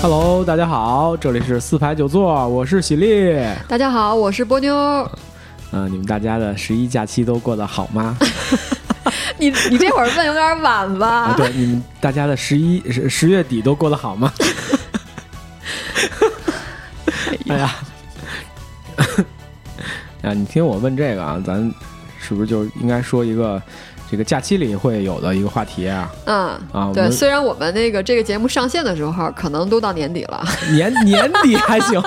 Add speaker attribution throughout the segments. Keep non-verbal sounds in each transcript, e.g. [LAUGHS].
Speaker 1: Hello，大家好，这里是四排九座，我是喜力。
Speaker 2: 大家好，我是波妞。
Speaker 1: [LAUGHS] 嗯、你们大家的十一假期都过得好吗？
Speaker 2: 你你这会儿问有点晚
Speaker 1: [LAUGHS] 啊，
Speaker 2: 吧？
Speaker 1: 对，你们大家的十一十十月底都过得好吗？哎呀， [LAUGHS] 啊，你听我问这个啊，咱是不是就应该说一个这个假期里会有的一个话题啊？
Speaker 2: 嗯，
Speaker 1: 啊，我
Speaker 2: 对。
Speaker 1: 们
Speaker 2: 虽然我们那个这个节目上线的时候，可能都到年底
Speaker 1: [LAUGHS]
Speaker 2: 了，
Speaker 1: 年年底还行，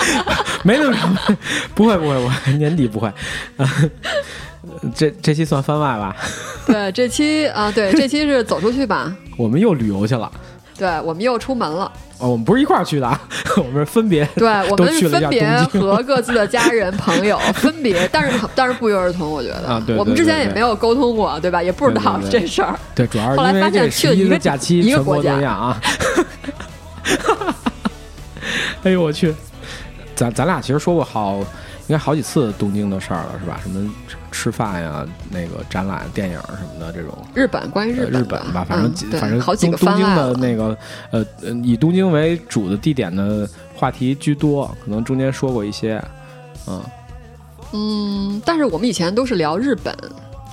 Speaker 1: [LAUGHS] 没那么长，不会不会不会，年底不会。 [LAUGHS] 啊、这这期算番外吧，
Speaker 2: 对。这期啊，对，这期是走出去吧？
Speaker 1: 我们又旅游去了。
Speaker 2: 对，我们又出门了。
Speaker 1: 哦，我们不是一块儿去的，啊， [LAUGHS] 我们是分别
Speaker 2: 对，我
Speaker 1: [LAUGHS] 都
Speaker 2: 们
Speaker 1: 去
Speaker 2: 是
Speaker 1: 了一
Speaker 2: 分
Speaker 1: 下
Speaker 2: 别
Speaker 1: 东京
Speaker 2: 和各自的家人、朋
Speaker 1: [LAUGHS]
Speaker 2: 友分别，但是但是不约而同，我觉得。
Speaker 1: 啊对
Speaker 2: 我们之
Speaker 1: 对对
Speaker 2: 前也
Speaker 1: 对
Speaker 2: 没有沟通过，对吧？也不知道
Speaker 1: 对对对
Speaker 2: 这事儿。
Speaker 1: 对，主要
Speaker 2: 后
Speaker 1: 是
Speaker 2: 来
Speaker 1: 因为
Speaker 2: 发现
Speaker 1: 这
Speaker 2: 去了
Speaker 1: 十
Speaker 2: 一
Speaker 1: 的
Speaker 2: 个
Speaker 1: 假期
Speaker 2: 一个
Speaker 1: 全国
Speaker 2: 国
Speaker 1: 都
Speaker 2: 家
Speaker 1: 这样啊。 [LAUGHS] 哎呦我去，咱咱俩其实说过好，应该好几次东京的事儿了，是吧？什么吃饭呀，那个展览、电影什么的这种。
Speaker 2: 日本，关于
Speaker 1: 呃
Speaker 2: 本
Speaker 1: [LAUGHS] 日本吧
Speaker 2: 吧，，
Speaker 1: 反正
Speaker 2: 嗯
Speaker 1: 几、
Speaker 2: 对
Speaker 1: 反正
Speaker 2: 好几
Speaker 1: 东
Speaker 2: 个
Speaker 1: 东
Speaker 2: 番啊
Speaker 1: 京
Speaker 2: 外
Speaker 1: 的
Speaker 2: 了。
Speaker 1: 那个呃呃，以东京为主的地点的话题居多，可能中间说过一些，嗯，
Speaker 2: 嗯，但是我们以前都是聊日本，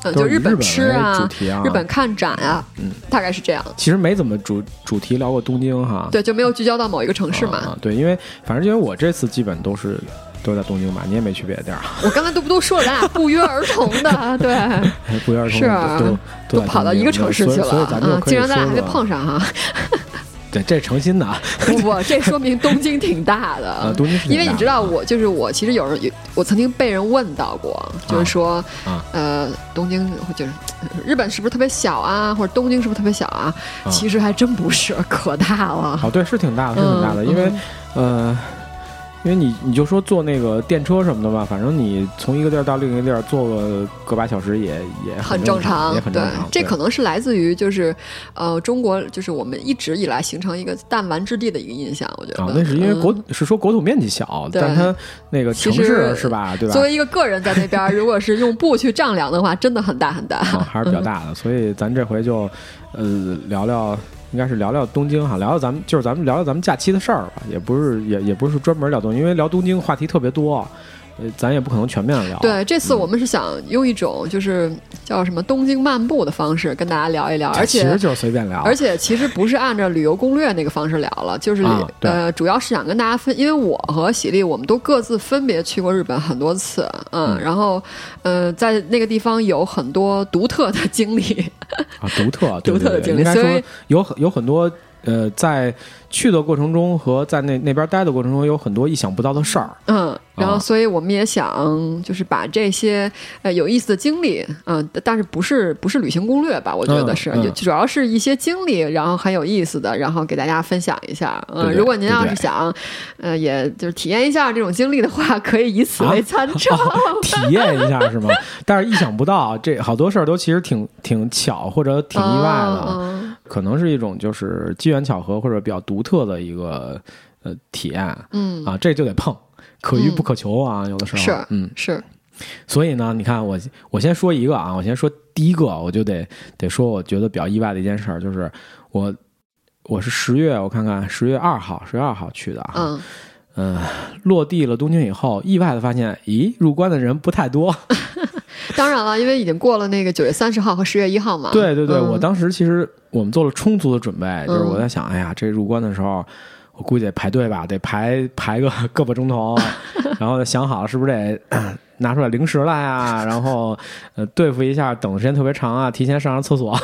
Speaker 2: 嗯，
Speaker 1: 都
Speaker 2: 就是
Speaker 1: 以日
Speaker 2: 本
Speaker 1: 为
Speaker 2: 吃
Speaker 1: 主
Speaker 2: 啊，
Speaker 1: 题啊，
Speaker 2: 日本看展啊，
Speaker 1: 嗯
Speaker 2: 大概是这样。
Speaker 1: 其实没怎么主主题聊过东京哈，
Speaker 2: 对，就没有聚焦到某一个城市嘛。
Speaker 1: 啊，对，因为反正因为我这次基本都是都是在东京嘛，你也没去别的地儿，啊
Speaker 2: 我刚才都不都说了，咱俩不约而同的，对，
Speaker 1: [LAUGHS] 不约而同
Speaker 2: 是啊
Speaker 1: 都都
Speaker 2: 都
Speaker 1: 在
Speaker 2: 跑到
Speaker 1: 东京
Speaker 2: 一个城市
Speaker 1: 所以
Speaker 2: 去
Speaker 1: 所以
Speaker 2: 了
Speaker 1: 咱就
Speaker 2: 啊！
Speaker 1: 可以
Speaker 2: 竟然咱俩还没
Speaker 1: 说说
Speaker 2: 碰上哈、 [LAUGHS]
Speaker 1: 对，这是诚心的啊，
Speaker 2: 不不，这说明东京挺大的。
Speaker 1: 啊东京是挺
Speaker 2: 因为
Speaker 1: 大
Speaker 2: 你
Speaker 1: 的
Speaker 2: 知道我，就是我，其实有人有我曾经被人问到过，就是说，
Speaker 1: 啊
Speaker 2: 呃，东京就是日本是不是特别小啊，或者东京是不是特别小啊？
Speaker 1: 啊
Speaker 2: 其实还真不是，可大了。
Speaker 1: 哦，对，是挺大的，是挺大的，
Speaker 2: 嗯
Speaker 1: 因为呃。因为你你就说坐那个电车什么的吧，反正你从一个地儿到另一个地儿坐个个把小时也也
Speaker 2: 很
Speaker 1: 正
Speaker 2: 正常，
Speaker 1: 也很
Speaker 2: 对
Speaker 1: 正常。，
Speaker 2: 这
Speaker 1: 对
Speaker 2: 可能是来自于就是，呃，中国就是我们一直以来形成一个弹丸之地的一个印象，我觉得。
Speaker 1: 啊，那是因为
Speaker 2: 嗯
Speaker 1: 国、是说国土面积小，
Speaker 2: 对
Speaker 1: 但它那个
Speaker 2: 其
Speaker 1: 城市
Speaker 2: 实
Speaker 1: 是吧？对吧？
Speaker 2: 作为一个个人在那边儿，如果是用布去丈量的话，真的很大很大。
Speaker 1: 啊，还是比较大的。所以咱这回就，呃，聊聊，应该是聊聊东京哈，聊聊咱们就是咱们聊聊咱们假期的事儿吧，也不是也也不是专门聊东京，因为聊东京话题特别多，呃，咱也不可能全面聊。啊
Speaker 2: 对，这次我们是想用一种就是叫什么东京漫步的方式跟大家聊一聊，
Speaker 1: 它
Speaker 2: 而
Speaker 1: 其
Speaker 2: 且
Speaker 1: 实就是随便聊，
Speaker 2: 而且其实不是按照旅游攻略那个方式聊
Speaker 1: [LAUGHS]
Speaker 2: 了，就是、
Speaker 1: 啊对
Speaker 2: 呃，主要是想跟大家分，因为我和喜力我们都各自分别去过日本很多次，嗯，
Speaker 1: 嗯
Speaker 2: 然后呃，在那个地方有很多独特的经历，
Speaker 1: 啊，独特，对
Speaker 2: 独特
Speaker 1: 对
Speaker 2: 的
Speaker 1: 对
Speaker 2: 经历
Speaker 1: 应该
Speaker 2: 所
Speaker 1: 说
Speaker 2: 以
Speaker 1: 有很有很多呃，在去的过程中和在那那边待的过程中，有很多意想不到的事儿。
Speaker 2: 嗯，然
Speaker 1: 啊
Speaker 2: 后所以我们也想就是把这些呃有意思的经历，嗯、但是不是不是旅行攻略吧？我觉得
Speaker 1: 嗯
Speaker 2: 是，
Speaker 1: 嗯
Speaker 2: 就主要是一些经历，然后很有意思的，然后给大家分享一下。嗯、
Speaker 1: 对对
Speaker 2: 如果您要
Speaker 1: 对
Speaker 2: 是
Speaker 1: 对
Speaker 2: 想，呃，也就是体验一下这种经历的话，可以以此为参照。
Speaker 1: [LAUGHS] 体验一下是吗？ [LAUGHS] 但是意想不到，这好多事儿都其实挺挺巧或者挺意外的。啊
Speaker 2: 嗯
Speaker 1: 可能是一种就是机缘巧合或者比较独特的一个呃体验啊，
Speaker 2: 嗯，
Speaker 1: 这就得碰，可遇
Speaker 2: 嗯
Speaker 1: 不可求啊，有的时候
Speaker 2: 是
Speaker 1: 嗯，
Speaker 2: 是，
Speaker 1: 所以呢，你看我我先说一个啊，我先说第一个，我就得得说我觉得比较意外的一件事儿，就是我我是十月，我看看十月二号，十月二号去的啊，
Speaker 2: 嗯，
Speaker 1: 嗯、落地了东京以后，意外的发现，咦，入关的人不太多，
Speaker 2: 当然了，因为已经过了那个九月三十号和十月一号嘛。
Speaker 1: 对对对，
Speaker 2: 嗯
Speaker 1: 我当时其实我们做了充足的准备，就是
Speaker 2: 嗯
Speaker 1: 我在想，哎呀，这入关的时候，我估计得排队吧，得排排个个把钟
Speaker 2: [LAUGHS]
Speaker 1: 头，然后想好是不是得咳拿出来零食来啊，
Speaker 2: [LAUGHS]
Speaker 1: 然后呃对付一下等的时间特别长啊，提前上上厕所，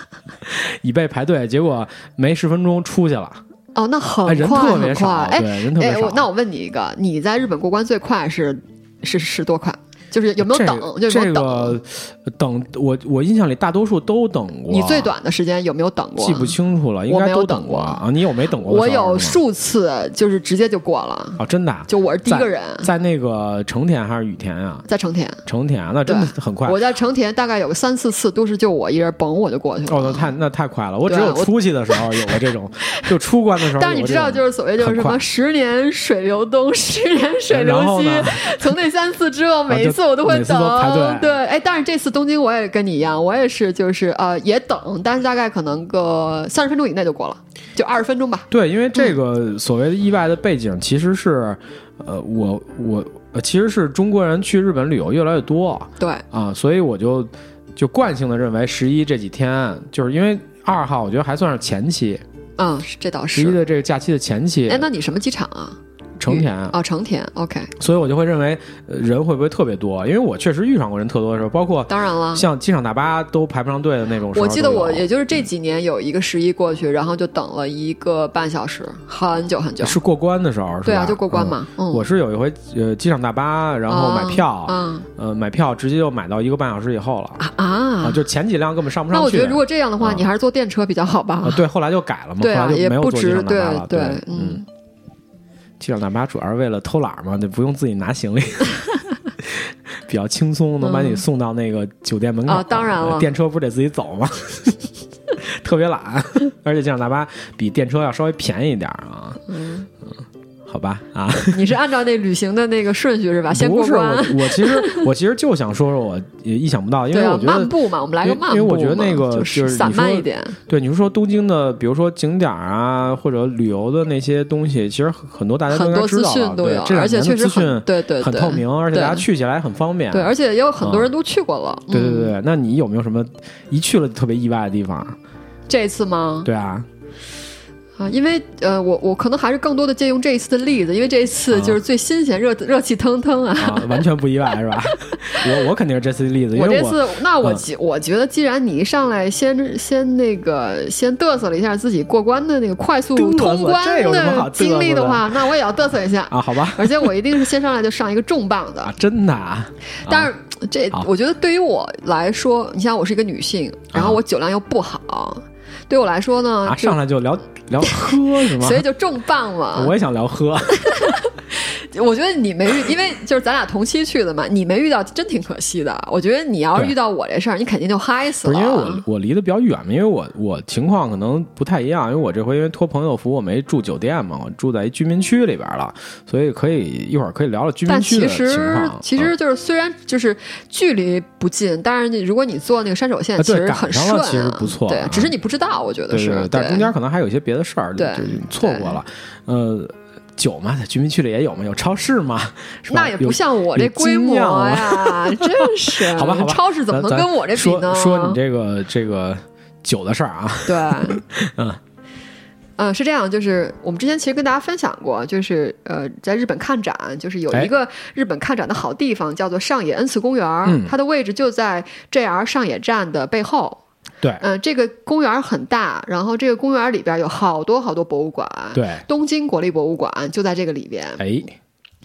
Speaker 1: [LAUGHS] 以备排队。结果没十分钟出去了，
Speaker 2: 哦，那很
Speaker 1: 哎，人
Speaker 2: 快
Speaker 1: 特别
Speaker 2: 很
Speaker 1: 少，
Speaker 2: 快，哎
Speaker 1: 对，，人特别
Speaker 2: 哎，
Speaker 1: 少
Speaker 2: 我。那我问你一个，你在日本过关最快是是是多快？就是有没有
Speaker 1: 这
Speaker 2: 等？就是有没
Speaker 1: 这
Speaker 2: 有等？
Speaker 1: 个等我我印象里大多数都等过，
Speaker 2: 你最短的时间有没有等过？
Speaker 1: 记不清楚了，应
Speaker 2: 我
Speaker 1: 该
Speaker 2: 没有
Speaker 1: 都
Speaker 2: 等
Speaker 1: 等
Speaker 2: 过
Speaker 1: 啊。你有没等过的
Speaker 2: 我
Speaker 1: 时候是吗？
Speaker 2: 有数次就是直接就过了，
Speaker 1: 哦，真的啊、
Speaker 2: 就我是第一个人
Speaker 1: 在那个成田还是羽田啊？
Speaker 2: 在成田，
Speaker 1: 成田啊，那真的很快。哦，
Speaker 2: 我在成田大概有个三四次都是就我一人甭我就过去了。
Speaker 1: 哦那太那太快了！我只有
Speaker 2: 对啊我
Speaker 1: 出去的时候有过这
Speaker 2: [LAUGHS]
Speaker 1: 种，就出关的时候有过这种。
Speaker 2: 但是你知道，就是所谓就是什
Speaker 1: 很快
Speaker 2: 么十年水
Speaker 1: [LAUGHS]
Speaker 2: 流东，十年水流
Speaker 1: 然后
Speaker 2: 西
Speaker 1: 呢。
Speaker 2: [LAUGHS]
Speaker 1: 啊
Speaker 2: 从那三次之后，每一次我都
Speaker 1: 每
Speaker 2: 会
Speaker 1: 次
Speaker 2: 等。
Speaker 1: 都排队
Speaker 2: 对，哎，但是这次东京我也跟你一样，我也是就是呃也等，但是大概可能个三十分钟以内就过了。就二十分钟吧。
Speaker 1: 对，因为
Speaker 2: 嗯
Speaker 1: 这个所谓的意外的背景，其实是，呃，我我、呃其实是中国人去日本旅游越来越多啊、
Speaker 2: 对，
Speaker 1: 所以我就就惯性的认为十一这几天，就是因为二号我觉得还算是前期，
Speaker 2: 嗯，是这倒
Speaker 1: 十一
Speaker 2: 是。
Speaker 1: 的这个假期的前期
Speaker 2: 哎，，那你什么机场啊？
Speaker 1: 成田啊，
Speaker 2: 哦，成田。OK，
Speaker 1: 所以我就会认为呃人会不会特别多，因为我确实遇上过人特多的时候，包括
Speaker 2: 当然了。
Speaker 1: 像机场大巴都排不上队的那种时候都有。
Speaker 2: 嗯我记得我也就是
Speaker 1: 嗯
Speaker 2: 这几年有一个十一过去，然后就等了一个半小时，很久很久。
Speaker 1: 是过关的时候，是
Speaker 2: 对啊，
Speaker 1: 吧
Speaker 2: 就过关。
Speaker 1: 嗯
Speaker 2: 嘛。嗯，
Speaker 1: 我是有一回，呃，机场大巴，然后买票，
Speaker 2: 啊
Speaker 1: 呃，买票直接就买到一个半小时以后了
Speaker 2: 啊
Speaker 1: 啊，
Speaker 2: 啊！
Speaker 1: 就前几辆根本上不上
Speaker 2: 那
Speaker 1: 去。
Speaker 2: 我觉得如果这样的话，
Speaker 1: 嗯
Speaker 2: 你还是坐电车比较好吧
Speaker 1: 啊，。对，后来就改了嘛，
Speaker 2: 对
Speaker 1: 后
Speaker 2: 啊，
Speaker 1: 来就
Speaker 2: 也
Speaker 1: 没有
Speaker 2: 不
Speaker 1: 坐机
Speaker 2: 值
Speaker 1: 场。大巴
Speaker 2: 对
Speaker 1: 了。对，
Speaker 2: 嗯，
Speaker 1: 机场大巴主要是为了偷懒儿嘛，就不用自己拿行
Speaker 2: [LAUGHS]
Speaker 1: 李。比较轻松，能把你送到那个酒店门口。
Speaker 2: 嗯啊当然了
Speaker 1: 电车不是得自己走吗？ [LAUGHS] 特别懒，而且机场大巴比电车要稍微便宜一点儿啊。嗯，好吧啊，
Speaker 2: 你是按照那旅行的那个顺序嗯是啊 [LAUGHS] 吧？先
Speaker 1: 不
Speaker 2: 过
Speaker 1: 是
Speaker 2: 关
Speaker 1: 我，，我其实我其实就想说说我也意想不到，因
Speaker 2: 对
Speaker 1: 为
Speaker 2: 啊
Speaker 1: 我，觉得
Speaker 2: 漫步嘛，我们来
Speaker 1: 因
Speaker 2: 个
Speaker 1: 为
Speaker 2: 漫步嘛。
Speaker 1: 因为我觉得那个
Speaker 2: 就
Speaker 1: 就是是你
Speaker 2: 散漫
Speaker 1: 说
Speaker 2: 一点，
Speaker 1: 对，你是说东京的，比如说景点儿啊，或者旅游的那些东西，其实很很多大家都
Speaker 2: 很
Speaker 1: 应该
Speaker 2: 多
Speaker 1: 知
Speaker 2: 资
Speaker 1: 道
Speaker 2: 讯
Speaker 1: 了。
Speaker 2: 都
Speaker 1: 对
Speaker 2: 有，，
Speaker 1: 这两
Speaker 2: 而且
Speaker 1: 年
Speaker 2: 确
Speaker 1: 的
Speaker 2: 实
Speaker 1: 资
Speaker 2: 很啊
Speaker 1: 讯
Speaker 2: 对对
Speaker 1: 很
Speaker 2: 对
Speaker 1: 透明，而且大家去起来很方便。
Speaker 2: 对，而且也有很多人都去过了。
Speaker 1: 对对
Speaker 2: 嗯，
Speaker 1: 对那你有没有什么一去了特别意外的地方？
Speaker 2: 这次吗？
Speaker 1: 对啊，
Speaker 2: 啊，因为呃，我我可能还是更多的借用这一次的例子，因为这一次
Speaker 1: 啊
Speaker 2: 就是最新鲜、热热气腾腾啊。
Speaker 1: 啊，完全不意外是吧？ [LAUGHS] 我我肯定是这次的例子，因
Speaker 2: 我
Speaker 1: 为
Speaker 2: 这
Speaker 1: 我
Speaker 2: 次，那我
Speaker 1: 嗯
Speaker 2: 觉、我觉得，既然你一上来先先那个先嘚瑟了一下自己过关的那个快速
Speaker 1: 嘚瑟
Speaker 2: 通关
Speaker 1: 这有什么好
Speaker 2: 的
Speaker 1: 嘚瑟
Speaker 2: 经历
Speaker 1: 的
Speaker 2: 话，那我也要嘚瑟一下。
Speaker 1: 啊，好吧
Speaker 2: 而且我一定是先上来就上一个重磅的
Speaker 1: 啊，，真的啊，
Speaker 2: 但是这
Speaker 1: 好
Speaker 2: 我觉得对于我来说，你像我是一个女性，然后我酒量又不好，对我来说呢，
Speaker 1: 啊
Speaker 2: 就
Speaker 1: 上来就聊聊喝是吗？
Speaker 2: 所以就重磅嘛。
Speaker 1: 我也想聊
Speaker 2: [LAUGHS]
Speaker 1: 喝，
Speaker 2: 我觉得你没遇，因为就是咱俩同期去的嘛，你没遇到真挺可惜的。我觉得你要是
Speaker 1: 对
Speaker 2: 遇到我这事儿，你肯定就嗨死
Speaker 1: 不
Speaker 2: 了。
Speaker 1: 是因为我我离得比较远嘛，因为我我情况可能不太一样，因为我这回因为托朋友福，我没住酒店嘛，我住在一居民区里边了，所以可以一会儿可以聊聊居民
Speaker 2: 但
Speaker 1: 区
Speaker 2: 其
Speaker 1: 的情
Speaker 2: 实
Speaker 1: 况。啊
Speaker 2: 其实就是虽然就是距离不近，但是你如果你坐那个山手
Speaker 1: 啊
Speaker 2: 线，其
Speaker 1: 对
Speaker 2: 实很
Speaker 1: 赶上
Speaker 2: 顺
Speaker 1: 了
Speaker 2: 啊，
Speaker 1: 其实不错
Speaker 2: 对
Speaker 1: 啊，
Speaker 2: 只是你不知道，我
Speaker 1: 嗯、
Speaker 2: 觉得
Speaker 1: 对
Speaker 2: 是
Speaker 1: 对，。但
Speaker 2: 对
Speaker 1: 中间可能还有一些别的事儿，就
Speaker 2: 对
Speaker 1: 就错过了。呃，酒嘛，在居民区里也有嘛，有超市嘛，是吧
Speaker 2: 那也
Speaker 1: 有
Speaker 2: 不像我这
Speaker 1: 有
Speaker 2: 规模
Speaker 1: 精酿啊
Speaker 2: 呀， [LAUGHS] 真是。
Speaker 1: [LAUGHS] 好吧好吧
Speaker 2: [LAUGHS] 超市怎么能
Speaker 1: 咱咱
Speaker 2: 跟我这比
Speaker 1: 说
Speaker 2: 呢？
Speaker 1: 说你这个这个酒的事儿啊，
Speaker 2: 对，
Speaker 1: [LAUGHS]
Speaker 2: 嗯。嗯，是这样，就是我们之前其实跟大家分享过，就是呃，在日本看展，就是有
Speaker 1: 哎
Speaker 2: 一个日本看展的好地方，叫做上野恩赐公园儿，
Speaker 1: 嗯
Speaker 2: 它的位置就在 JR 上野站的背后。
Speaker 1: 对
Speaker 2: 嗯、这个公园儿很大，然后这个公园儿里边有好多好多博物馆，
Speaker 1: 对，
Speaker 2: 东京国立博物馆就在这个里边。
Speaker 1: 哎，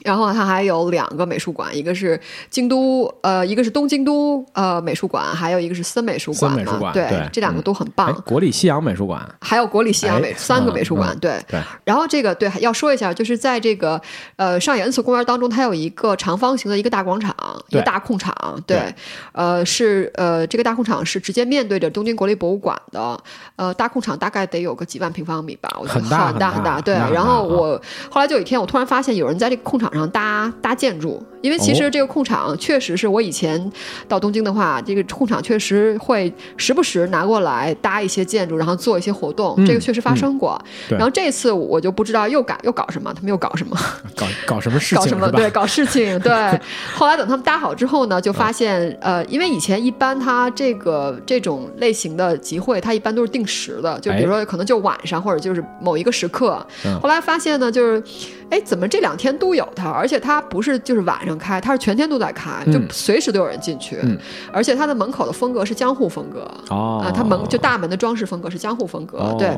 Speaker 2: 然后它还有两个美术馆，一个是京都，呃，一个是东京都呃美术馆，还有一个是森美术馆嘛。
Speaker 1: 森美术馆
Speaker 2: 对，
Speaker 1: 对
Speaker 2: 这两个
Speaker 1: 嗯
Speaker 2: 都很棒。
Speaker 1: 哎，国立西洋美术馆，
Speaker 2: 还有国立西洋美、
Speaker 1: 哎
Speaker 2: 三个
Speaker 1: 嗯
Speaker 2: 美术馆，对。
Speaker 1: 对，
Speaker 2: 然后这个对要说一下，就是在这个呃上野恩赐公园当中，它有一个长方形的一个大广场，一
Speaker 1: 对
Speaker 2: 个大空场，对，
Speaker 1: 对
Speaker 2: 呃是呃这个大空场是直接面对着东京国立博物馆的，呃大空场大概得有个几万平方米吧，我觉得
Speaker 1: 很大
Speaker 2: 很大
Speaker 1: 很大
Speaker 2: 大，对。
Speaker 1: 很大
Speaker 2: 然后
Speaker 1: 很大
Speaker 2: 我、后来就有一天，我突然发现有人在这个空场上搭搭建筑，因为其
Speaker 1: 哦
Speaker 2: 实这个空场确实是我以前到东京的话，这个空场确实会时不时拿过来搭一些建筑，然后做一些活动，
Speaker 1: 嗯
Speaker 2: 这个确实发生过。
Speaker 1: 对
Speaker 2: 然后这次我就不知道又搞又搞什么，他们又搞什么，
Speaker 1: 搞搞什么事
Speaker 2: 搞
Speaker 1: 情
Speaker 2: 什么
Speaker 1: 是吧？
Speaker 2: 对，搞事
Speaker 1: [LAUGHS]
Speaker 2: 情对。后来等他们搭好之后呢，就发现呃，因为以前一般他这个这种类型的集会，它一般都是定时的，就比如说可能就晚上或者就是某一个时刻。
Speaker 1: 哎嗯
Speaker 2: 后来发现呢，就是哎，怎么这两天都有它，而且它不是就是晚上开，它是全天都在开，
Speaker 1: 嗯
Speaker 2: 就随时都有人进去，
Speaker 1: 嗯
Speaker 2: 而且它的门口的风格是江户风格。
Speaker 1: 哦，
Speaker 2: 啊，它门就大门的装饰风格是江户风格，
Speaker 1: 哦
Speaker 2: 对，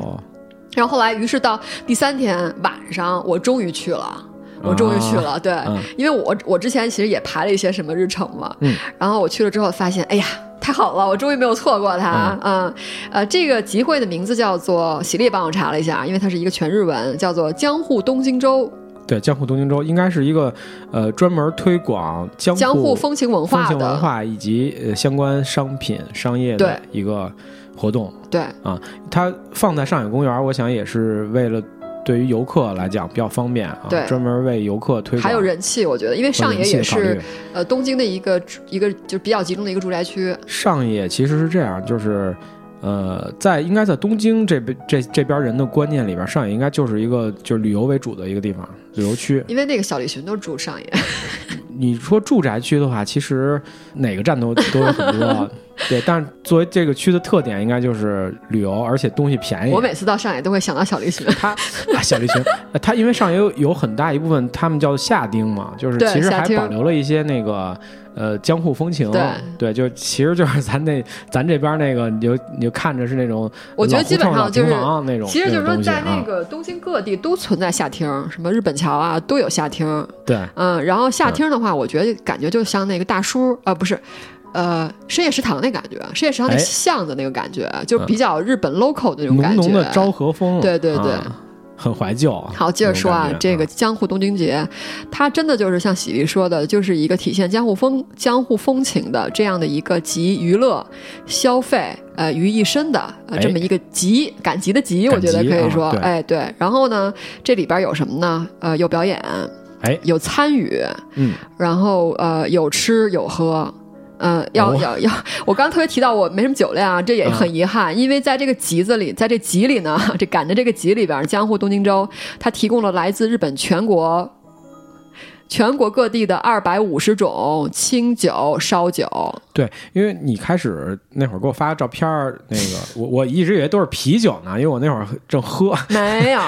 Speaker 2: 然后后来，于是到第三天晚上，我终于去了。我终于去了，对，
Speaker 1: 啊嗯
Speaker 2: 因为我我之前其实也排了一些什么日程嘛，
Speaker 1: 嗯
Speaker 2: 然后我去了之后发现，哎呀，太好了，我终于没有错过它，嗯呃，这个集会的名字叫做喜力，帮我查了一下，因为它是一个全日文，叫做江户东京周
Speaker 1: 对，江户东京周应该是一个呃专门推广江户
Speaker 2: 江户风情文
Speaker 1: 风
Speaker 2: 化
Speaker 1: 情
Speaker 2: 的，
Speaker 1: 文化以及呃相关商品商业的一个活动。
Speaker 2: 对，
Speaker 1: 它放在上野公园，我想也是为了对于游客来讲比较方便啊，
Speaker 2: 对
Speaker 1: 专门为游客推广。
Speaker 2: 还有人气，我觉得，因为上野
Speaker 1: 哦和人
Speaker 2: 也
Speaker 1: 气的
Speaker 2: 是
Speaker 1: 考虑
Speaker 2: 呃东京的一个一个就比较集中的一个住宅区，
Speaker 1: 上野其实是这样，就是呃，在应该在东京这边这这边人的观念里边，上野应该就是一个就是旅游为主的一个地方，旅游区。
Speaker 2: 因为那个小李群都住上
Speaker 1: 哎
Speaker 2: 野，
Speaker 1: 你说住宅区的话，其实哪个站都都有很
Speaker 2: [LAUGHS]
Speaker 1: 多，对。但是作为这个区的特点，应该就是旅游，而且东西便宜
Speaker 2: 我。每次到上野都会想到小李群。
Speaker 1: 它啊，小丽群，呃它因为上野有有很大一部分他们叫夏町嘛，就是
Speaker 2: 对
Speaker 1: 其实
Speaker 2: 夏
Speaker 1: 还
Speaker 2: 町
Speaker 1: 保留了一些那个呃江户风情。
Speaker 2: 对
Speaker 1: 就其实就是咱那咱这边那个，你就你就看着是那种
Speaker 2: 我觉得基本上
Speaker 1: 老胡同
Speaker 2: 就是
Speaker 1: 老平房那种，
Speaker 2: 其实就是说，
Speaker 1: 种东西
Speaker 2: 在那
Speaker 1: 啊
Speaker 2: 个东京各地都存在夏厅，什么日本桥啊都有夏厅。
Speaker 1: 对。
Speaker 2: 嗯，然后夏厅的话，我觉得感觉就像那个大叔啊、呃不是，呃，深夜食堂那感觉，深夜食堂那
Speaker 1: 哎嗯
Speaker 2: 巷子那个感觉，就比较日本 local 的那种感
Speaker 1: 浓
Speaker 2: 觉。
Speaker 1: 浓的昭和风，
Speaker 2: 对对对
Speaker 1: 啊很怀旧。
Speaker 2: 好，接着说啊
Speaker 1: 那种，感觉嗯
Speaker 2: 这个江户东京节，它真的就是像喜力说的，就是一个体现江户风江户风情的这样的一个集娱乐、消费呃于一身的呃
Speaker 1: 哎
Speaker 2: 这么一个集，赶集的集，我
Speaker 1: 赶
Speaker 2: 觉得
Speaker 1: 集
Speaker 2: 可以
Speaker 1: 啊
Speaker 2: 说，
Speaker 1: 对
Speaker 2: 哎对。然后呢，这里边有什么呢？呃，有表演，
Speaker 1: 哎，
Speaker 2: 有参与，
Speaker 1: 嗯，
Speaker 2: 然后呃有吃有喝。嗯，要
Speaker 1: 哦嗯
Speaker 2: 要要，我刚刚特别提到我没什么酒量啊，这也很遗憾，因为在这个集子里，在这集里呢，这赶着这个集里边，江户东京州它提供了来自日本全国全国各地的二百五十种清酒、烧酒，
Speaker 1: 对，因为你开始那会儿给我发照片儿，那个我我一直以为都是啤酒呢，因为我那会儿正喝
Speaker 2: 没
Speaker 1: [LAUGHS]
Speaker 2: 有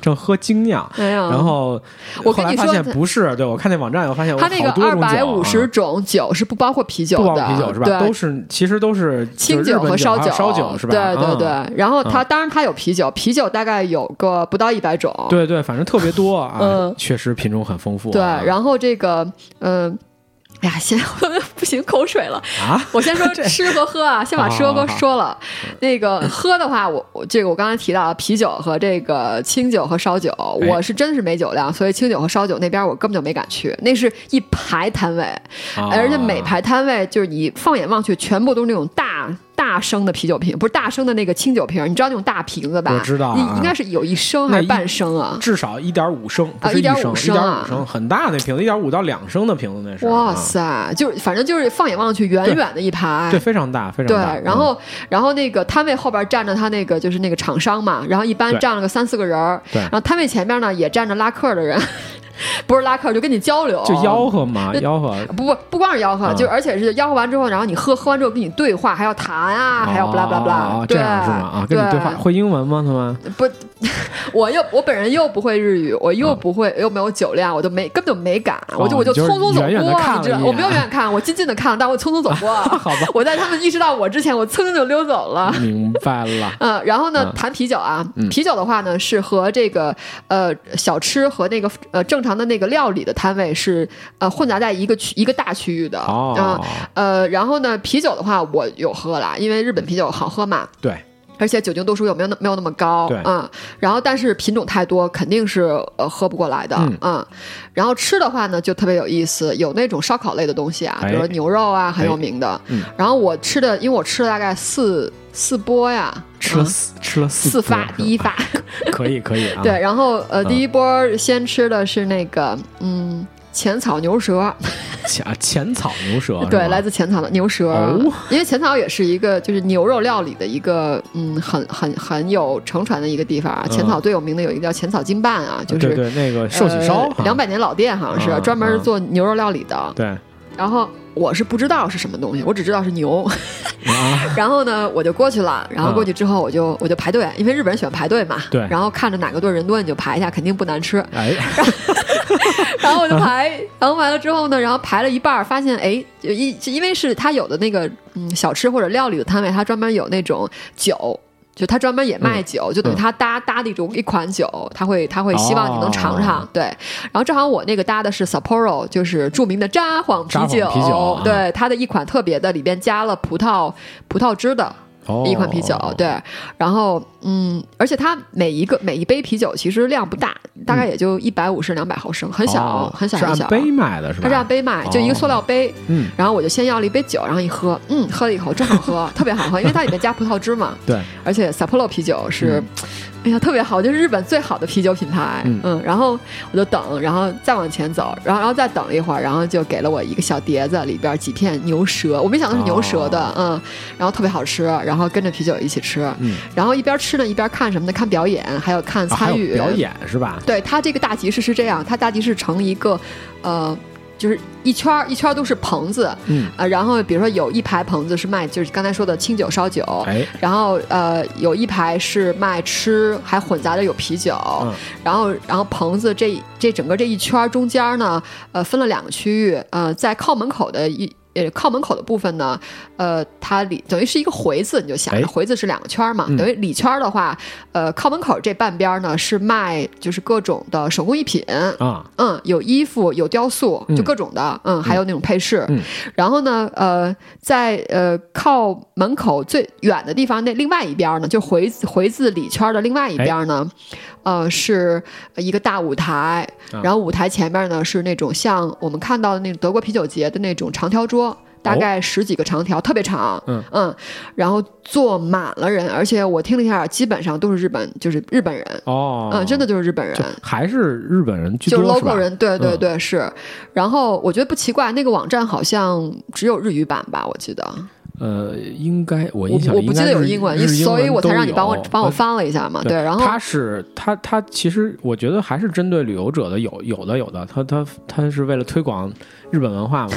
Speaker 1: 正喝精酿，
Speaker 2: 没有。
Speaker 1: 然后
Speaker 2: 嗯我
Speaker 1: 后
Speaker 2: 跟
Speaker 1: 来
Speaker 2: 你
Speaker 1: 发
Speaker 2: 说
Speaker 1: 现不是，对我看那网站，我发现
Speaker 2: 它那个
Speaker 1: 好多
Speaker 2: 二
Speaker 1: 种酒啊
Speaker 2: 百五十种酒是不包括啤酒
Speaker 1: 不
Speaker 2: 的，
Speaker 1: 包括啤酒是吧？
Speaker 2: 对
Speaker 1: 都是其实都是
Speaker 2: 清
Speaker 1: 就是日
Speaker 2: 酒
Speaker 1: 本
Speaker 2: 和
Speaker 1: 酒
Speaker 2: 烧
Speaker 1: 还有烧酒是吧？
Speaker 2: 对对对。
Speaker 1: 嗯
Speaker 2: 然后它当然它有啤酒，啤酒大概有个不到一百种。
Speaker 1: 对对，反正特别多啊，
Speaker 2: 嗯
Speaker 1: 确实品种很丰富啊。
Speaker 2: 对然后这个嗯。哎呀，先 [LAUGHS] 不行，口水了。
Speaker 1: 啊，
Speaker 2: 我
Speaker 1: [LAUGHS]
Speaker 2: 先说吃和喝啊，先把吃和
Speaker 1: 好
Speaker 2: 喝
Speaker 1: 好好
Speaker 2: 说了。那个喝的话，我我这个我刚才提到啊啤酒和这个清酒和烧酒，
Speaker 1: 哎
Speaker 2: 我是真是没酒量，所以清酒和烧酒那边我根本就没敢去，那是一排摊位，
Speaker 1: 啊
Speaker 2: 而且每排摊位就是你放眼望去，全部都是那种大大升的啤酒瓶，不是大升的那个清酒瓶，你知道那种大瓶子吧？
Speaker 1: 我知道啊
Speaker 2: 你应该是有一升还是半升啊？
Speaker 1: 至少一点五升，不
Speaker 2: 啊
Speaker 1: 是
Speaker 2: 1.5
Speaker 1: 升，一
Speaker 2: 升
Speaker 1: 点
Speaker 2: 啊
Speaker 1: 五升，很大那瓶子，一点五到两升的瓶子那是。
Speaker 2: 哇
Speaker 1: 啊！
Speaker 2: 塞，就是反正就是放眼望去，远远的一排
Speaker 1: 对，。非常大，非常
Speaker 2: 对
Speaker 1: 大。，嗯
Speaker 2: 然后，然后那个摊位后边站着他那个就是那个厂商嘛，然后一般
Speaker 1: 对
Speaker 2: 站了个三四个人儿，
Speaker 1: 对
Speaker 2: 然后摊位前面呢也站着拉客的人， [LAUGHS] 不是拉客就跟你交流，
Speaker 1: 嗯就吆喝嘛，
Speaker 2: 那
Speaker 1: 吆喝。
Speaker 2: 不不不光是吆喝，
Speaker 1: 嗯
Speaker 2: 就而且是吆喝完之后，然后你喝喝完之后跟你对话，还要谈啊，还要巴拉巴拉巴
Speaker 1: 哦
Speaker 2: 拉，
Speaker 1: 这样是吗？啊，跟你对话，会英文吗？他们
Speaker 2: 不，我又我本人又不会日语，我又不会，又没有酒量，我就没根本就没敢，我就
Speaker 1: 嗯哦
Speaker 2: 我就
Speaker 1: 你就是
Speaker 2: 匆匆走
Speaker 1: 远远地
Speaker 2: 过，
Speaker 1: 看
Speaker 2: 你知
Speaker 1: 了
Speaker 2: 道，
Speaker 1: 一
Speaker 2: 我没有
Speaker 1: 眼
Speaker 2: 远远看，我静静的看，但我匆匆走
Speaker 1: [LAUGHS]
Speaker 2: 过。
Speaker 1: 好吧，
Speaker 2: 我在他们意识到我之前，我蹭就溜走了。
Speaker 1: 明白
Speaker 2: [LAUGHS]
Speaker 1: 了。
Speaker 2: 嗯，然后呢
Speaker 1: 嗯，
Speaker 2: 谈啤酒啊，啤酒的话呢是和这个呃小吃和那个呃正常的那个料理的摊位是呃混杂在一个区一个大区域的啊、
Speaker 1: 哦，
Speaker 2: 呃，然后呢，啤酒的话我有喝啦，因为日本啤酒好喝嘛，
Speaker 1: 对，
Speaker 2: 而且酒精度数有没有那没有那么高，
Speaker 1: 对
Speaker 2: 嗯，然后但是品种太多，肯定是呃喝不过来的，
Speaker 1: 嗯
Speaker 2: 然后吃的话呢，就特别有意思，有那种烧烤类的东西啊，
Speaker 1: 哎
Speaker 2: 比如说牛肉啊，很有名的。
Speaker 1: 嗯
Speaker 2: 然后我吃的，因为我吃了大概四四波呀，
Speaker 1: 吃了
Speaker 2: 嗯
Speaker 1: 四吃了
Speaker 2: 四
Speaker 1: 发
Speaker 2: 发，第一发，
Speaker 1: 可以可以啊。
Speaker 2: [LAUGHS] 对，，然后呃，
Speaker 1: 嗯
Speaker 2: 第一波先吃的是那个嗯浅草牛舌，
Speaker 1: 浅啊浅草牛哦舌是吗，
Speaker 2: 对，来自浅草的牛舌，
Speaker 1: 哦
Speaker 2: 因为浅草也是一个就是牛肉料理的一个嗯，很很很有承传的一个地方啊。
Speaker 1: 嗯
Speaker 2: 浅草最有名的有一个叫浅草金办啊，就是呃
Speaker 1: 对对那个寿喜烧，啊
Speaker 2: 两百、200年老店好像是、
Speaker 1: 嗯
Speaker 2: 专门
Speaker 1: 嗯
Speaker 2: 做牛肉料理的。
Speaker 1: 对
Speaker 2: 然后我是不知道是什么
Speaker 1: 嗯
Speaker 2: 东西，我只知道是牛。 [LAUGHS]
Speaker 1: 啊，
Speaker 2: 然后呢，我就过去了。然后过去之后，我就、我就排队，因为日本人喜欢排队嘛。
Speaker 1: 对
Speaker 2: 然后看着哪个队人多，你就排一下，肯定不难吃。
Speaker 1: 哎，
Speaker 2: [LAUGHS] 然后我就排，然后完了之后呢，然后排了一半儿，发现哎，就一就因为是它有的那个嗯小吃或者料理的摊位，它专门有那种酒。就它专门也卖
Speaker 1: 嗯
Speaker 2: 酒，就等于它搭搭的一种一款酒，它会它会希望你能尝尝，
Speaker 1: 哦
Speaker 2: 对。然后正好我那个搭的是 Sapporo，就是著名的札幌啤
Speaker 1: 札
Speaker 2: 酒，
Speaker 1: 幌啤酒啊
Speaker 2: 对它的一款特别的，里边加了葡萄葡萄汁的，
Speaker 1: 哦
Speaker 2: [LAUGHS] 一款啤酒，对，然后嗯，而且它每一个每一杯啤酒其实量不大，大概也就一百五十两百毫升，很小、
Speaker 1: 嗯哦
Speaker 2: 很小
Speaker 1: 是
Speaker 2: 很
Speaker 1: 按
Speaker 2: 小，
Speaker 1: 杯卖的是吧？
Speaker 2: 它是按杯卖，就一个塑料杯。
Speaker 1: 嗯，
Speaker 2: 然后我就先要了一杯酒，然后一喝，嗯，
Speaker 1: [LAUGHS]
Speaker 2: 喝了一口，真好喝，特别好喝，因为它里面加葡萄汁嘛，
Speaker 1: 对，
Speaker 2: 而且 Sapporo 啤酒是，哎呀，特别好，就是日本最好的啤酒品牌，
Speaker 1: 嗯
Speaker 2: 嗯然后我就等，然后再往前走，然后然后再等一会儿，然后就给了我一个小碟子，里边几片牛舌，我没想到是牛舌
Speaker 1: 哦
Speaker 2: 的，嗯，然后特别好吃，然后跟着啤酒一起吃，
Speaker 1: 嗯
Speaker 2: 然后一边吃呢一边看什么呢？看表演，还有看
Speaker 1: 啊还
Speaker 2: 参
Speaker 1: 有
Speaker 2: 与、
Speaker 1: 表演是吧？
Speaker 2: 对它这个大集市是这样，它大集市成一个，呃，就是一圈儿一圈儿都是棚子，
Speaker 1: 嗯，
Speaker 2: 呃，然后比如说有一排棚子是卖就是刚才说的清酒、烧酒，
Speaker 1: 哎，
Speaker 2: 然后呃有一排是卖吃，还混杂着有啤酒，
Speaker 1: 嗯
Speaker 2: 然后然后棚子这这整个这一圈儿中间儿呢，呃分了两个区域，呃在靠门口的一。呃，靠门口的部分呢，呃，它里等于是一个回字，你就想
Speaker 1: 哎，
Speaker 2: 回字是两个圈儿嘛，
Speaker 1: 嗯
Speaker 2: 等于里圈儿的话，呃，靠门口这半边儿呢是卖就是各种的手工艺品，
Speaker 1: 啊，
Speaker 2: 嗯，有衣服，有雕塑，就各种的，嗯，还有那种配饰。
Speaker 1: 嗯
Speaker 2: 然后呢，呃，在呃靠门口最远的地方那另外一边呢，就回回字里圈的另外一边呢，呃，是一个大舞台，
Speaker 1: 哎啊
Speaker 2: 然后舞台前面呢是那种像我们看到的那种德国啤酒节的那种长条桌。大概十几个长条，特别长，
Speaker 1: 哦嗯
Speaker 2: 然后坐满了人，而且我听了一下，基本上都是日本，就是日本人，
Speaker 1: 哦，
Speaker 2: 嗯，真的就是日本人
Speaker 1: 就，还是日本人居
Speaker 2: 就是
Speaker 1: 多
Speaker 2: local
Speaker 1: 吧？
Speaker 2: 人，对对
Speaker 1: 嗯
Speaker 2: 对，是。然后我觉得不奇怪，那个网站好像只有日语版吧，我记得，
Speaker 1: 呃，应该我
Speaker 2: 我
Speaker 1: 印象
Speaker 2: 我
Speaker 1: 里
Speaker 2: 不
Speaker 1: 应
Speaker 2: 记
Speaker 1: 该
Speaker 2: 得有
Speaker 1: 日
Speaker 2: 英文，
Speaker 1: 日英
Speaker 2: 所以我才
Speaker 1: 都
Speaker 2: 让你帮我
Speaker 1: 有
Speaker 2: 帮我
Speaker 1: 呃
Speaker 2: 翻了一下嘛。对，然后
Speaker 1: 他是他他其实我觉得还是针对旅游者的，有有的有的，他他他是为了推广日本文
Speaker 2: [LAUGHS]
Speaker 1: 化嘛，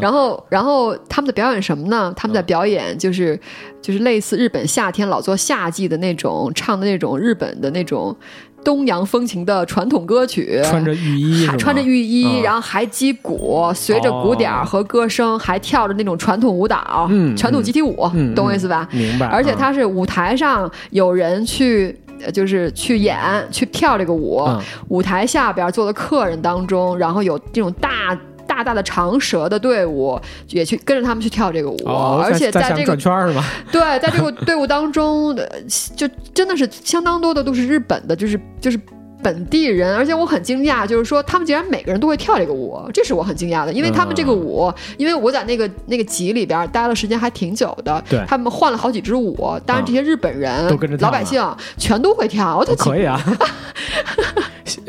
Speaker 2: 然后然后他们在表演什么呢？他
Speaker 1: 嗯
Speaker 2: 们在表演就是就是类似日本夏天老做夏季的那种唱的那种日本的那种东洋风情的传统歌曲，
Speaker 1: 穿着浴衣是
Speaker 2: 还
Speaker 1: 吗
Speaker 2: 穿着浴衣，
Speaker 1: 嗯
Speaker 2: 然后还击鼓，随着鼓点儿
Speaker 1: 哦
Speaker 2: 和歌声，还跳着那种传统舞蹈，
Speaker 1: 嗯
Speaker 2: 传统集体舞，
Speaker 1: 嗯
Speaker 2: 懂我意思吧？
Speaker 1: [LAUGHS] 明白，
Speaker 2: 而且
Speaker 1: 嗯
Speaker 2: 它是舞台上有人去，呃就是去演、去跳这个舞，
Speaker 1: 嗯
Speaker 2: 舞台下边坐的客人当中，然后有这种大。大大的长蛇的队伍也去跟着他们去跳这个舞，
Speaker 1: 哦，
Speaker 2: 而且
Speaker 1: 在
Speaker 2: 在
Speaker 1: 下面
Speaker 2: 这个
Speaker 1: 转圈儿
Speaker 2: [LAUGHS]
Speaker 1: 是吗？
Speaker 2: 对，在这个队伍当中，呃就真的是相当多的都是日本的，就是就是本地人，而且我很惊讶，就是说他们竟然每个人都会跳这个舞，这是我很惊讶的，因为他们这个舞，因为我在那个那个集里边待了时间还挺久的，
Speaker 1: 对
Speaker 2: 他们换了好几支舞，当然
Speaker 1: 嗯
Speaker 2: 这些日本人、
Speaker 1: 都跟着跳
Speaker 2: 老百
Speaker 1: 呢
Speaker 2: 姓全都会跳，我特奇
Speaker 1: 可以啊， [LAUGHS]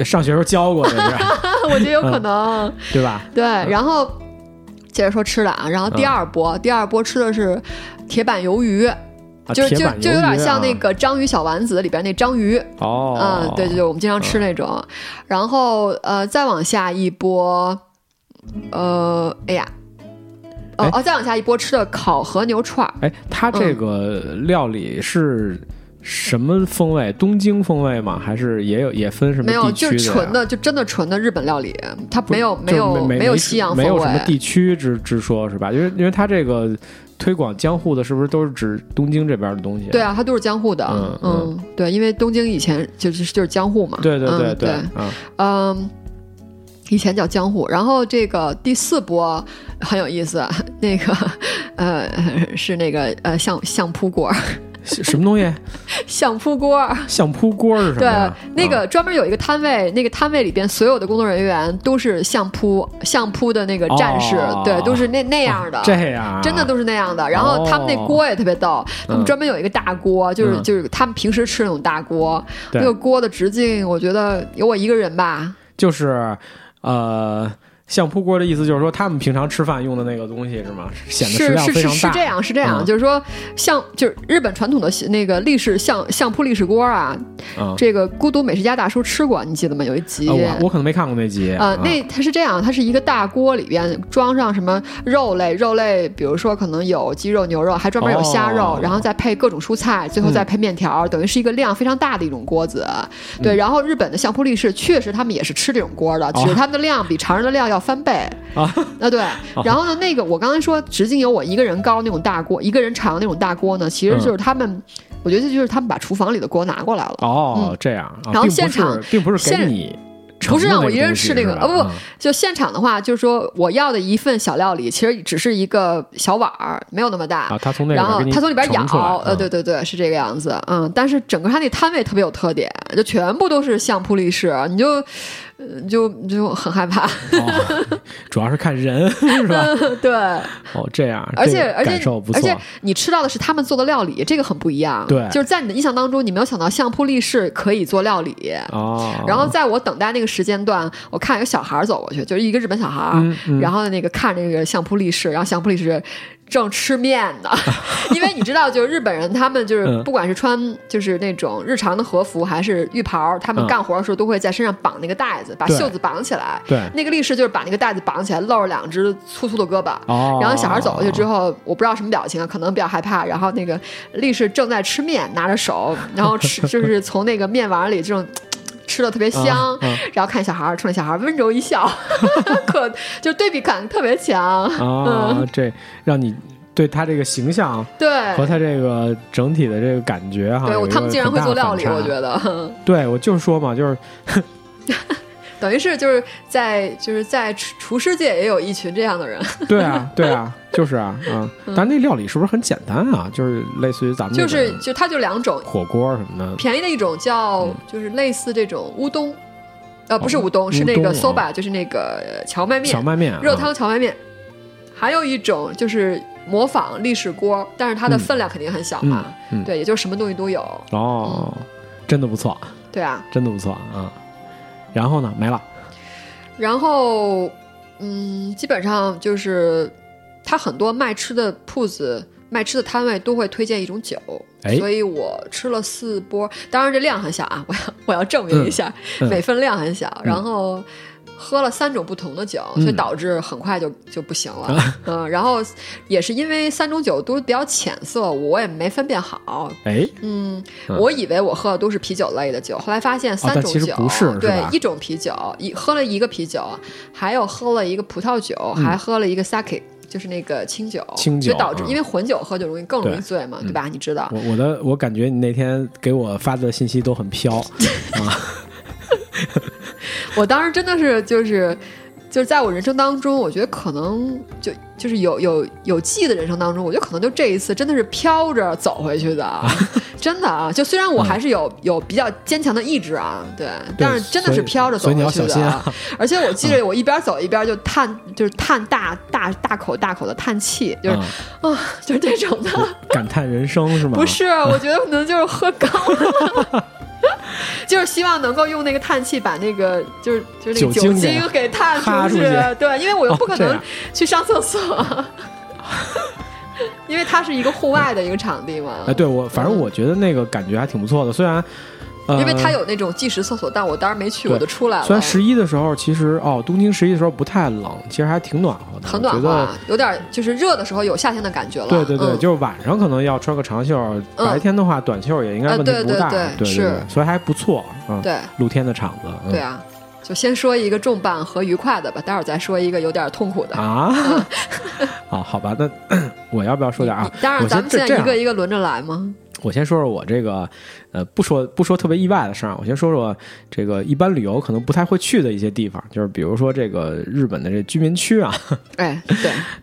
Speaker 1: 上学时候教过这是，
Speaker 2: [LAUGHS] 我觉得有可能。
Speaker 1: 对吧？
Speaker 2: 对，然后接着说吃的啊，然后第二波，第二波吃的是铁板鱿鱼，
Speaker 1: 啊
Speaker 2: 就是
Speaker 1: 铁
Speaker 2: 就
Speaker 1: 板
Speaker 2: 就
Speaker 1: 鱿
Speaker 2: 有点
Speaker 1: 鱼啊
Speaker 2: 像那个章鱼小丸子里边那章鱼，
Speaker 1: 哦，
Speaker 2: 嗯，对对对，我们经常吃那种。然后呃，再往下一波，呃，哎呀，哦
Speaker 1: 哎
Speaker 2: 哦，再往下一波吃的烤和牛串儿，
Speaker 1: 哎，它
Speaker 2: 嗯
Speaker 1: 这个料理是什么风味？东京风味吗？还是也有也分什么
Speaker 2: 没有，
Speaker 1: 地
Speaker 2: 就
Speaker 1: 区
Speaker 2: 是
Speaker 1: 呀
Speaker 2: 纯的，就真的纯的日本料理，它
Speaker 1: 不
Speaker 2: 没
Speaker 1: 是
Speaker 2: 有
Speaker 1: 就
Speaker 2: 没有
Speaker 1: 没
Speaker 2: 有
Speaker 1: 没
Speaker 2: 西洋
Speaker 1: 没
Speaker 2: 风
Speaker 1: 有
Speaker 2: 味
Speaker 1: 什么。地区之之说是吧？因为因为它这个推广江户的，是不是都是指东京这边的东西？
Speaker 2: 对啊，它都是江户的，
Speaker 1: 嗯
Speaker 2: 对，因为东京以前就是就是江户嘛，
Speaker 1: 对对对
Speaker 2: 嗯对，
Speaker 1: 啊，
Speaker 2: 嗯，以前叫江户，然后这个第四波很有意思，那个呃是那个呃相相扑锅，
Speaker 1: 什什么东西？
Speaker 2: 相扑锅。
Speaker 1: 相扑锅是什嗯么啊
Speaker 2: 对
Speaker 1: 呀？，
Speaker 2: 那个专门有一个摊位，那个摊位里边所有的工作人员都是相扑相扑的那个战士，
Speaker 1: 哦
Speaker 2: 对，都是那那
Speaker 1: 那
Speaker 2: 样的。
Speaker 1: 这样啊
Speaker 2: 真的都是那样的。然后他们那锅也特别逗，他们专门有一个大锅，就是
Speaker 1: 嗯
Speaker 2: 就是他们平时吃那种大锅，
Speaker 1: 对
Speaker 2: 那个锅的直径我觉得有我一个人吧，
Speaker 1: 就是呃。相扑锅的意思就是说，他们平常吃饭用的那个东西是吗？显得食
Speaker 2: 是
Speaker 1: 量
Speaker 2: 是
Speaker 1: 非
Speaker 2: 是
Speaker 1: 常
Speaker 2: 是
Speaker 1: 大。
Speaker 2: 这样是这样，
Speaker 1: 嗯
Speaker 2: 就是说像就是日本传统的那个历史相相扑历史锅啊，
Speaker 1: 嗯
Speaker 2: 这个孤独美食家大叔吃过，你记得吗？有一集。
Speaker 1: 呃我我可能没看过那集啊
Speaker 2: 呃，那它是这样，它是一个大锅里边装上什么肉类，肉类比如说可能有鸡肉、牛肉，还专门有虾肉，
Speaker 1: 哦
Speaker 2: 然后再配各种蔬菜，最后再配面条，等于是一个量非常大的一种锅子。对，然后日本的相扑力士确实他们也是吃这种锅的，只是他们的量比常人的量要翻倍。
Speaker 1: 啊
Speaker 2: 啊，对，然后呢，那个我刚才说直径有我一个人高那种大锅，一个人长那种大锅呢，其实就是他们，我觉得这就是他们把厨房里的锅拿过来了。
Speaker 1: 哦，这样啊，
Speaker 2: 嗯然后
Speaker 1: 并不
Speaker 2: 现
Speaker 1: 是
Speaker 2: 场
Speaker 1: 并不是给
Speaker 2: 现
Speaker 1: 你盛
Speaker 2: 不是
Speaker 1: 的那
Speaker 2: 让
Speaker 1: 个
Speaker 2: 我一人
Speaker 1: 东
Speaker 2: 吃
Speaker 1: 西
Speaker 2: 那个
Speaker 1: 是吧
Speaker 2: 啊，不
Speaker 1: 嗯，
Speaker 2: 就现场的话，就是说我要的一份小料理，其实只是一个小碗儿，没有那么大。
Speaker 1: 啊，他从那
Speaker 2: 然后
Speaker 1: 给你
Speaker 2: 他从里边
Speaker 1: 盛
Speaker 2: 舀
Speaker 1: 出来，
Speaker 2: 呃，
Speaker 1: 嗯
Speaker 2: 对对对，是这个样子，嗯，但是整个他那摊位特别有特点，就全部都是相扑力士，你就呃就就很害怕。 [LAUGHS]
Speaker 1: 哦，主要是看人 [LAUGHS] 是吧？
Speaker 2: 对，
Speaker 1: 哦，这样，
Speaker 2: 而且
Speaker 1: 这个
Speaker 2: 而且
Speaker 1: 感受不
Speaker 2: 而且
Speaker 1: 错，
Speaker 2: 你吃到的是他们做的料理，这个很不一样。
Speaker 1: 对
Speaker 2: 就是在你的印象当中，你没有想到相扑力士可以做料理。
Speaker 1: 哦，
Speaker 2: 然后在我等待那个时间段，我看有小孩儿走过去，就是一个日本小孩儿，
Speaker 1: 嗯
Speaker 2: 然后那个看那个相扑力士，然后相扑力士正吃面
Speaker 1: [LAUGHS]
Speaker 2: 呢，因为你知道，就是日本人他们就是
Speaker 1: 嗯
Speaker 2: 不管是穿就是那种日常的和服还是浴袍，他们
Speaker 1: 嗯
Speaker 2: 干活的时候都会在身上绑那个带子，把
Speaker 1: 对
Speaker 2: 袖子绑起来。
Speaker 1: 对，
Speaker 2: 那个力士就是把那个带子绑起来，露着两只粗粗的胳膊。
Speaker 1: 哦，
Speaker 2: 然后小孩走过去之
Speaker 1: 后，
Speaker 2: 后，我不知道什么表情啊，可能比较害怕。然后那个力士正在吃面，拿着手，然后吃 [LAUGHS] 就是从那个面碗里这种。嘖嘖嘖吃的特别香，
Speaker 1: 嗯嗯
Speaker 2: 然后看小孩儿，冲着小孩儿温柔一笑， [LAUGHS] 可就对比感特别强。嗯
Speaker 1: 啊，这让你对他这个形象
Speaker 2: 对，
Speaker 1: 和他这个整体的这个感觉哈，
Speaker 2: 哎对我
Speaker 1: 有一
Speaker 2: 他们
Speaker 1: 个
Speaker 2: 竟
Speaker 1: 很
Speaker 2: 然会
Speaker 1: 大
Speaker 2: 做
Speaker 1: 的
Speaker 2: 料
Speaker 1: 反
Speaker 2: 理，
Speaker 1: 差
Speaker 2: 我觉得 [LAUGHS]
Speaker 1: 对我就说嘛，就是
Speaker 2: 等于是就是在就是在厨厨师界也有一群这样的人， [LAUGHS]
Speaker 1: 对啊，对啊，就是啊，嗯，但那料理是不是很简单啊？就是类似于咱们
Speaker 2: 就
Speaker 1: 这
Speaker 2: 是
Speaker 1: 种
Speaker 2: 就他就两种，
Speaker 1: 火锅什么的，
Speaker 2: 便宜的一种叫就是类似这种乌冬，呃不是乌冬，是那
Speaker 1: 嗯乌冬
Speaker 2: 个
Speaker 1: 啊
Speaker 2: soba，就是那个呃荞麦面
Speaker 1: 小，麦面啊、
Speaker 2: 热汤荞麦面，还有一种就是模仿历史锅，但是它的分量肯定很小嘛，
Speaker 1: 嗯嗯
Speaker 2: 啊对，也就是什么东西都有，
Speaker 1: 哦，真的不错，
Speaker 2: 对啊。
Speaker 1: 真的不错啊。然后呢，没了，
Speaker 2: 然后，嗯，基本上就是它很多卖吃的铺子、卖吃的摊位都会推荐一种酒，
Speaker 1: 哎
Speaker 2: 所以我吃了四波，当然这量很小啊， [LAUGHS] 我要我要证明一下，
Speaker 1: 嗯嗯
Speaker 2: 每份量很小，然后。喝了三种不同的酒，所以
Speaker 1: 嗯啊
Speaker 2: 导致很快就就不行了。嗯，然后也是因为三种酒都比较浅色，我也没分辨好，
Speaker 1: 哎，
Speaker 2: 嗯，
Speaker 1: 嗯啊
Speaker 2: 我以为我喝的都是啤酒类的酒，后来发现三
Speaker 1: 但
Speaker 2: 种
Speaker 1: 其实
Speaker 2: 酒，
Speaker 1: 不是是
Speaker 2: 对
Speaker 1: 吧，
Speaker 2: 一种啤酒，一喝了一个啤酒，还有喝了一个葡萄酒，还喝了一个 sake，就是那个清酒，
Speaker 1: 嗯清酒
Speaker 2: 就导致、
Speaker 1: 嗯
Speaker 2: 因为混酒喝就容易更容易
Speaker 1: 对嗯
Speaker 2: 醉嘛，对吧？你知道，
Speaker 1: 我我的我感觉你那天给我发的信息都很飘啊，
Speaker 2: 我当时真的是就是。就是在我人生当中，我觉得可能就就是有有有记忆的人生当中，我觉得可能就这一次真的是飘着走回
Speaker 1: [LAUGHS]
Speaker 2: 去的，真的啊！就虽然我还是有、有比较坚强的意志啊，对，但是真的
Speaker 1: 嗯所
Speaker 2: 是
Speaker 1: 以
Speaker 2: 飘着走
Speaker 1: 所以你
Speaker 2: 回
Speaker 1: 要
Speaker 2: 去的。
Speaker 1: 小心啊
Speaker 2: 而且我记得我一边走一边就叹，就是叹大大大口大口的叹气，就是啊、
Speaker 1: 啊
Speaker 2: 就是这种的。
Speaker 1: 感叹人生是吗？[LAUGHS]
Speaker 2: 不是，我觉得可能就是喝高了。 [LAUGHS] 就是希望能够用那个叹气把那个就是就是那个
Speaker 1: 酒精
Speaker 2: 酒
Speaker 1: 给
Speaker 2: 精给叹
Speaker 1: 哈
Speaker 2: 出
Speaker 1: 出
Speaker 2: 去
Speaker 1: 去，
Speaker 2: 对，因为我又不可
Speaker 1: 哦这
Speaker 2: 能
Speaker 1: 样
Speaker 2: 去上厕所， [LAUGHS] 因为它是一个户外的一个场地嘛
Speaker 1: 哎，，对我反正我觉得那个感觉还挺不错的，虽然。呃、
Speaker 2: 因为它有那种计时厕所，但我当时没去，我就出来了，
Speaker 1: 虽然十一的时候，其实哦，东京十一的时候不太冷，其实还挺暖和的。
Speaker 2: 很暖
Speaker 1: 我觉
Speaker 2: 和
Speaker 1: 得
Speaker 2: 啊，有点就是热的时候有夏天的感觉了，
Speaker 1: 对对对，
Speaker 2: 嗯
Speaker 1: 就是晚上可能要穿个长袖，
Speaker 2: 嗯
Speaker 1: 白天的话短袖也应该问题
Speaker 2: 呃对
Speaker 1: 不大。
Speaker 2: 对对
Speaker 1: 对
Speaker 2: 是
Speaker 1: 所以还不错嗯，
Speaker 2: 对
Speaker 1: 露天的场子。嗯、
Speaker 2: 对啊，就先说一个重磅和愉快的吧，待会儿再说一个有点痛苦的。
Speaker 1: 啊， [LAUGHS] 啊，好吧，那 [COUGHS] 我要不要说点啊
Speaker 2: 你？当然，
Speaker 1: 我
Speaker 2: 咱
Speaker 1: 先
Speaker 2: 们
Speaker 1: 这这
Speaker 2: 现在一
Speaker 1: 样
Speaker 2: 个一个轮着来吗？
Speaker 1: 我先说说我这个，呃，不说不说特别意外的事儿啊，我先说说这个一般旅游可能不太会去的一些地方，就是比如说这个日本的这居民区啊，
Speaker 2: 哎，对，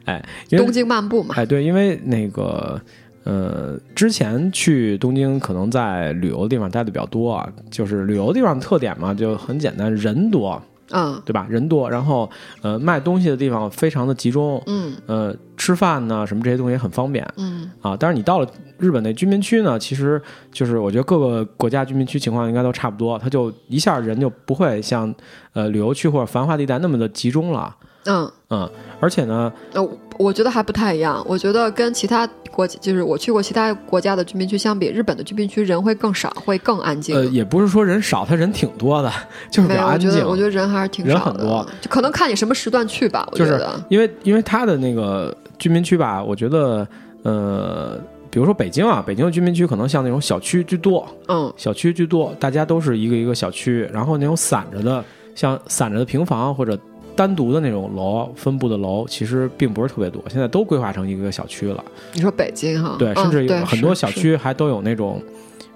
Speaker 1: 哎，因为
Speaker 2: 东京漫步嘛，
Speaker 1: 哎，对，因为那个呃，之前去东京可能在旅游的地方待的比较多啊，就是旅游地方的特点嘛，就很简单，人多，
Speaker 2: 嗯
Speaker 1: 对吧？人多，然后呃，卖东西的地方非常的集中，
Speaker 2: 嗯
Speaker 1: 呃，吃饭呢什么这些东西也很方便
Speaker 2: 嗯
Speaker 1: 啊。但是你到了日本的居民区呢，其实就是我觉得各个国家居民区情况应该都差不多，它就一下人就不会像呃旅游区或者繁华地带那么的集中了，
Speaker 2: 嗯，
Speaker 1: 嗯，而且呢，
Speaker 2: 呃，我我觉得还不太一样。我觉得跟其他国，就是我去过其他国家的居民区相比，日本的居民区人会更少，会更安静。
Speaker 1: 呃，也不是说人少，他人挺多的，就是比
Speaker 2: 没
Speaker 1: 较
Speaker 2: 有，我
Speaker 1: 安
Speaker 2: 觉
Speaker 1: 静。
Speaker 2: 得我觉得人还是挺
Speaker 1: 人
Speaker 2: 少
Speaker 1: 很
Speaker 2: 的，
Speaker 1: 多
Speaker 2: 就可能看你什么时段去吧。我觉
Speaker 1: 就是
Speaker 2: 得，
Speaker 1: 因为因为他的那个居民区吧，我觉得呃，比如说北京啊，北京的居民区可能像那种小区居多，
Speaker 2: 嗯
Speaker 1: 小区居多，大家都是一个一个小区，然后那种散着的，像散着的平房或者单独的那种楼分布的楼，其实并不是特别多，现在都规划成一个一个小区了。
Speaker 2: 你说北京哈，
Speaker 1: 对，
Speaker 2: 嗯
Speaker 1: 甚至有
Speaker 2: 对
Speaker 1: 很多
Speaker 2: 是
Speaker 1: 小
Speaker 2: 是
Speaker 1: 区还都有那种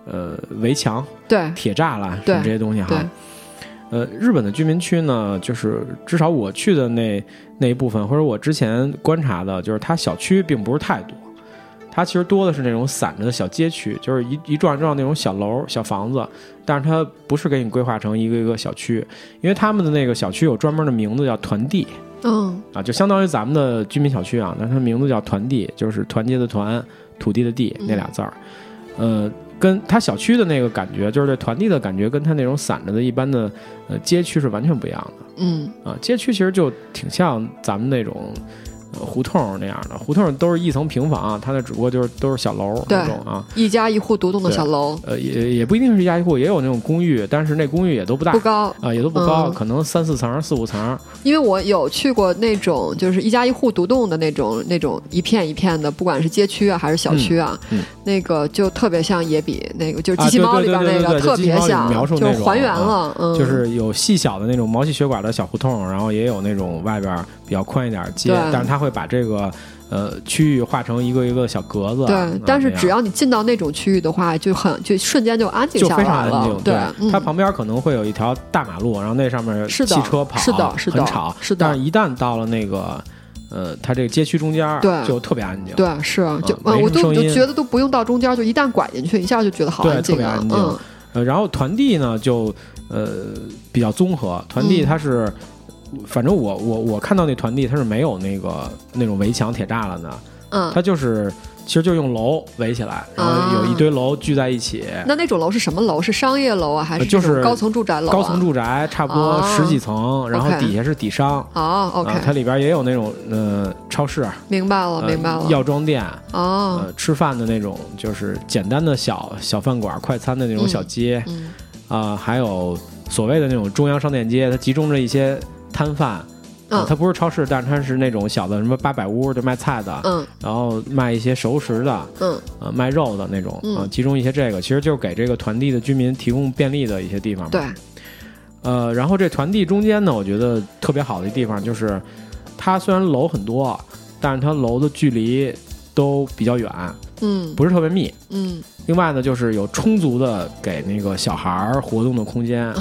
Speaker 1: 呃围墙、
Speaker 2: 对
Speaker 1: 铁栅栏什
Speaker 2: 对
Speaker 1: 么这些东西哈。
Speaker 2: 对，
Speaker 1: 呃，日本的居民区呢，就是至少我去的那那一部分，或者我之前观察的，就是它小区并不是太多，它其实多的是那种散着的小街区，就是一一幢一幢那种小楼、小房子，但是它不是给你规划成一个一个小区，因为他们的那个小区有专门的名字叫团地
Speaker 2: 嗯
Speaker 1: 啊，就相当于咱们的居民小区啊，但是它名字叫团地，就是团结的团、土地的地
Speaker 2: 嗯
Speaker 1: 那俩字儿。呃，跟它小区的那个感觉，就是对团地的感觉，跟它那种散着的一般的呃街区是完全不一样的。
Speaker 2: 嗯
Speaker 1: 啊，街区其实就挺像咱们那种。呃胡同那样的胡同都是一层平房，啊它那只不过就是都是小楼
Speaker 2: 对
Speaker 1: 那种啊，
Speaker 2: 一家一户独栋的
Speaker 1: 对
Speaker 2: 小楼，
Speaker 1: 呃，也也不一定是一家一户，也有那种公寓，但是那公寓也都不大
Speaker 2: 不
Speaker 1: 啊、
Speaker 2: 高，
Speaker 1: 也都不高，
Speaker 2: 嗯
Speaker 1: 可能三四层、四五层。
Speaker 2: 因为我有去过那种就是一家一户独栋的那种那种一片一片的，不管是街区啊还是小区啊，
Speaker 1: 嗯嗯
Speaker 2: 那个就特别像野比那个，就是
Speaker 1: 啊
Speaker 2: 机器
Speaker 1: 对
Speaker 2: 猫
Speaker 1: 对
Speaker 2: 里
Speaker 1: 对
Speaker 2: 边
Speaker 1: 对
Speaker 2: 那
Speaker 1: 对
Speaker 2: 个，
Speaker 1: 对
Speaker 2: 特
Speaker 1: 机器
Speaker 2: 别
Speaker 1: 猫里
Speaker 2: 像，
Speaker 1: 描述
Speaker 2: 就
Speaker 1: 那
Speaker 2: 是
Speaker 1: 种
Speaker 2: 还原
Speaker 1: 啊
Speaker 2: 了，嗯，
Speaker 1: 就是有细小的那种毛细血管的小胡同，然后也有那种外边比较宽一点的街
Speaker 2: 对，
Speaker 1: 但是它会把这个呃区域划成一个一个小格子啊。
Speaker 2: 对，但是
Speaker 1: 那样
Speaker 2: 只要你进到那种区域的话，就很就瞬间就安静
Speaker 1: 就
Speaker 2: 下
Speaker 1: 非常
Speaker 2: 来
Speaker 1: 安
Speaker 2: 了
Speaker 1: 静，，
Speaker 2: 对，
Speaker 1: 它
Speaker 2: 嗯，
Speaker 1: 旁边可能会有一条大马路，然后那上面
Speaker 2: 是
Speaker 1: 汽
Speaker 2: 的
Speaker 1: 车跑，
Speaker 2: 是的是的
Speaker 1: 很吵，
Speaker 2: 是的
Speaker 1: 但是一旦到了那个呃，它这个街区中间，
Speaker 2: 对
Speaker 1: 就特别安静，
Speaker 2: 对，是啊，就
Speaker 1: 没
Speaker 2: 嗯，
Speaker 1: 什
Speaker 2: 我
Speaker 1: 么
Speaker 2: 都
Speaker 1: 声
Speaker 2: 我就
Speaker 1: 音
Speaker 2: 觉得都不用到中间，就一旦拐进去，一下就觉得好
Speaker 1: 对
Speaker 2: 安
Speaker 1: 特
Speaker 2: 静
Speaker 1: 别
Speaker 2: 啊
Speaker 1: 安，静
Speaker 2: 嗯，
Speaker 1: 呃，然后团地呢就呃比较综合，团地
Speaker 2: 嗯
Speaker 1: 它是。反正我我我看到那团地，它是没有那个那种围墙铁栅栏的，
Speaker 2: 嗯，
Speaker 1: 它就是其实就用楼围起来，然后有一堆楼聚在一起，
Speaker 2: 那那种楼是什么楼？是商业楼啊，还是
Speaker 1: 呃就
Speaker 2: 这种
Speaker 1: 是
Speaker 2: 高层住宅楼啊？
Speaker 1: 高层住宅差不多
Speaker 2: 啊
Speaker 1: 十几层，然后
Speaker 2: OK
Speaker 1: 底下是底商，
Speaker 2: 哦，OK，
Speaker 1: 啊，它里边也有那种呃超市，
Speaker 2: 明白了，
Speaker 1: 呃
Speaker 2: 明白了。
Speaker 1: 药妆店，
Speaker 2: 哦，
Speaker 1: 呃，吃饭的那种，就是简单的小小饭馆、快餐的那种
Speaker 2: 嗯
Speaker 1: 小街
Speaker 2: 嗯
Speaker 1: 啊、还有所谓的那种中央商店街，它集中着一些摊贩。啊
Speaker 2: 嗯
Speaker 1: 它不是超市，但是它是那种小的，什么八百屋就卖菜的，
Speaker 2: 嗯
Speaker 1: 然后卖一些熟食的，
Speaker 2: 嗯，
Speaker 1: 呃，卖肉的那种，
Speaker 2: 嗯
Speaker 1: 啊，集中一些这个，其实就是给这个团地的居民提供便利的一些地方嘛。
Speaker 2: 对，
Speaker 1: 呃，然后这团地中间呢，我觉得特别好的地方就是，它虽然楼很多，啊但是它楼的距离都比较远，
Speaker 2: 嗯
Speaker 1: 不是特别密。
Speaker 2: 嗯
Speaker 1: 另外呢，就是有充足的给那个小孩儿活动的空
Speaker 2: [LAUGHS]
Speaker 1: 间，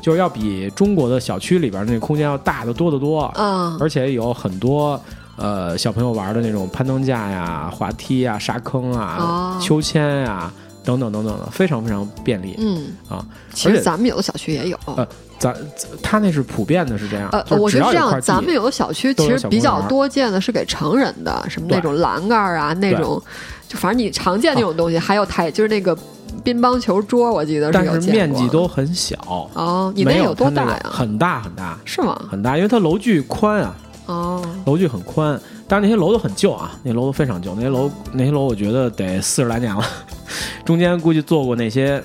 Speaker 1: 就是要比中国的小区里边儿那空间要大得多得多，
Speaker 2: 嗯
Speaker 1: 而且有很多呃小朋友玩的那种攀登架呀、滑梯呀、沙坑啊
Speaker 2: 哦、
Speaker 1: 秋千呀等等等等的，非常非常便利。
Speaker 2: 嗯
Speaker 1: 啊。
Speaker 2: 其
Speaker 1: 而
Speaker 2: 实
Speaker 1: 且
Speaker 2: 咱们有的小区也有。
Speaker 1: 呃咱它那是普遍的，是这样。
Speaker 2: 呃，
Speaker 1: 就是
Speaker 2: 我
Speaker 1: 只
Speaker 2: 觉得
Speaker 1: 要
Speaker 2: 这
Speaker 1: 有块
Speaker 2: 样，
Speaker 1: 地
Speaker 2: 咱们有的小区
Speaker 1: 都
Speaker 2: 其
Speaker 1: 有
Speaker 2: 实
Speaker 1: 小
Speaker 2: 比
Speaker 1: 公
Speaker 2: 较
Speaker 1: 园儿
Speaker 2: 多见的是给成人的，什么那
Speaker 1: 对
Speaker 2: 种栏杆儿啊，那
Speaker 1: 对啊
Speaker 2: 种就反正你常见那种东西，还有台就是那个乒乓球桌，我记得
Speaker 1: 但
Speaker 2: 有
Speaker 1: 是
Speaker 2: 见
Speaker 1: 面积
Speaker 2: 过
Speaker 1: 都很小。
Speaker 2: 哦，你
Speaker 1: 没
Speaker 2: 那
Speaker 1: 有
Speaker 2: 有多
Speaker 1: 它那
Speaker 2: 大
Speaker 1: 个
Speaker 2: 呀？
Speaker 1: 很大很大
Speaker 2: 是吗？
Speaker 1: 很大，因为它楼距宽啊，
Speaker 2: 哦，
Speaker 1: 楼距很宽。但是那些楼都很旧啊，那楼都非常旧，那些楼那些楼我觉得得四十来年了， [LAUGHS] 中间估计做过那些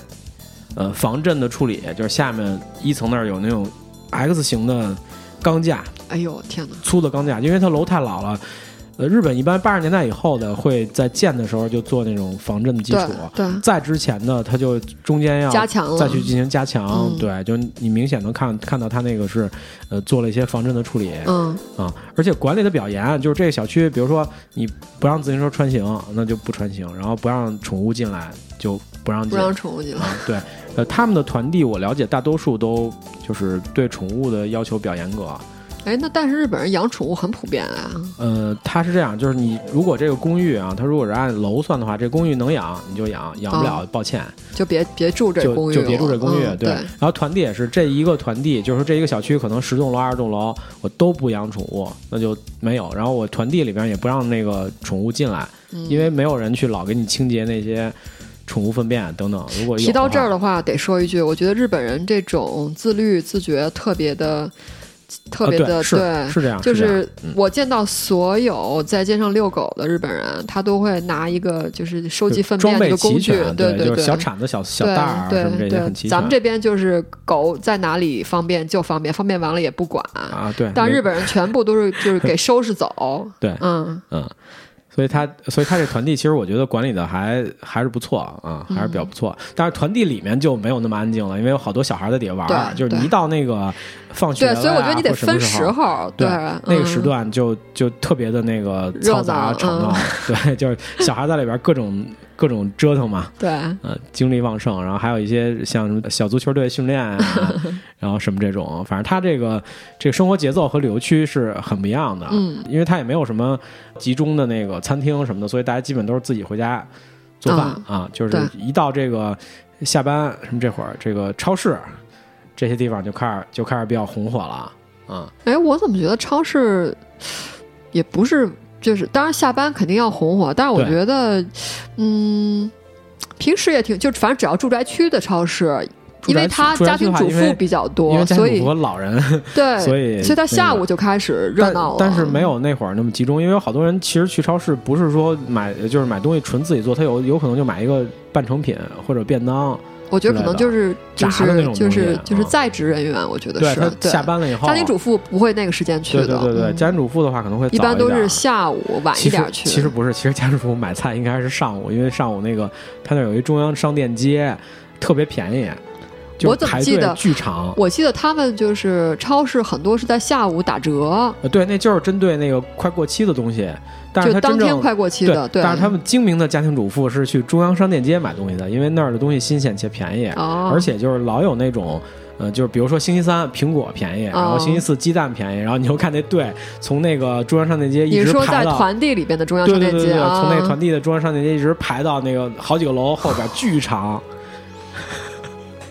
Speaker 1: 呃防震的处理，就是下面一层那儿有那种 X 型的钢架，
Speaker 2: 哎呦天哪！
Speaker 1: 粗的钢架，因为它楼太老了。呃，日本一般八十年代以后的会在建的时候就做那种防震的基础，
Speaker 2: 对对，
Speaker 1: 再之前的，它就中间要
Speaker 2: 加强了，
Speaker 1: 再去进行加强。
Speaker 2: 嗯
Speaker 1: 对，就你明显能看看到它那个是，呃，做了一些防震的处理啊、
Speaker 2: 嗯
Speaker 1: 而且管理的比较严，就是这个小区，比如说你不让自行车穿行，那就不穿行；然后不让宠物进来，就不让
Speaker 2: 不
Speaker 1: 进。
Speaker 2: 让宠物进来。
Speaker 1: 啊，对，呃，他们的团地我了解，大多数都就是对宠物的要求比较严格。
Speaker 2: 哎，那但是日本人养宠物很普遍啊。
Speaker 1: 呃，它是这样，就是你如果这个公寓啊，它如果是按楼算的话，这公寓能养你就养，养不了、抱歉。
Speaker 2: 就别别住这
Speaker 1: 就
Speaker 2: 哦公寓
Speaker 1: 就
Speaker 2: 了，
Speaker 1: 别住这公寓，
Speaker 2: 嗯、
Speaker 1: 对。
Speaker 2: 对，
Speaker 1: 然后团地也是这一个团地，就是说这一个小区可能十栋楼、二十栋楼，我都不养宠物，那就没有。然后我团地里边也不让那个宠物进来，
Speaker 2: 嗯
Speaker 1: 因为没有人去老给你清洁那些宠物粪便等等。如果有
Speaker 2: 提到
Speaker 1: 的话
Speaker 2: 这儿的话，得说一句，我觉得日本人这种自律自觉特别的，特别
Speaker 1: 啊
Speaker 2: 的、
Speaker 1: 对是是这样，
Speaker 2: 就是
Speaker 1: 这样嗯
Speaker 2: 是我见到所有在街上遛狗的日本人，他都会拿一个就是收集粪
Speaker 1: 装
Speaker 2: 便这
Speaker 1: 备
Speaker 2: 个工
Speaker 1: 齐
Speaker 2: 具
Speaker 1: 全，，
Speaker 2: 对对，
Speaker 1: 就是小铲子、小小袋儿啊
Speaker 2: 对
Speaker 1: 什么这
Speaker 2: 对
Speaker 1: 些
Speaker 2: 对
Speaker 1: 很齐，全。
Speaker 2: 咱们这边就是狗在哪里方便就方便，方便完了也不管。
Speaker 1: 啊，对，
Speaker 2: 但
Speaker 1: 没，
Speaker 2: 日本人全部都是就是给收拾走
Speaker 1: 对
Speaker 2: 嗯，
Speaker 1: 嗯，所以他所以他这团地其实我觉得管理的还还是不错啊，
Speaker 2: 嗯
Speaker 1: 还是比较不错。但是团地里面就没有那么安静了，因为有好多小孩在底下玩儿，
Speaker 2: 对
Speaker 1: 就是你一
Speaker 2: 对
Speaker 1: 到那个放学了
Speaker 2: 对，
Speaker 1: 呀，
Speaker 2: 所以我觉得你得
Speaker 1: 啊或什么
Speaker 2: 分
Speaker 1: 时
Speaker 2: 时
Speaker 1: 候。
Speaker 2: 候，
Speaker 1: 对
Speaker 2: 嗯、
Speaker 1: 那个时段就就特别的那个
Speaker 2: 热
Speaker 1: 嘈杂
Speaker 2: 闹嗯
Speaker 1: 吵闹，对， [LAUGHS] 就是小孩在里边各种各种折腾嘛，
Speaker 2: 对， [LAUGHS]
Speaker 1: 呃，精力旺盛，然后还有一些像什么小足球队训练啊，然后什么这种，反正他这个这个生活节奏和旅游区是很不一样的，
Speaker 2: 嗯，
Speaker 1: 因为他也没有什么集中的那个餐厅什么的，所以大家基本都是自己回家做饭、啊，就是
Speaker 2: 嗯对
Speaker 1: 一到这个下班什么这会儿，这个超市这些地方就开始就开始比较红火了啊，
Speaker 2: 哎，我怎么觉得超市也不是，就是当然下班肯定要红火，但是我
Speaker 1: 对
Speaker 2: 觉得，嗯，平时也挺，就反正只要住宅区的超市。因
Speaker 1: 住宅
Speaker 2: 为
Speaker 1: 区
Speaker 2: 他
Speaker 1: 住宅
Speaker 2: 家
Speaker 1: 区的
Speaker 2: 庭
Speaker 1: 话
Speaker 2: 主
Speaker 1: 因为
Speaker 2: 妇比较
Speaker 1: 因为
Speaker 2: 多，
Speaker 1: 家
Speaker 2: 所
Speaker 1: 庭
Speaker 2: 以
Speaker 1: 主妇和老人
Speaker 2: 对，
Speaker 1: 所以
Speaker 2: 所以他下
Speaker 1: 那个
Speaker 2: 午就开始热
Speaker 1: 但
Speaker 2: 闹了。
Speaker 1: 但是没有那会儿那么集中，因为有好多人其实去超市不是说买呃就是买东西纯自己做，他有有可能就买一个半成品或者便当，
Speaker 2: 我觉得可能就是就
Speaker 1: 炸的那
Speaker 2: 是
Speaker 1: 种
Speaker 2: 就
Speaker 1: 东西
Speaker 2: 是就是
Speaker 1: 嗯
Speaker 2: 在职人员，我觉得是
Speaker 1: 他
Speaker 2: 对
Speaker 1: 下班了以后，
Speaker 2: 家庭主妇不会那个时间去
Speaker 1: 对
Speaker 2: 的，
Speaker 1: 对对对，
Speaker 2: 嗯
Speaker 1: 家庭主妇的话可能会早
Speaker 2: 一般都
Speaker 1: 点
Speaker 2: 是
Speaker 1: 儿
Speaker 2: 下午晚
Speaker 1: 其
Speaker 2: 一
Speaker 1: 实
Speaker 2: 点去。
Speaker 1: 其实不是，其实家庭主妇买菜应该是上午，因为上午那个他那儿有一中央商店街，特别便宜，就
Speaker 2: 我怎么
Speaker 1: 排
Speaker 2: 记
Speaker 1: 队
Speaker 2: 得
Speaker 1: 巨长。
Speaker 2: 我记得他们就是超市很多是在下午打折，
Speaker 1: 呃对，那就是针对那个快过期的东西，但是
Speaker 2: 就
Speaker 1: 他
Speaker 2: 当
Speaker 1: 真
Speaker 2: 天
Speaker 1: 正
Speaker 2: 快过期的，对。
Speaker 1: 但是他们精明的家庭主妇是去中央商店街买东西的，因为那儿的东西新鲜且便宜，
Speaker 2: 哦，
Speaker 1: 而且就是老有那种。呃，就是比如说星期三苹果便宜，
Speaker 2: 哦
Speaker 1: 然后星期四鸡蛋便宜，然后你就看那队从那个中央商店街
Speaker 2: 你
Speaker 1: 一
Speaker 2: 是
Speaker 1: 直
Speaker 2: 说
Speaker 1: 排
Speaker 2: 在
Speaker 1: 到，
Speaker 2: 团地里边的中央
Speaker 1: 对
Speaker 2: 商
Speaker 1: 对
Speaker 2: 店
Speaker 1: 对
Speaker 2: 街
Speaker 1: 对，
Speaker 2: 啊？
Speaker 1: 从那个团地的中央商店街一直排到那个好几个楼后边，巨长。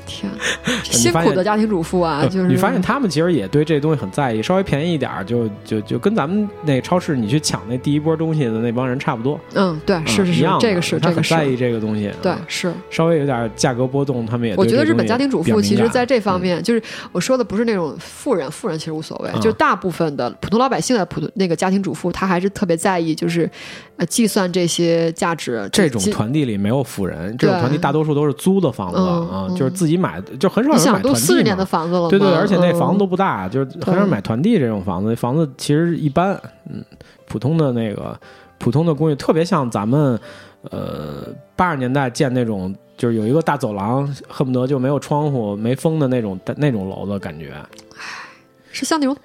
Speaker 2: 天，
Speaker 1: [LAUGHS] 现
Speaker 2: 辛苦的家庭主妇 [LAUGHS] 啊，就是
Speaker 1: 你发现他们其实也对这东西很在意，稍微便宜一点儿就就就跟咱们那超市你去抢那第一波东西的那帮人差不多，
Speaker 2: 嗯，对，是是
Speaker 1: 嗯一
Speaker 2: 是
Speaker 1: 样，的
Speaker 2: 这个是
Speaker 1: 他
Speaker 2: 这
Speaker 1: 很
Speaker 2: 个
Speaker 1: 在意
Speaker 2: 是，
Speaker 1: 这个东西，
Speaker 2: 对
Speaker 1: 嗯
Speaker 2: 是。
Speaker 1: 稍微有点价格波动，他们也
Speaker 2: 我
Speaker 1: 对
Speaker 2: 觉得
Speaker 1: 这
Speaker 2: 日本
Speaker 1: 东西
Speaker 2: 家庭主
Speaker 1: 比较
Speaker 2: 妇
Speaker 1: 敏
Speaker 2: 其实
Speaker 1: 感嗯
Speaker 2: 在这方面，就是我说的不是那种富人，富人其实无所谓，
Speaker 1: 嗯
Speaker 2: 就是大部分的普通老百姓的普通那个家庭主妇，她还是特别在意，就是呃计算这些价值。
Speaker 1: 这种
Speaker 2: 计
Speaker 1: 团地里没有富人，这种
Speaker 2: 对
Speaker 1: 团地大多数都是租的房子
Speaker 2: 嗯
Speaker 1: 啊，
Speaker 2: 嗯
Speaker 1: 就是自己买，就很少
Speaker 2: 你
Speaker 1: 有人买
Speaker 2: 想都
Speaker 1: 团
Speaker 2: 四十
Speaker 1: 地
Speaker 2: 年的
Speaker 1: 嘛。
Speaker 2: 房子了嘛，
Speaker 1: 对对，而且那
Speaker 2: 嗯
Speaker 1: 房子都不大，就是很少人买团地这种房子。房子其实一般，嗯，普通的那个普通的公寓，特别像咱们呃八十年代建那种，就是有一个大走廊，恨不得就没有窗户、没风的那种那种楼的感觉，
Speaker 2: 是像那种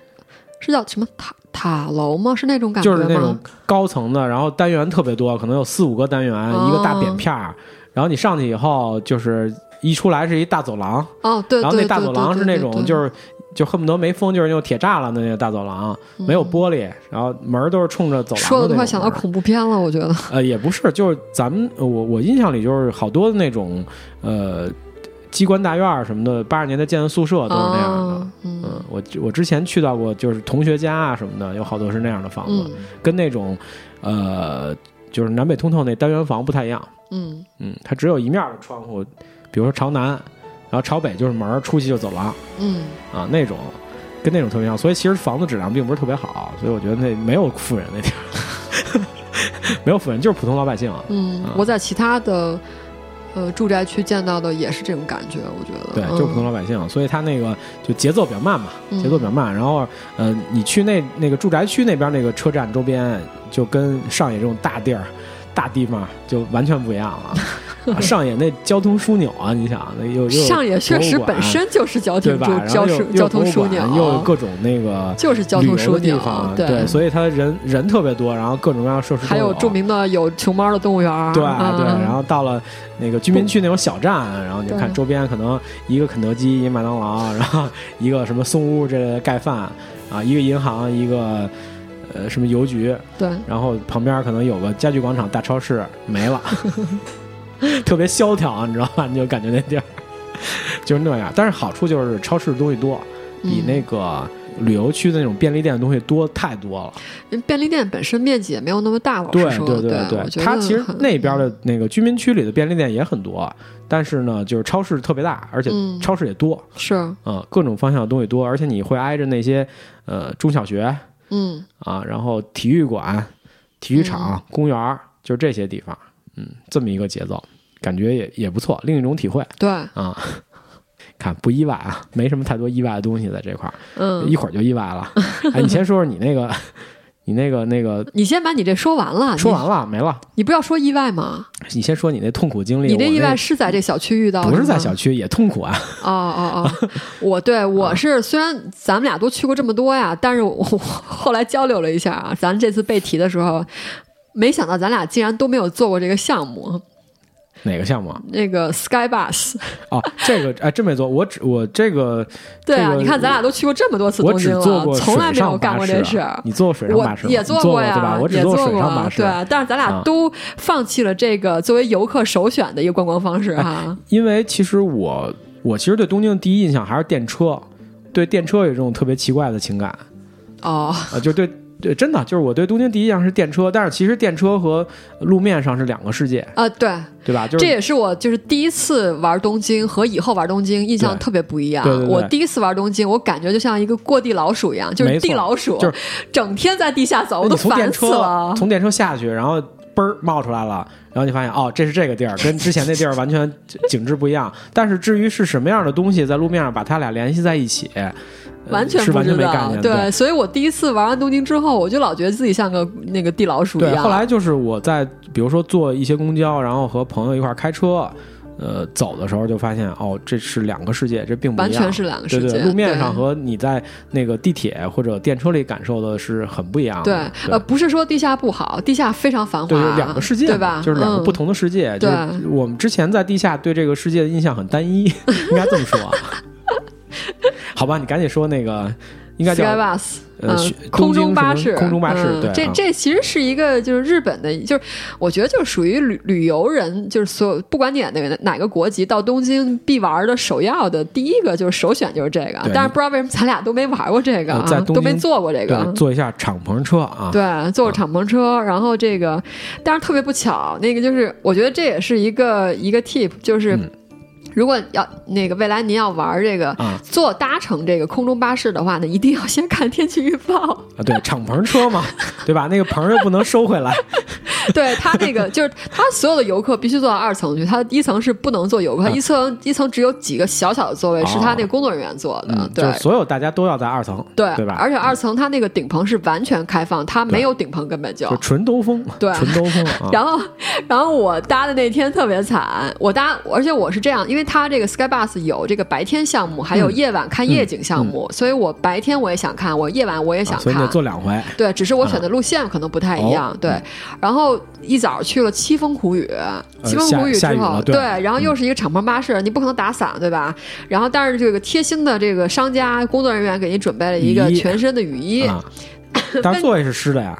Speaker 2: 是叫什么塔塔楼吗？是那种感觉
Speaker 1: 就是
Speaker 2: 吗？
Speaker 1: 那种高层的，然后单元特别多，可能有四五个单元，
Speaker 2: 哦
Speaker 1: 一个大扁片儿，然后你上去以后就是一出来是一大走廊，
Speaker 2: 哦，对，
Speaker 1: 然后
Speaker 2: 对
Speaker 1: 那大走廊是那种就是是就恨不得没风，就是那种铁栅栏的那个大走廊，没有玻璃，然后门儿都是冲着走廊
Speaker 2: 嗯说的
Speaker 1: 的
Speaker 2: 都
Speaker 1: 那
Speaker 2: 快
Speaker 1: 种
Speaker 2: 想到
Speaker 1: 门儿
Speaker 2: 恐怖片了，我觉得。
Speaker 1: 呃，也不是，就是咱们我我印象里就是好多的那种呃机关大院儿什么的，八十年代建的宿舍都是那样的。
Speaker 2: 啊嗯
Speaker 1: 嗯，我我之前去到过，就是同学家啊什么的，有好多是那样的房子。
Speaker 2: 嗯
Speaker 1: 跟那种呃，就是南北通透那单元房不太一样。
Speaker 2: 嗯，
Speaker 1: 嗯，它只有一面的窗户，比如说朝南，然后朝北就是门儿，出去就走廊
Speaker 2: 嗯，
Speaker 1: 啊那种，跟那种特别像。所以其实房子质量并不是特别好，所以我觉得那没有富人那地儿， [LAUGHS] 没有富人就是普通老百姓。
Speaker 2: 嗯
Speaker 1: 啊，
Speaker 2: 我在其他的呃住宅区见到的也是这种感觉，我觉得。
Speaker 1: 对，
Speaker 2: 嗯
Speaker 1: 就是普通老百姓，所以它那个就节奏比较慢嘛，节奏比较
Speaker 2: 嗯
Speaker 1: 慢。然后，呃，你去那那个住宅区那边那个车站周边，就跟上野这种大地儿、大地方就完全不一样
Speaker 2: [LAUGHS]
Speaker 1: 了。啊上野那交通枢纽啊，你想那又又有
Speaker 2: 上野确实本身就是交
Speaker 1: 对
Speaker 2: 通
Speaker 1: 吧？
Speaker 2: 枢
Speaker 1: 然
Speaker 2: 交
Speaker 1: 后又
Speaker 2: 通
Speaker 1: 又有
Speaker 2: 交通
Speaker 1: 博物
Speaker 2: 枢
Speaker 1: 馆又有
Speaker 2: 纽，
Speaker 1: 各种那个
Speaker 2: 就是交
Speaker 1: 旅
Speaker 2: 通
Speaker 1: 游
Speaker 2: 枢
Speaker 1: 的地
Speaker 2: 纽
Speaker 1: 方，，
Speaker 2: 对，
Speaker 1: 所以它人人特别多，然后各种各样的设施都啊
Speaker 2: 还有著名的有熊猫的动物园儿，
Speaker 1: 对
Speaker 2: 嗯
Speaker 1: 对，然后到了那个居民区那种小站，然后你
Speaker 2: 对
Speaker 1: 看周边可能一个肯德基，一个麦当劳，然后一个什么松屋这类的盖饭啊，一个银行，一个呃什么邮局，
Speaker 2: 对。
Speaker 1: 然后旁边可能有个家具广场、大超市，没了，特别萧条，你知道吧？你就感觉那地儿就是那样。但是好处就是超市的东西多，比
Speaker 2: 嗯
Speaker 1: 那个旅游区的那种便利店的东西多太多了。
Speaker 2: 因为便利店本身面积也没有那么大，老
Speaker 1: 对
Speaker 2: 实说，
Speaker 1: 对
Speaker 2: 对，我
Speaker 1: 对，
Speaker 2: 觉得
Speaker 1: 它其实
Speaker 2: 很
Speaker 1: 那边的那个居民区里的便利店也很多，啊但是呢，就是超市特别大，而且
Speaker 2: 嗯
Speaker 1: 超市也多，
Speaker 2: 是
Speaker 1: 嗯、各种方向的东西多，而且你会挨着那些呃中小学
Speaker 2: 嗯，
Speaker 1: 啊，然后体育馆、体育场、公园儿，就是这些地方，嗯，这么一个节奏，感觉也也不错，另一种体会
Speaker 2: 对，
Speaker 1: 啊。看不意外啊，没什么太多意外的东西在这块儿，
Speaker 2: 嗯
Speaker 1: 一，会儿就意外了。哎，你先说说你那个， [LAUGHS] 你那个那
Speaker 2: [LAUGHS]
Speaker 1: 个
Speaker 2: 你先把啊你这说完了，
Speaker 1: 说完
Speaker 2: 了，
Speaker 1: 了没了？
Speaker 2: 你不要说意外吗？
Speaker 1: 你先说你那痛苦经历，
Speaker 2: 你这
Speaker 1: 我
Speaker 2: 意外是在这小区遇到的吗，
Speaker 1: 不是在小区啊也痛苦啊，
Speaker 2: 哦哦哦，我对我是虽然咱们俩都去过这么多呀，但是我我后来交流了一下啊，咱这次被提的时候，没想到咱俩竟然都没有做过这个项目。
Speaker 1: 哪个项目啊？
Speaker 2: 那个 Sky Bus，
Speaker 1: 哦，这个哎，真没做，我只我这个
Speaker 2: 对啊，
Speaker 1: 这个
Speaker 2: 你看咱俩都去过这么多次
Speaker 1: 我
Speaker 2: 东
Speaker 1: 只
Speaker 2: 京
Speaker 1: 做
Speaker 2: 了
Speaker 1: 过，
Speaker 2: 从来
Speaker 1: 水
Speaker 2: 没有
Speaker 1: 上
Speaker 2: 干
Speaker 1: 巴
Speaker 2: 过
Speaker 1: 士
Speaker 2: 这
Speaker 1: 啊
Speaker 2: 事。
Speaker 1: 你做过水上
Speaker 2: 我
Speaker 1: 巴士吗？
Speaker 2: 也
Speaker 1: 你做
Speaker 2: 过
Speaker 1: 过
Speaker 2: 呀，
Speaker 1: 对吧？我只
Speaker 2: 也
Speaker 1: 做
Speaker 2: 做
Speaker 1: 过水上
Speaker 2: 过
Speaker 1: 巴士，
Speaker 2: 对啊，但是咱
Speaker 1: 啊
Speaker 2: 俩都放弃了这个作为游客首选的一个观光方式哈。
Speaker 1: 因为其实我我其实对东京的第一印象还是电车，对电车有一种特别奇怪的情感，
Speaker 2: 哦，
Speaker 1: 啊，就对。对，真的就是我对东京第一印象是电车，但是其实电车和路面上是两个世界，
Speaker 2: 啊，对，
Speaker 1: 对吧？就是
Speaker 2: 这也是我就是第一次玩东京和以后玩东京印象
Speaker 1: 对
Speaker 2: 特别不一样
Speaker 1: 对对对。
Speaker 2: 我第一次玩东京，我感觉就像一个过地老鼠一样，就
Speaker 1: 没
Speaker 2: 是
Speaker 1: 错
Speaker 2: 地老鼠，
Speaker 1: 就是哎
Speaker 2: 整天在地下走，我
Speaker 1: 你
Speaker 2: 都
Speaker 1: 从电
Speaker 2: 烦死
Speaker 1: 车
Speaker 2: 了。
Speaker 1: 从电车下去，然后嘣儿冒出来了，然后你发现哦，这是这个地儿，跟之前那地儿完全景致不一样。但是至于是什么样的东西在路面上把它俩联系在一起，呃
Speaker 2: 完全
Speaker 1: 是
Speaker 2: 不
Speaker 1: 完
Speaker 2: 知
Speaker 1: 全没概
Speaker 2: 道，
Speaker 1: 念。
Speaker 2: 对，所以我第一次玩完东京之后，我就老觉得自己像个那个地老鼠一
Speaker 1: 对，
Speaker 2: 样。
Speaker 1: 后来就是我在比如说坐一些公交，然后和朋友一块儿开车，呃，走的时候就发现哦，这是两个世界，这并不一样，
Speaker 2: 完全是两个世界
Speaker 1: 对对，路面上
Speaker 2: 对
Speaker 1: 和你在那个地铁或者电车里感受的是很不一样
Speaker 2: 对
Speaker 1: 的。，
Speaker 2: 呃，不是说地下不好，地下非常繁华，
Speaker 1: 对，就是两个世界嘛，
Speaker 2: 对吧？
Speaker 1: 就是两个
Speaker 2: 嗯
Speaker 1: 不。同的世界。就
Speaker 2: 对
Speaker 1: 是我们之前在地下对这个世界的印象很单
Speaker 2: [LAUGHS]
Speaker 1: 一，应该这么说。啊好吧，你赶紧说那个，应该
Speaker 2: Sky
Speaker 1: 叫
Speaker 2: Bus，
Speaker 1: 呃
Speaker 2: 嗯
Speaker 1: 雪，东
Speaker 2: 空
Speaker 1: 京
Speaker 2: 中巴
Speaker 1: 什
Speaker 2: 士，
Speaker 1: 么空中巴士
Speaker 2: 嗯
Speaker 1: 对
Speaker 2: 这
Speaker 1: 啊
Speaker 2: 这其实是一个就是日本的，就是我觉得就是属于旅旅游人，就是所有不管你哪个哪个国籍，到东京必玩的首要的第一个就是首选就是这个
Speaker 1: 对。
Speaker 2: 但是不知道为什么咱俩都没玩过这个
Speaker 1: 呃在
Speaker 2: 啊，
Speaker 1: 东
Speaker 2: 都没
Speaker 1: 京
Speaker 2: 坐过这个
Speaker 1: 对，。坐一下敞篷车啊，
Speaker 2: 对，坐敞篷车，然后这个，但是特别不巧，那个就是我觉得这也是一个一个 tip，就是。
Speaker 1: 嗯
Speaker 2: 如果要那个未来您要玩这个、
Speaker 1: 啊
Speaker 2: 坐搭乘这个空中巴士的话呢，一定要先看天气预报。 [LAUGHS]
Speaker 1: 啊，对，敞篷车嘛，对吧？那个棚儿又不能收
Speaker 2: [LAUGHS]
Speaker 1: 回来，
Speaker 2: 对他那个就是他所有的游客必须坐到二层去，他一层是不能坐游客，
Speaker 1: 嗯
Speaker 2: 一层一层只有几个小小的座位、是他
Speaker 1: 哦
Speaker 2: 那个工作人员坐的。
Speaker 1: 嗯，
Speaker 2: 对
Speaker 1: 就是所有大家都要在二层，
Speaker 2: 对
Speaker 1: 对吧嗯
Speaker 2: 而且二层它那个顶棚是完全开放，它没有顶棚根本就
Speaker 1: 就纯兜风，
Speaker 2: 对
Speaker 1: 纯兜风啊。
Speaker 2: 然后， [LAUGHS] 然后我搭的那天特别惨，我搭，而且我是这样，因为它这个 Sky Bus 有这个白天项目，
Speaker 1: 嗯
Speaker 2: 还有夜晚看夜景项目，所以我白天我也想看，我夜晚我也想
Speaker 1: 啊所以
Speaker 2: 看。
Speaker 1: 你得坐两回，
Speaker 2: 对，只是我选的路线可能不太一样。
Speaker 1: 啊哦
Speaker 2: 对，然后一早去了七峰湖雨，七峰湖雨
Speaker 1: 呃
Speaker 2: 之
Speaker 1: 下雨
Speaker 2: 后，
Speaker 1: 了对嗯
Speaker 2: 对然后又是一个敞篷巴士，你不可能打伞，对吧？然后但是这个贴心的这个商家工作人员给你准备了一个
Speaker 1: 雨衣
Speaker 2: 全身的雨衣，
Speaker 1: 啊，但是座位是湿的呀，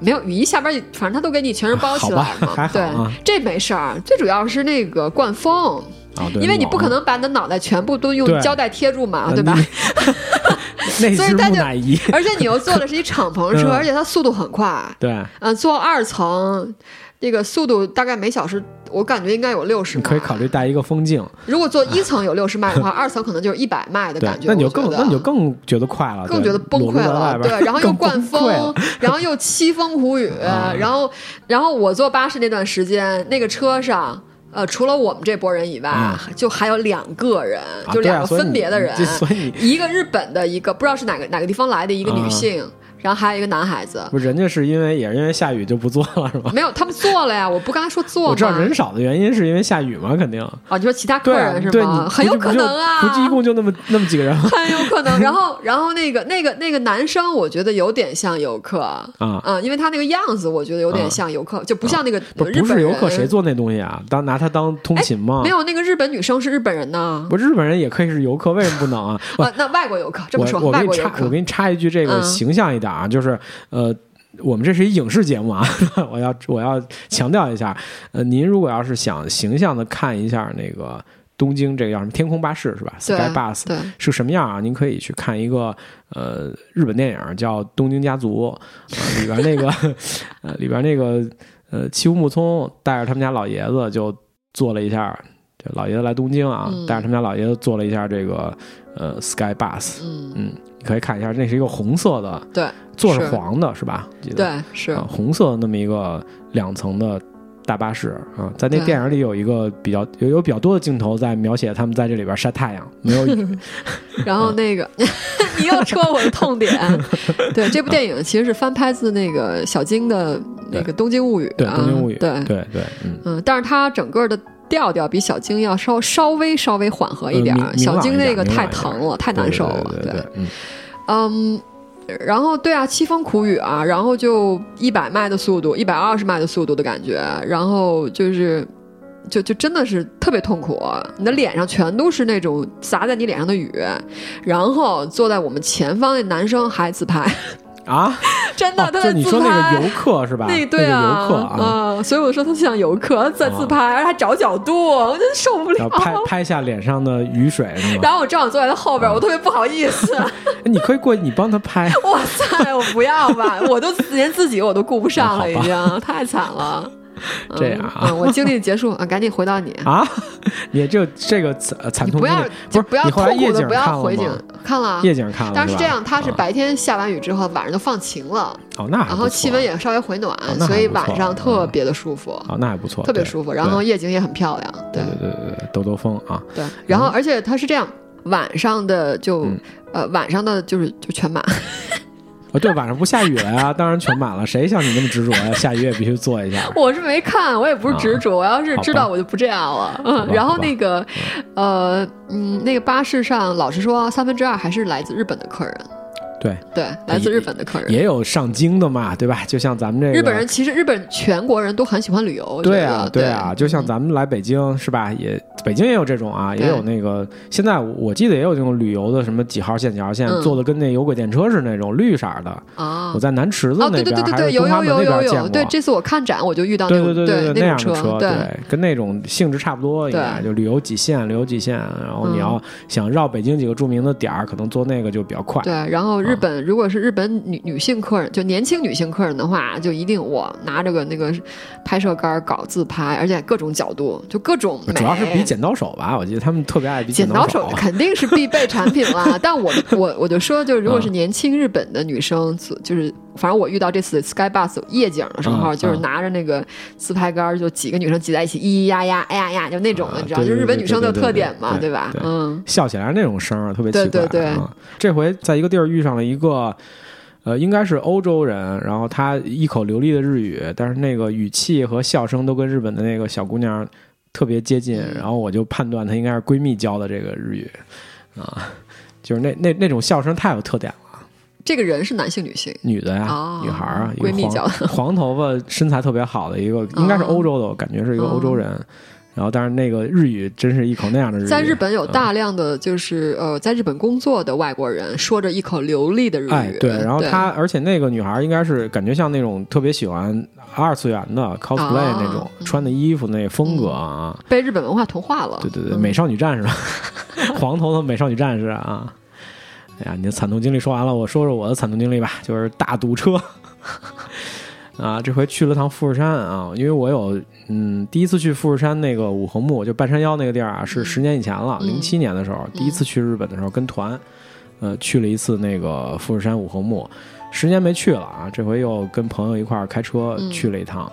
Speaker 2: 没有雨衣下边，反正他都给你全是包起来
Speaker 1: 好吧还好
Speaker 2: 嘛。对
Speaker 1: 啊，
Speaker 2: 这没事儿。最主要是那个灌风，
Speaker 1: 啊，对，
Speaker 2: 因为你不可
Speaker 1: 冷
Speaker 2: 能把你的脑袋全部都
Speaker 1: 对呃
Speaker 2: 用胶带贴住嘛，啊对吧？
Speaker 1: 啊
Speaker 2: [LAUGHS]
Speaker 1: 那
Speaker 2: 所以
Speaker 1: 是
Speaker 2: 大
Speaker 1: 木
Speaker 2: 家
Speaker 1: 乃伊，
Speaker 2: [LAUGHS] 而且你又坐的是一敞篷车，
Speaker 1: [LAUGHS] 嗯
Speaker 2: 而且它速度很快。
Speaker 1: 对，
Speaker 2: 嗯，坐二层，这个速度大概每小时，我感觉应该有六十
Speaker 1: 你
Speaker 2: 迈。
Speaker 1: 可以考虑带一个风镜，
Speaker 2: 如果坐一层有六十迈的话，二层可能就是一百迈的
Speaker 1: 对
Speaker 2: 感，觉。
Speaker 1: 那你就
Speaker 2: 我觉
Speaker 1: 更
Speaker 2: 得啊
Speaker 1: 那你就更觉得快了，
Speaker 2: 更
Speaker 1: 啊对
Speaker 2: 觉得崩
Speaker 1: 裸
Speaker 2: 溃
Speaker 1: 露在
Speaker 2: 了
Speaker 1: 外，边
Speaker 2: 对，然后又
Speaker 1: 更
Speaker 2: 灌
Speaker 1: 崩溃了
Speaker 2: 风，然后又凄风苦雨，
Speaker 1: [LAUGHS] 啊
Speaker 2: 然后，然后我坐巴士那段时间，那个车上。呃，除了我们这波人以外，
Speaker 1: 啊
Speaker 2: 就还有两个人，
Speaker 1: 啊
Speaker 2: 就
Speaker 1: 对啊
Speaker 2: 两个
Speaker 1: 所以
Speaker 2: 分
Speaker 1: 你
Speaker 2: 别的人，
Speaker 1: 这所以你
Speaker 2: 一个日本的，一个不知道是哪个哪个地方来的一个
Speaker 1: 啊
Speaker 2: 女性，然后还有一个男孩子。
Speaker 1: 不是人家是因为也是因为下雨就不做了是
Speaker 2: [LAUGHS]
Speaker 1: 吧？
Speaker 2: 没有，他们坐了呀！我不刚才说坐吗？
Speaker 1: 我知道人少的原因是因为下雨嘛，肯定。
Speaker 2: 啊，你说其他客
Speaker 1: 对啊
Speaker 2: 人是
Speaker 1: 对，你
Speaker 2: 吗？很
Speaker 1: 不就
Speaker 2: 有可
Speaker 1: 不就
Speaker 2: 能啊，
Speaker 1: 不就一共就那么那么几个人吗？
Speaker 2: 很有可能。然后，然后那个那个那个男生，我觉得有点像游客啊
Speaker 1: 啊
Speaker 2: 嗯，因为他那个样子，我觉得有点像游客，就不像那个
Speaker 1: 不
Speaker 2: 日
Speaker 1: 不
Speaker 2: 本
Speaker 1: 是
Speaker 2: 人。哎
Speaker 1: 游客谁做啊那东西啊？当拿它当通勤吗？
Speaker 2: 没有那个日本女生是日本人呢。
Speaker 1: 不，日本人也可以是游客，为什么不能啊？我
Speaker 2: 啊，那外国游客这么说，
Speaker 1: 我我给
Speaker 2: 外
Speaker 1: 你
Speaker 2: 国游
Speaker 1: 插，我
Speaker 2: 客
Speaker 1: 给你插一句，这个
Speaker 2: 嗯
Speaker 1: 形象一点啊，就是呃。我们这是一影视节目啊， [LAUGHS] 我要我要强调一下，呃，您如果要是想形象的看一下那个东京这个叫什么天空巴士是吧
Speaker 2: 对
Speaker 1: ？Sky Bus
Speaker 2: 对
Speaker 1: 是什么样啊？您可以去看一个呃日本电影叫《东京家族》，呃、里边那个 [LAUGHS] 呃里边那个呃七木木聪带着他们家老爷子就坐了一下，这老爷子来东京啊，
Speaker 2: 嗯
Speaker 1: 带着他们家老爷子坐了一下这个呃 Sky Bus，
Speaker 2: 嗯，
Speaker 1: 嗯，你可以看一下，那是一个红色的，
Speaker 2: 对，
Speaker 1: 座是
Speaker 2: 是
Speaker 1: 黄的是吧？记得
Speaker 2: 对是
Speaker 1: 啊，红色的那么一个两层的大巴士啊，在那
Speaker 2: 对
Speaker 1: 电影里有一个比较有有比较多的镜头在描写他们在这里边晒太阳，没
Speaker 2: [LAUGHS]
Speaker 1: 有
Speaker 2: 然后那
Speaker 1: [LAUGHS]
Speaker 2: 个你又戳我的痛点。对，这部电影其实是翻拍自那个小金的那个《东京物语》
Speaker 1: 对《
Speaker 2: 啊，
Speaker 1: 东京物语》
Speaker 2: 对
Speaker 1: 对对嗯，
Speaker 2: 嗯，但是它整个的调调比小晶要稍稍微稍微缓和一点儿，
Speaker 1: 呃明明朗
Speaker 2: 小晶
Speaker 1: 一点
Speaker 2: 那个
Speaker 1: 明
Speaker 2: 太
Speaker 1: 朗一点
Speaker 2: 疼了，太难受了。
Speaker 1: 对对对对嗯
Speaker 2: 嗯，然后对啊，凄风苦雨啊，然后就一百迈的速度，一百二十迈的速度的感觉，然后就是就就真的是特别痛苦，你的脸上全都是那种洒在你脸上的雨，然后坐在我们前方那男生还自拍， [LAUGHS]
Speaker 1: 啊，
Speaker 2: 真的
Speaker 1: 哦，
Speaker 2: 他
Speaker 1: 就
Speaker 2: 在
Speaker 1: 你
Speaker 2: 自
Speaker 1: 说那个
Speaker 2: 拍
Speaker 1: 游。客是吧？
Speaker 2: 那
Speaker 1: 那
Speaker 2: 对
Speaker 1: 个
Speaker 2: 啊，
Speaker 1: 游客啊，
Speaker 2: 嗯，所以我说他像游客在自拍，而且还找角度，我真受不
Speaker 1: 然
Speaker 2: 了
Speaker 1: 后。拍拍下脸上的雨水是吗？
Speaker 2: 哦
Speaker 1: 哎
Speaker 2: 然后我正好坐在他后
Speaker 1: 嗯
Speaker 2: 边，我特别不好意思。
Speaker 1: [LAUGHS] 你可以过去，你帮他拍。
Speaker 2: 哇塞，我不要吧，我都连自己我都顾不上了，已
Speaker 1: 好吧
Speaker 2: 经太惨了。
Speaker 1: 这样啊
Speaker 2: 嗯，嗯我经历结束啊，赶紧回
Speaker 1: [LAUGHS]
Speaker 2: 到你。
Speaker 1: 啊，你这这个惨呃惨
Speaker 2: 你
Speaker 1: 痛
Speaker 2: 不
Speaker 1: 经
Speaker 2: 要
Speaker 1: 历，
Speaker 2: 就
Speaker 1: 不是
Speaker 2: 不要
Speaker 1: 你后来
Speaker 2: 痛苦
Speaker 1: 夜景
Speaker 2: 的，不
Speaker 1: 看
Speaker 2: 要
Speaker 1: 了
Speaker 2: 回
Speaker 1: 吗
Speaker 2: 景看了啊。
Speaker 1: 夜景看了，
Speaker 2: 但是
Speaker 1: 吧
Speaker 2: 这样，它是
Speaker 1: 啊
Speaker 2: 白天下完雨之后，晚上就放晴了，
Speaker 1: 哦，那还
Speaker 2: 然
Speaker 1: 不
Speaker 2: 后
Speaker 1: 错哦
Speaker 2: 气温也稍微回暖，
Speaker 1: 那还
Speaker 2: 所以
Speaker 1: 不错啊
Speaker 2: 晚上特别的舒服，
Speaker 1: 哦，那还不错，
Speaker 2: 特别
Speaker 1: 对
Speaker 2: 舒服。然后夜景也很漂亮，对
Speaker 1: 对对对对对，兜兜风啊，
Speaker 2: 对。然后而且它是这样，晚上的就
Speaker 1: 嗯
Speaker 2: 呃晚上的就是就全满，
Speaker 1: 哦对，晚上不下雨了呀，当然全满了，谁像你那么执着呀？下雨也必须做一下。
Speaker 2: [LAUGHS] 我是没看，我也不是执着，我要是知
Speaker 1: 好
Speaker 2: 道
Speaker 1: 吧
Speaker 2: 我就不这样了。
Speaker 1: 好
Speaker 2: [LAUGHS] 嗯，
Speaker 1: 吧
Speaker 2: 然后
Speaker 1: 好吧
Speaker 2: 那个，呃，嗯，那个巴士上，老实说，三分之二还是来自日本的客人，
Speaker 1: 对，
Speaker 2: 对，来自日本的客人。
Speaker 1: 也有上京的嘛，对吧？就像咱们这个
Speaker 2: 日本人其实日本全国人都很喜欢旅游，我觉
Speaker 1: 对
Speaker 2: 得
Speaker 1: 啊，
Speaker 2: 对嗯
Speaker 1: 啊，就像咱们来北京是吧？也北京也有这种啊，也
Speaker 2: 对
Speaker 1: 有那个现在我我记得也有这种旅游的，什么几号线几号线
Speaker 2: 嗯
Speaker 1: 做的跟那有轨电车似的那种绿色儿的。
Speaker 2: 啊
Speaker 1: 我。在南池子
Speaker 2: 哦，
Speaker 1: 那
Speaker 2: 对对
Speaker 1: 边
Speaker 2: 对对
Speaker 1: 还
Speaker 2: 对，
Speaker 1: 是
Speaker 2: 有
Speaker 1: 东华
Speaker 2: 有
Speaker 1: 门那
Speaker 2: 有有
Speaker 1: 边见
Speaker 2: 有，
Speaker 1: 过。啊
Speaker 2: 对，这次我看展我就遇啊到那
Speaker 1: 对
Speaker 2: 种
Speaker 1: 对对对
Speaker 2: 那
Speaker 1: 样
Speaker 2: 种
Speaker 1: 的车，
Speaker 2: 对，
Speaker 1: 跟那种性质差不多一点，
Speaker 2: 对
Speaker 1: 就旅游几线，旅游几线，然后你
Speaker 2: 嗯
Speaker 1: 要想绕北京几个著名的点儿，可能坐那个就比较快。
Speaker 2: 对，然后
Speaker 1: 嗯
Speaker 2: 日本、如果是日本女女性客人，就年轻女性客人的话，就一定我拿着个那个拍摄杆儿搞自拍，而且各种角度，就各种美。
Speaker 1: 主要是比剪刀手吧，我记得他们特别爱比
Speaker 2: 剪刀
Speaker 1: 刀
Speaker 2: 手肯定是必备产品
Speaker 1: [LAUGHS]
Speaker 2: 啦。但我我我就说，就是如果是
Speaker 1: 嗯
Speaker 2: 年轻日本的女生，就就是反正我遇到这次 Sky Bus 夜景的时候，
Speaker 1: 嗯
Speaker 2: 就是
Speaker 1: 嗯
Speaker 2: 拿着那个自拍杆儿，就几个女生挤在一起，咿咿呀呀，哎呀呀，就那种
Speaker 1: 啊
Speaker 2: 的，你知道，
Speaker 1: 对
Speaker 2: 就
Speaker 1: 对
Speaker 2: 日本
Speaker 1: 对
Speaker 2: 女生
Speaker 1: 对
Speaker 2: 的
Speaker 1: 对
Speaker 2: 特
Speaker 1: 对
Speaker 2: 点嘛，
Speaker 1: 对
Speaker 2: 对吧
Speaker 1: 对？
Speaker 2: 嗯，
Speaker 1: 笑起来那种声儿特别奇怪。
Speaker 2: 对对对
Speaker 1: 啊，这回在一个地儿遇上了一个，呃，应该是欧洲人，然后他一口流利的日语，但是那个语气和笑声都跟日本的那个小姑娘特别接近，
Speaker 2: 嗯
Speaker 1: 然后我就判断她应该是闺蜜教的这个日语，啊，就是那那那种笑声太有特点了。
Speaker 2: 这个人是男性女性。
Speaker 1: 女的呀，
Speaker 2: 哦
Speaker 1: 女孩儿啊，一个
Speaker 2: 闺蜜哦
Speaker 1: 黄 [LAUGHS]
Speaker 2: 角
Speaker 1: 黄头发、身材特别好的一个，应该是欧洲的，我感觉是一个欧洲人。然后，但是那个日语真是一口那样的日语，嗯
Speaker 2: 嗯在日本有大量的就是、呃，在日本工作的外国人，说着一口流利的日语。
Speaker 1: 哎，对，然后她，而且那个女孩应该是感觉像那种特别喜欢二次元的 cosplay 那种，穿的衣服那风格啊，
Speaker 2: 被日本文化同化了。
Speaker 1: 对
Speaker 2: 嗯
Speaker 1: 对对，美少女战士， [LAUGHS] 黄头的美少女战士啊。哎呀，你的惨痛经历说完了，我说说我的惨痛经历吧，就是大堵车。 [LAUGHS] 啊，这回去了趟富士山啊，因为我有嗯，第一次去富士山那个五合目，就半山腰那个地儿啊，是十年以前了，
Speaker 2: 嗯
Speaker 1: 零七、年的时候，第一次去日本的时候跟团，呃，去了一次那个富士山五合目，十年没去了啊，这回又跟朋友一块儿开车
Speaker 2: 嗯
Speaker 1: 去了一趟。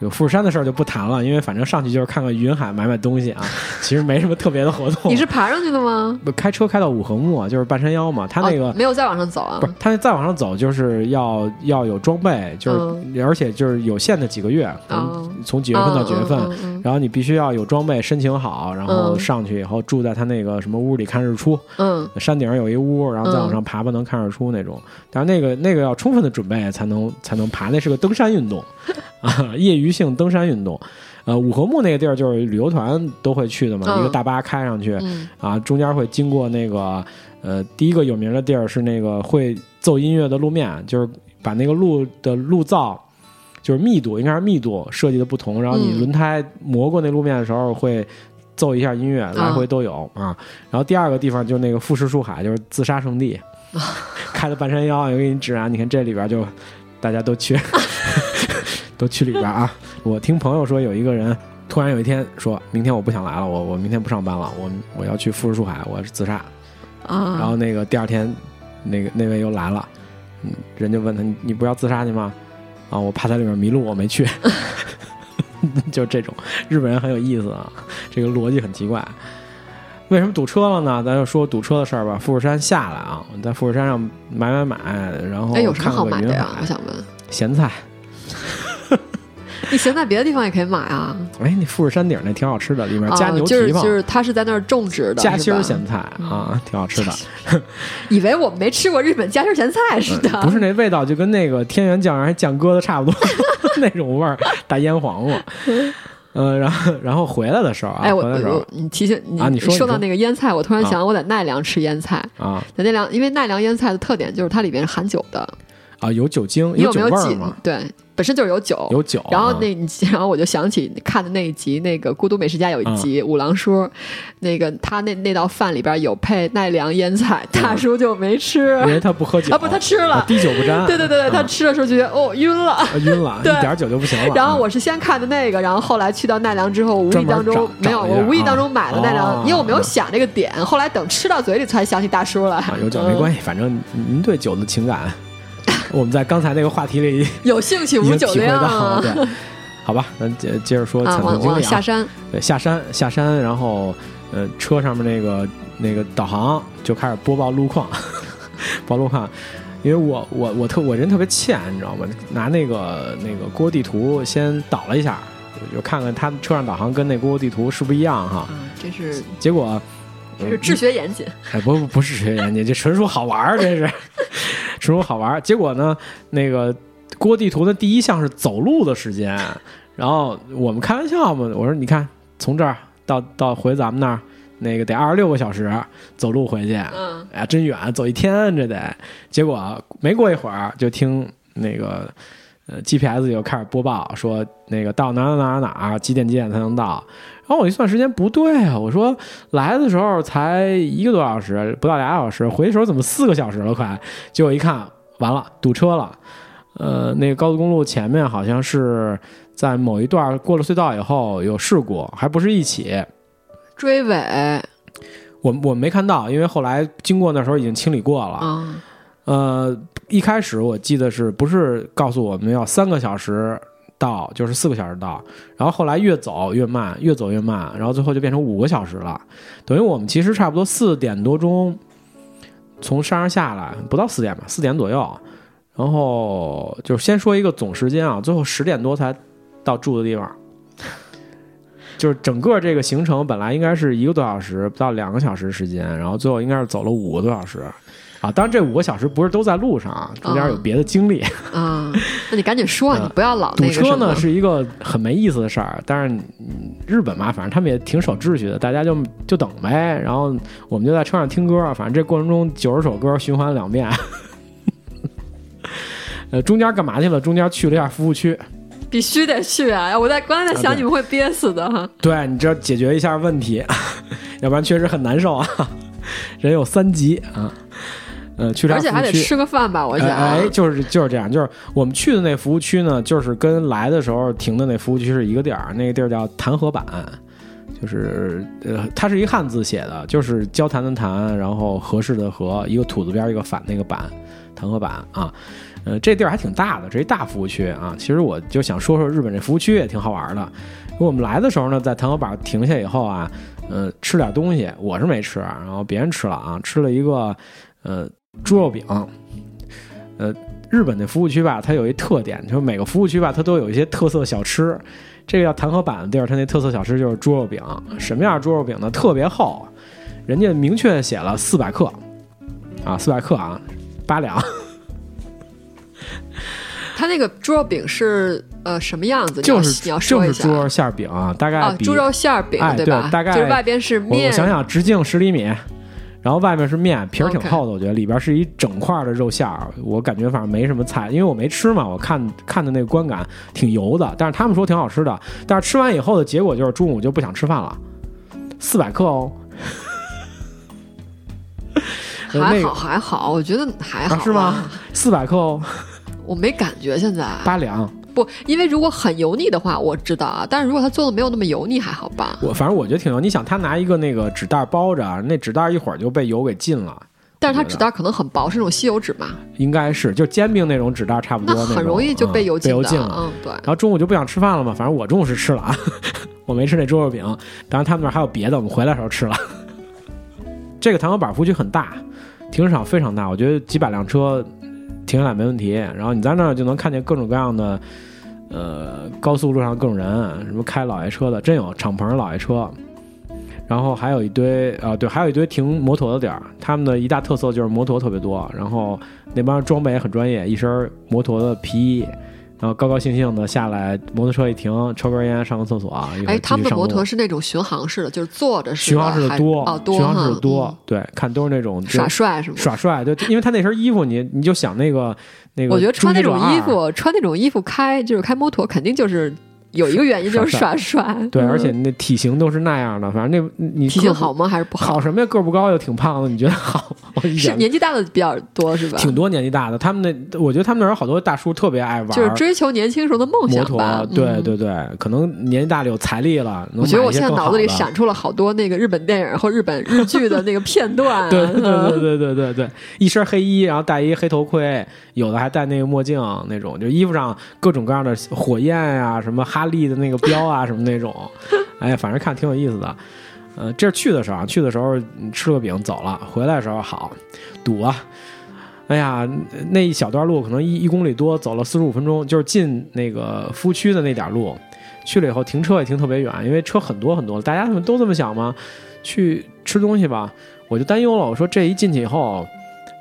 Speaker 1: 这个富士山的事儿就不谈了，因为反正上去就是看看云海、买买东西啊，其实没什么特别的活动。
Speaker 2: 你是爬上去的吗？
Speaker 1: 不开车开到五合目啊，就是半山腰嘛，它那个、
Speaker 2: 哦、没有再往上走啊
Speaker 1: 不。是，它再往上走就是要要有装备，就是、而且就是有限的几个月，可能
Speaker 2: 哦
Speaker 1: 从几月份到几月份，
Speaker 2: 嗯嗯嗯
Speaker 1: 然后你必须要有装备，申请好，然后
Speaker 2: 嗯
Speaker 1: 上去以后住在它那个什么屋里看日出，
Speaker 2: 嗯，
Speaker 1: 山顶上有一屋，然后再往上爬爬能看日出那种。但是那个那个要充分的准备才能才能爬，那是个登山运动 [LAUGHS] 啊，业余性登山运动。呃，五合目那个地儿就是旅游团都会去的嘛，
Speaker 2: 嗯
Speaker 1: 一个大巴开上去
Speaker 2: 嗯
Speaker 1: 啊，中间会经过那个呃，第一个有名的地儿是那个会奏音乐的路面，就是把那个路的路噪。就是密度，应该是密度设计的不同，然后你
Speaker 2: 嗯
Speaker 1: 轮胎磨过那路面的时候会奏一下音乐，来回都有啊。然后第二个地方就是那个富士树海，就是自杀圣地，开到半山腰，有给你指啊，你看这里边就大家都去， [LAUGHS] 都去里边啊。我听朋友说有一个人。突然有一天说，明天我不想来了，我我明天不上班了，我我要去富士树海，我是自杀。
Speaker 2: 啊，
Speaker 1: 然后那个第二天，那个那位又来了，嗯，人家问他你你不要自杀去吗？啊，我怕在里面迷路，我没去。 [LAUGHS] 就这种日本人很有意思啊，这个逻辑很奇怪。为什么堵车了呢？咱就说堵车的事儿吧。富士山下来啊，我们在富士山上买买买，然后
Speaker 2: 哎，有什么
Speaker 1: 看
Speaker 2: 好
Speaker 1: 看
Speaker 2: 买
Speaker 1: 云
Speaker 2: 的呀？
Speaker 1: 海
Speaker 2: 我、想问，
Speaker 1: 咸菜。
Speaker 2: 你行，在别的地方也可以买啊。
Speaker 1: 哎，那富士山顶那挺好吃的，里面
Speaker 2: 啊，
Speaker 1: 加牛
Speaker 2: 就
Speaker 1: 蹄
Speaker 2: 是
Speaker 1: 膀、
Speaker 2: 就是，他是在那儿种植的，
Speaker 1: 夹
Speaker 2: 是
Speaker 1: 心
Speaker 2: 吧嗯
Speaker 1: 儿咸菜啊，挺好吃的。
Speaker 2: 以为我们没吃过日本夹心儿咸菜似的，
Speaker 1: 不是那味道，就 [LAUGHS]
Speaker 2: [LAUGHS]
Speaker 1: 跟那个天元酱还酱疙瘩差不多那种味儿，大腌黄瓜。呃，然后然后回来的时候啊，
Speaker 2: 哎，我
Speaker 1: 回来的时候
Speaker 2: 我你提醒你，
Speaker 1: 啊你说啊
Speaker 2: 说
Speaker 1: 你
Speaker 2: 到
Speaker 1: 说
Speaker 2: 那个腌菜，我突然想，我在奈良吃腌菜，
Speaker 1: 啊
Speaker 2: 在奈良，因为奈良腌菜的特点就是它里边是含酒的，
Speaker 1: 啊有酒精，
Speaker 2: 你有
Speaker 1: 酒
Speaker 2: 没
Speaker 1: 味
Speaker 2: 有
Speaker 1: 儿
Speaker 2: 记
Speaker 1: 吗？？
Speaker 2: 对，本身就是有酒。
Speaker 1: 有酒。
Speaker 2: 然后
Speaker 1: 啊
Speaker 2: 那， [LAUGHS] 然后我就想起看的那一集，那个《孤独美食家》有一
Speaker 1: 嗯
Speaker 2: 集，五郎叔，那个他那那道饭里边有配奈良腌菜，大叔就
Speaker 1: [LAUGHS]
Speaker 2: 没吃
Speaker 1: 因为他不喝酒
Speaker 2: [LAUGHS] 啊，不，他吃
Speaker 1: 啊
Speaker 2: 了。
Speaker 1: 滴酒不沾。
Speaker 2: 对对对对，他
Speaker 1: 啊
Speaker 2: 吃的时候就觉得哦晕了。
Speaker 1: 啊晕了，
Speaker 2: 对
Speaker 1: 一点酒就不行了。
Speaker 2: 然后
Speaker 1: 啊
Speaker 2: 我是先看的那个，然后后来去到奈良之后，无
Speaker 1: 专
Speaker 2: 意
Speaker 1: 门
Speaker 2: 当中
Speaker 1: 找
Speaker 2: 没有，
Speaker 1: 找一
Speaker 2: 我
Speaker 1: 下
Speaker 2: 无意
Speaker 1: 啊
Speaker 2: 当中买了奈良，因为我没有想这个点，后来等吃到嘴里才想起大叔来。
Speaker 1: 啊有酒没
Speaker 2: 系，
Speaker 1: 关系，反正您对酒的情感， [LAUGHS] 我们在刚才那个话题里已
Speaker 2: [LAUGHS] 有兴趣无
Speaker 1: 经
Speaker 2: 酒
Speaker 1: 体会
Speaker 2: 量
Speaker 1: 到了。
Speaker 2: 啊，
Speaker 1: 对，好吧，咱接接着说
Speaker 2: 啊
Speaker 1: 惨痛
Speaker 2: 往
Speaker 1: 经
Speaker 2: 往
Speaker 1: 历
Speaker 2: 下
Speaker 1: 啊。
Speaker 2: 山，
Speaker 1: 对，下山下山，然后呃，车上面那个那个导航就开始播报路况， [LAUGHS] 报路况。因为我我我特我人特别欠，你知道吗？拿那个那个 Google 地图先导了一下，就就看看它车上导航跟那 Google 地图是不是一样哈。
Speaker 2: 啊，真是
Speaker 1: 结果
Speaker 2: 真是治学严谨。
Speaker 1: 哎，不不不是学员，你这纯属好玩儿，这是纯属好玩儿。结果呢，那个郭地图的第一项是走路的时间，然后我们开玩笑嘛，我说你看从这儿到到回咱们那儿，那个得二十六个小时走路回去，
Speaker 2: 嗯，
Speaker 1: 哎呀，真远，走一天这得。结果没过一会儿就听那个呃 GPS 就开始播报说那个到哪儿哪儿哪儿哪儿几点几点才能到。然后我一算时间不对啊，我说来的时候才一个多小时，不到俩小时，回的时候怎么四个小时了快？结果一看，完了，堵车了。呃，那个高速公路前面好像是在某一段过了隧道以后有事故，还不是一起。
Speaker 2: 追尾
Speaker 1: 啊我我没看到，因为后来经过那时候已经清理过了。
Speaker 2: 啊，
Speaker 1: 呃，一开始我记得是不是告诉我们要三个小时到，就是四个小时到，然后后来越走越慢，越走越慢，然后最后就变成五个小时了，等于我们其实差不多四点多钟从山上下来，不到四点吧，四点左右，然后就先说一个总时间啊，最后十点多才到住的地方。就是整个这个行程本来应该是一个多小时不到两个小时时间，然后最后应该是走了五个多小时，啊，当然这五个小时不是都在路上啊，中间有别的经历。
Speaker 2: 啊，那你赶紧说，
Speaker 1: 嗯
Speaker 2: 你不要老
Speaker 1: 堵
Speaker 2: 那个什
Speaker 1: 车呢
Speaker 2: 么。
Speaker 1: 是一个很没意思的事儿，但是嗯日本嘛，反正他们也挺守秩序的，大家就就等呗。然后我们就在车上听歌啊，反正这过程中九十首歌循环两遍。 [LAUGHS] 呃，中间干嘛去了？中间去了一下服务区，
Speaker 2: 必须得去啊！我在刚才在
Speaker 1: 啊
Speaker 2: 想
Speaker 1: 对
Speaker 2: 你们会憋死的哈。
Speaker 1: 对你这要解决一下问题， [LAUGHS] 要不然确实很难受啊。 [LAUGHS] 人有三急啊，呃，去了
Speaker 2: 而
Speaker 1: 下
Speaker 2: 且
Speaker 1: 服务
Speaker 2: 还
Speaker 1: 区
Speaker 2: 得啊吃个饭吧，我想。
Speaker 1: 哎，哎就是就是这样，就是我们去的那服务区呢，就是跟来的时候停的那服务区是一个地儿，那个地儿叫弹劾坂，就是呃，它是一汉字写的，就是交谈的谈，然后合适的合，一个土字边儿一个反那个板，弹劾坂啊。呃，这地儿还挺大的，这一大服务区啊。其实我就想说说日本这服务区也挺好玩的。因为我们来的时候呢，在弹劾坂停下以后啊，呃，吃点东西，我是没吃，然后别人吃了啊，吃了一个呃猪肉饼，日本的服务区吧，它有一特点，就是每个服务区吧，它都有一些特色小吃。这个叫弹劾版的地儿，它那特色小吃就是猪肉饼。什么样的猪肉饼呢？特别厚，人家明确写了四百克，啊，四百克啊，八两。
Speaker 2: 它那个猪肉饼是呃什么样子？你要
Speaker 1: 就是
Speaker 2: 你要
Speaker 1: 就
Speaker 2: 说一
Speaker 1: 是
Speaker 2: 下
Speaker 1: 猪肉馅儿饼啊，大概
Speaker 2: 啊，
Speaker 1: 比、
Speaker 2: 猪肉馅儿饼
Speaker 1: 哎
Speaker 2: 吧
Speaker 1: 对？大概
Speaker 2: 就是外边是
Speaker 1: 我我
Speaker 2: 面，
Speaker 1: 想想，直径十厘米，然后外面是面，皮儿挺
Speaker 2: OK
Speaker 1: 厚的，我觉得里边是一整块的肉馅儿，我感觉反正没什么菜，因为我没吃嘛，我看看的那个观感挺油的，但是他们说挺好吃的，但是吃完以后的结果就是中午就不想吃饭了，四百克哦，呃
Speaker 2: 还
Speaker 1: 那
Speaker 2: 好
Speaker 1: 个
Speaker 2: 还好，我觉得还好、
Speaker 1: 啊是吗？？四百克哦，
Speaker 2: 我没感觉现在啊
Speaker 1: 八两，
Speaker 2: 不，因为如果很油腻的话，我知道啊。但是如果它做的没有那么油腻，还好吧？
Speaker 1: 我反正我觉得挺油，你想他拿一个那个纸袋包着，啊那纸袋一会儿就被油给浸了。
Speaker 2: 但是它
Speaker 1: 我觉得
Speaker 2: 纸袋可能很薄，是那种吸油纸嘛，
Speaker 1: 应该是，就煎饼那种纸袋差不多
Speaker 2: 那
Speaker 1: 种，
Speaker 2: 很容易就
Speaker 1: 嗯
Speaker 2: 被油浸的。
Speaker 1: 浸了。
Speaker 2: 嗯，对。
Speaker 1: 然后中午就不想吃饭了嘛，反正我中午是吃了啊， [LAUGHS] 我没吃那猪肉饼，当然他们那儿还有别的，我们回来的时候吃了。 [LAUGHS] 这个糖油板服务区很大，停车场非常大，我觉得几百辆车停下来没问题。然后你在那儿就能看见各种各样的，呃，高速路上各种人，啊什么开老爷车的，真有敞篷老爷车。然后还有一堆啊、呃对，还有一堆停摩托的点儿。他们的一大特色就是摩托特别多，然后那帮装备也很专业，一身摩托的皮衣，然后高高兴兴的下来，摩托车一停，抽根烟，上个厕所，啊一会儿继
Speaker 2: 哎，
Speaker 1: 续
Speaker 2: 他们的
Speaker 1: 上
Speaker 2: 摩
Speaker 1: 路
Speaker 2: 托是那种巡航式的，就是坐着式
Speaker 1: 巡
Speaker 2: 的
Speaker 1: 航
Speaker 2: 还
Speaker 1: 式
Speaker 2: 是，
Speaker 1: 的多，
Speaker 2: 哦，多
Speaker 1: 巡航式
Speaker 2: 哈
Speaker 1: 的多，
Speaker 2: 嗯
Speaker 1: 对，看都是那种
Speaker 2: 耍帅是吗？
Speaker 1: 耍帅，对，因为他那身衣服你，你就想那个那啊个，
Speaker 2: 我觉得穿那种衣，服，穿那种衣服开就是开摩托，肯定就是有一个原因就是耍帅。
Speaker 1: 对，
Speaker 2: 嗯
Speaker 1: 而且那体型都是那样的，反正那你
Speaker 2: 体
Speaker 1: 个
Speaker 2: 型
Speaker 1: 不
Speaker 2: 好吗？还是不
Speaker 1: 好？什么呀？个儿不高又挺胖的，你觉得好？我一
Speaker 2: 是
Speaker 1: 点
Speaker 2: 年纪大的比较多是吧？
Speaker 1: 挺多年纪大的，他们那我觉得他们那儿好多大叔特别爱玩，
Speaker 2: 就是追求年轻时候的梦
Speaker 1: 摩
Speaker 2: 想
Speaker 1: 托
Speaker 2: 吧。，
Speaker 1: 对
Speaker 2: 嗯。
Speaker 1: 对对，可能年纪大了有财力了，能
Speaker 2: 我觉得
Speaker 1: 买
Speaker 2: 我
Speaker 1: 一些
Speaker 2: 现在
Speaker 1: 更
Speaker 2: 脑
Speaker 1: 好
Speaker 2: 子里
Speaker 1: 的
Speaker 2: 闪出了好多那个日本电影或日本日剧的那个片段啊。
Speaker 1: [LAUGHS] 对对
Speaker 2: 嗯
Speaker 1: 对对对对对，一身黑衣，然后戴一黑头盔，有的还戴那个墨镜那种，就衣服上各种各样的火焰啊，什么哈利的那个标啊，什么那种，哎，反正看挺有意思的。呃，这是去的时候啊，去的时候嗯吃了个饼走了，回来的时候好堵啊。哎呀，那一小段路可能一一公里多，走了四十五分钟，就是进那个服务区的那点儿路。去了以后停车也停特别远，因为车很多很多，大家都这么想吗？去吃东西吧，我就担忧了，我说这一进去以后，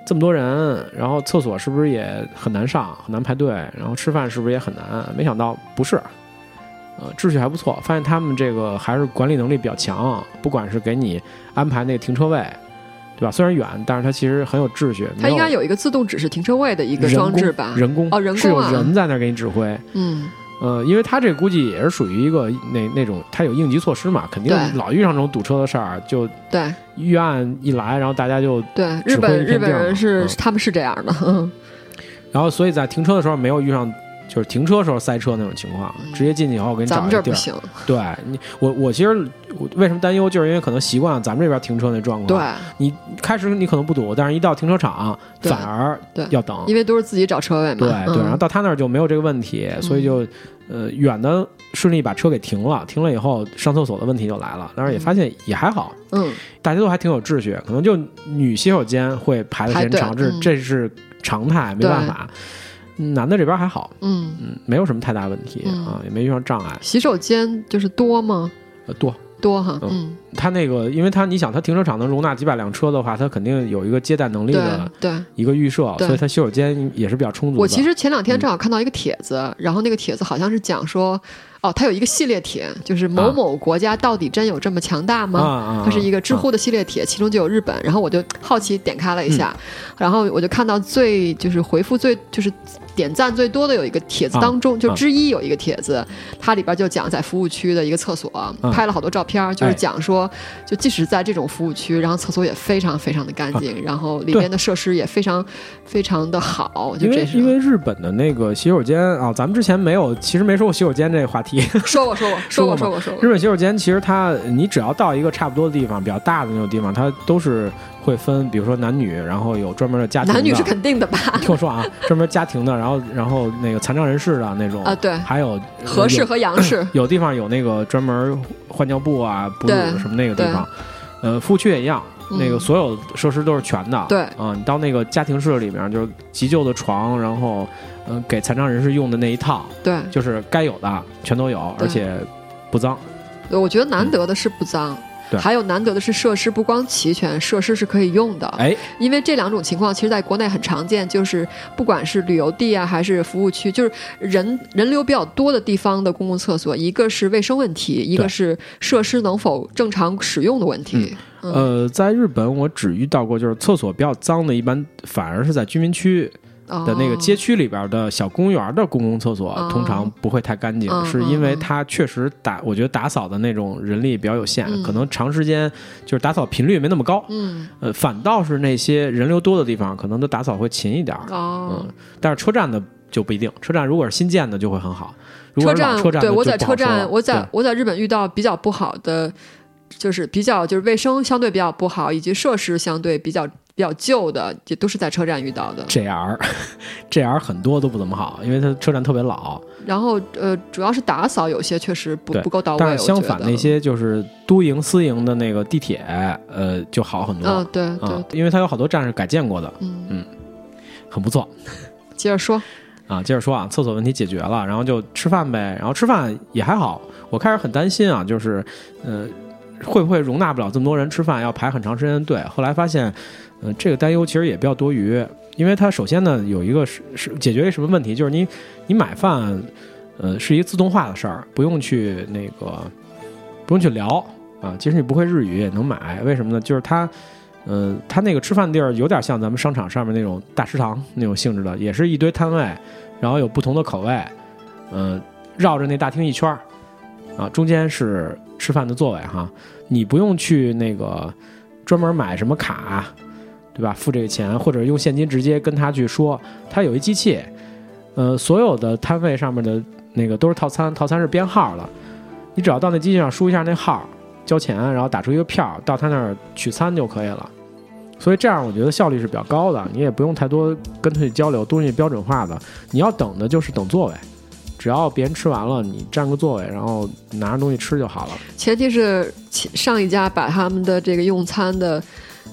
Speaker 1: 这么多人，然后厕所是不是也很难上，很难排队，然后吃饭是不是也很难？没想到不是，呃，秩序还不错，发现他们这个还是管理能力比较强，不管是给你安排那个停车位，对吧？虽然远，但是它其实很有秩序，
Speaker 2: 它
Speaker 1: 没
Speaker 2: 应该有一个自动指示停车位的一个
Speaker 1: 人
Speaker 2: 装
Speaker 1: 工
Speaker 2: 置吧？
Speaker 1: 人工
Speaker 2: 哦人
Speaker 1: 是有
Speaker 2: 工啊
Speaker 1: 人在那儿给你指挥，
Speaker 2: 嗯，
Speaker 1: 呃，因为他这估计也是属于一个那那种他有应急措施嘛，肯定
Speaker 2: 对
Speaker 1: 老遇上这种堵车的事儿，就
Speaker 2: 对
Speaker 1: 预案一来，然后大家就
Speaker 2: 对，
Speaker 1: 指
Speaker 2: 日
Speaker 1: 挥
Speaker 2: 本
Speaker 1: 一片
Speaker 2: 日本
Speaker 1: 地儿
Speaker 2: 人
Speaker 1: 嘛
Speaker 2: 是
Speaker 1: 嗯
Speaker 2: 他们是这样的。嗯
Speaker 1: 然后所以在停车的时候没有遇上就是停车时候塞车那种情况，直接进去以后给你
Speaker 2: 嗯咱
Speaker 1: 找
Speaker 2: 们
Speaker 1: 一
Speaker 2: 这
Speaker 1: 个
Speaker 2: 儿
Speaker 1: 地儿。
Speaker 2: 不行，
Speaker 1: 对你，我我其实我为什么担忧，就是因为可能习惯了咱们这边停车那状况。
Speaker 2: 对，，
Speaker 1: 开始你可能不堵，但是一到停车场
Speaker 2: 对
Speaker 1: 反而
Speaker 2: 对
Speaker 1: 要等。
Speaker 2: 因为都是自己找车位嘛。
Speaker 1: 对对，
Speaker 2: 嗯
Speaker 1: 然后到他那儿就没有这个问题，所以就，呃，远的顺利把车给停了，停了以后上厕所的问题就来了，但是也发现也还好，
Speaker 2: 嗯，
Speaker 1: 大家都还挺有秩序，可能就女洗手间会排的时间
Speaker 2: 排队
Speaker 1: 长，这
Speaker 2: 嗯
Speaker 1: 这是常态，没
Speaker 2: 对
Speaker 1: 办法。男的这边还好，
Speaker 2: 嗯，
Speaker 1: 嗯，没有什么太大问题、
Speaker 2: 嗯
Speaker 1: 啊，也没遇上障碍，
Speaker 2: 洗手间就是多吗？
Speaker 1: 呃，多。
Speaker 2: 多哈，嗯
Speaker 1: 嗯，他那个，因为他你想，他停车场能容纳几百辆车的话，他肯定有一个接待能力
Speaker 2: 对
Speaker 1: 的
Speaker 2: 对。
Speaker 1: 一个预设，
Speaker 2: 对
Speaker 1: 所以他洗手间也是比较充足的。
Speaker 2: 我其实前两天
Speaker 1: 嗯
Speaker 2: 正好看到一个帖子，然后那个帖子好像是讲说，哦，它有一个系列帖，就是某
Speaker 1: 啊
Speaker 2: 某国家到底真有这么强大
Speaker 1: 啊
Speaker 2: 吗？
Speaker 1: 啊，
Speaker 2: 它是一个知
Speaker 1: 啊
Speaker 2: 乎的系列帖，其中就有日本，然后我就好奇点开了一下，然后我就看到最就是回复最就是点赞最多的有一个帖子
Speaker 1: 啊
Speaker 2: 当中，就
Speaker 1: 啊
Speaker 2: 之一有一个帖子，它里边就讲在服务区的一个厕所、拍了好多照片儿，就是
Speaker 1: 哎
Speaker 2: 讲说，就即使在这种服务区，然后厕所也非常非常的干净，然后里
Speaker 1: 对
Speaker 2: 边的设施也非常非常的好，啊就
Speaker 1: 因
Speaker 2: 这
Speaker 1: 为
Speaker 2: 是
Speaker 1: 因为日本的那个洗手间啊，咱们之前没有，其实没说过洗手间这个话题。 [LAUGHS]
Speaker 2: 说过说过说
Speaker 1: 说
Speaker 2: 过说过说
Speaker 1: 日
Speaker 2: 过，
Speaker 1: 本洗手间其实它，你只要到一个差不多的地方，比较大的那种地方，它都是会分，比如说男女，然后有专门的家庭的。
Speaker 2: 男女是肯定的吧？
Speaker 1: 听我说
Speaker 2: [LAUGHS]
Speaker 1: 啊，专门家庭的，然后然后那个残障人士的那种
Speaker 2: 啊对
Speaker 1: 还有
Speaker 2: 合适
Speaker 1: 有
Speaker 2: 和杨氏
Speaker 1: 有地方有那个专门换尿布啊、哺乳
Speaker 2: 对
Speaker 1: 什么那个地方，呃，服务区也一样，
Speaker 2: 嗯
Speaker 1: 那个所有设施都是全的。
Speaker 2: 对
Speaker 1: 啊、你到那个家庭室里面，就是急救的床，然后嗯、呃给残障人士用的那一套，
Speaker 2: 对，
Speaker 1: 就是该有的全都有，
Speaker 2: 对
Speaker 1: 而且不脏。
Speaker 2: 对我觉得难得的是不脏。
Speaker 1: 嗯对
Speaker 2: 还有难得的是设施不光齐全，设施是可以用的。
Speaker 1: 哎，
Speaker 2: 因为这两种情况其实在国内很常见，就是不管是旅游地啊，还是服务区，就是人人流比较多的地方的公共厕所，一个是卫生问题，一个是设施能否正常使用的问题。嗯
Speaker 1: 呃，在日本我只遇到过，就是厕所比较脏的，一般反而是在居民区呃
Speaker 2: 哦
Speaker 1: 的那个街
Speaker 2: 区，
Speaker 1: 区里边的小公园的公共厕所，
Speaker 2: 哦
Speaker 1: 通常不会太干净，
Speaker 2: 嗯
Speaker 1: 是因为
Speaker 2: 嗯
Speaker 1: 它确实打，我觉得打扫的那种人力比较有限，
Speaker 2: 嗯
Speaker 1: 可能长时间就是打扫频率没那么高。
Speaker 2: 嗯，
Speaker 1: 呃，反倒是那些人流多的地方，可能都打扫会勤一点儿。
Speaker 2: 哦
Speaker 1: 嗯，，但是车站的就不一定，车站如果是新建的就会很好。如
Speaker 2: 车
Speaker 1: 果是老
Speaker 2: 站，
Speaker 1: 车站的
Speaker 2: 对
Speaker 1: 就
Speaker 2: 我在
Speaker 1: 不好说
Speaker 2: 车站，
Speaker 1: 了
Speaker 2: 我在
Speaker 1: 对
Speaker 2: 我在日本遇到比较不好的，就是比较就是卫生相对比较不好，以及设施相对比较比较旧的，也都是在车站遇到的。
Speaker 1: JR JR 很多都不怎么好，因为它车站特别老。
Speaker 2: 然后呃，主要是打扫有些确实不
Speaker 1: 对
Speaker 2: 不够到位，
Speaker 1: 但是相反
Speaker 2: 啊我，觉得
Speaker 1: 那些就是都营、私营的那个地铁，呃，就好很多
Speaker 2: 嗯
Speaker 1: 啊、，
Speaker 2: 对对，
Speaker 1: 因为它有好多站是改建过的，
Speaker 2: 嗯，
Speaker 1: 很不错
Speaker 2: 接着说，
Speaker 1: 啊。接着说啊，厕所问题解决了，然后就吃饭呗，然后吃饭也还好。我开始很担心啊，就是呃，会不会呃容纳不了这么多人吃饭，要排很长时间的队？后来发现，嗯、这个担忧其实也比较多余。因为它首先呢有一个是是解决一什么问题，就是你你买饭，呃，是一个自动化的事儿，不用去那个不用去聊啊，即使你不会日语也能买，为什么呢？就是它。呃，它那个吃饭地儿有点像咱们商场上面那种大食堂那种性质的，也是一堆摊位，然后有不同的口味，呃，绕着那大厅一圈儿，啊，中间是吃饭的座位哈，你不用去那个专门买什么卡，对吧？付这个钱或者用现金直接跟他去说，他有一机器，呃，所有的摊位上面的那个都是套餐，套餐是编号的，你只要到那机器上输一下那号，交钱，然后打出一个票到他那儿取餐就可以了。所以这样我觉得效率是比较高的，你也不用太多跟他去交流，东西标准化的。你要等的就是等座位，只要别人吃完了，你占个座位，然后拿着东西吃就好了。
Speaker 2: 前提是前上一家把他们的这个用餐的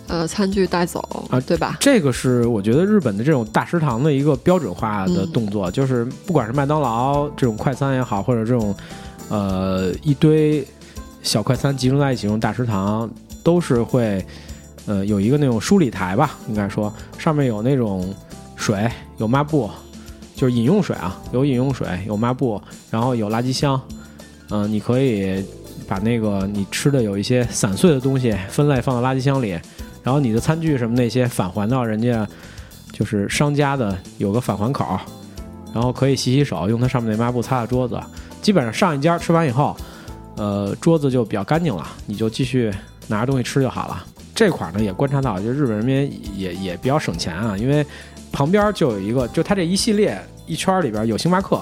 Speaker 2: 呃餐具带走
Speaker 1: 啊
Speaker 2: 对吧？
Speaker 1: 这个是我觉得日本的这种大食堂的一个标准化的动作，就是不管是麦当劳啊这种快餐也好，或者这种呃一堆小快餐集中在一起这种大食堂，都是会呃有一个那种梳理台吧，应该说上面有那种水，有抹布，就是饮用水啊，有饮用水，有抹布，然后有垃圾箱，嗯、你可以把那个你吃的有一些散碎的东西分类放到垃圾箱里，然后你的餐具什么那些返还到人家就是商家的有个返还口，然后可以洗洗手，用它上面那抹布擦擦桌子。基本上上一家吃完以后，呃，桌子就比较干净了，你就继续拿着东西吃就好了。这块儿呢也观察到，就日本人民也也比较省钱啊，因为旁边就有一个，就它这一系列一圈儿里边有星巴克，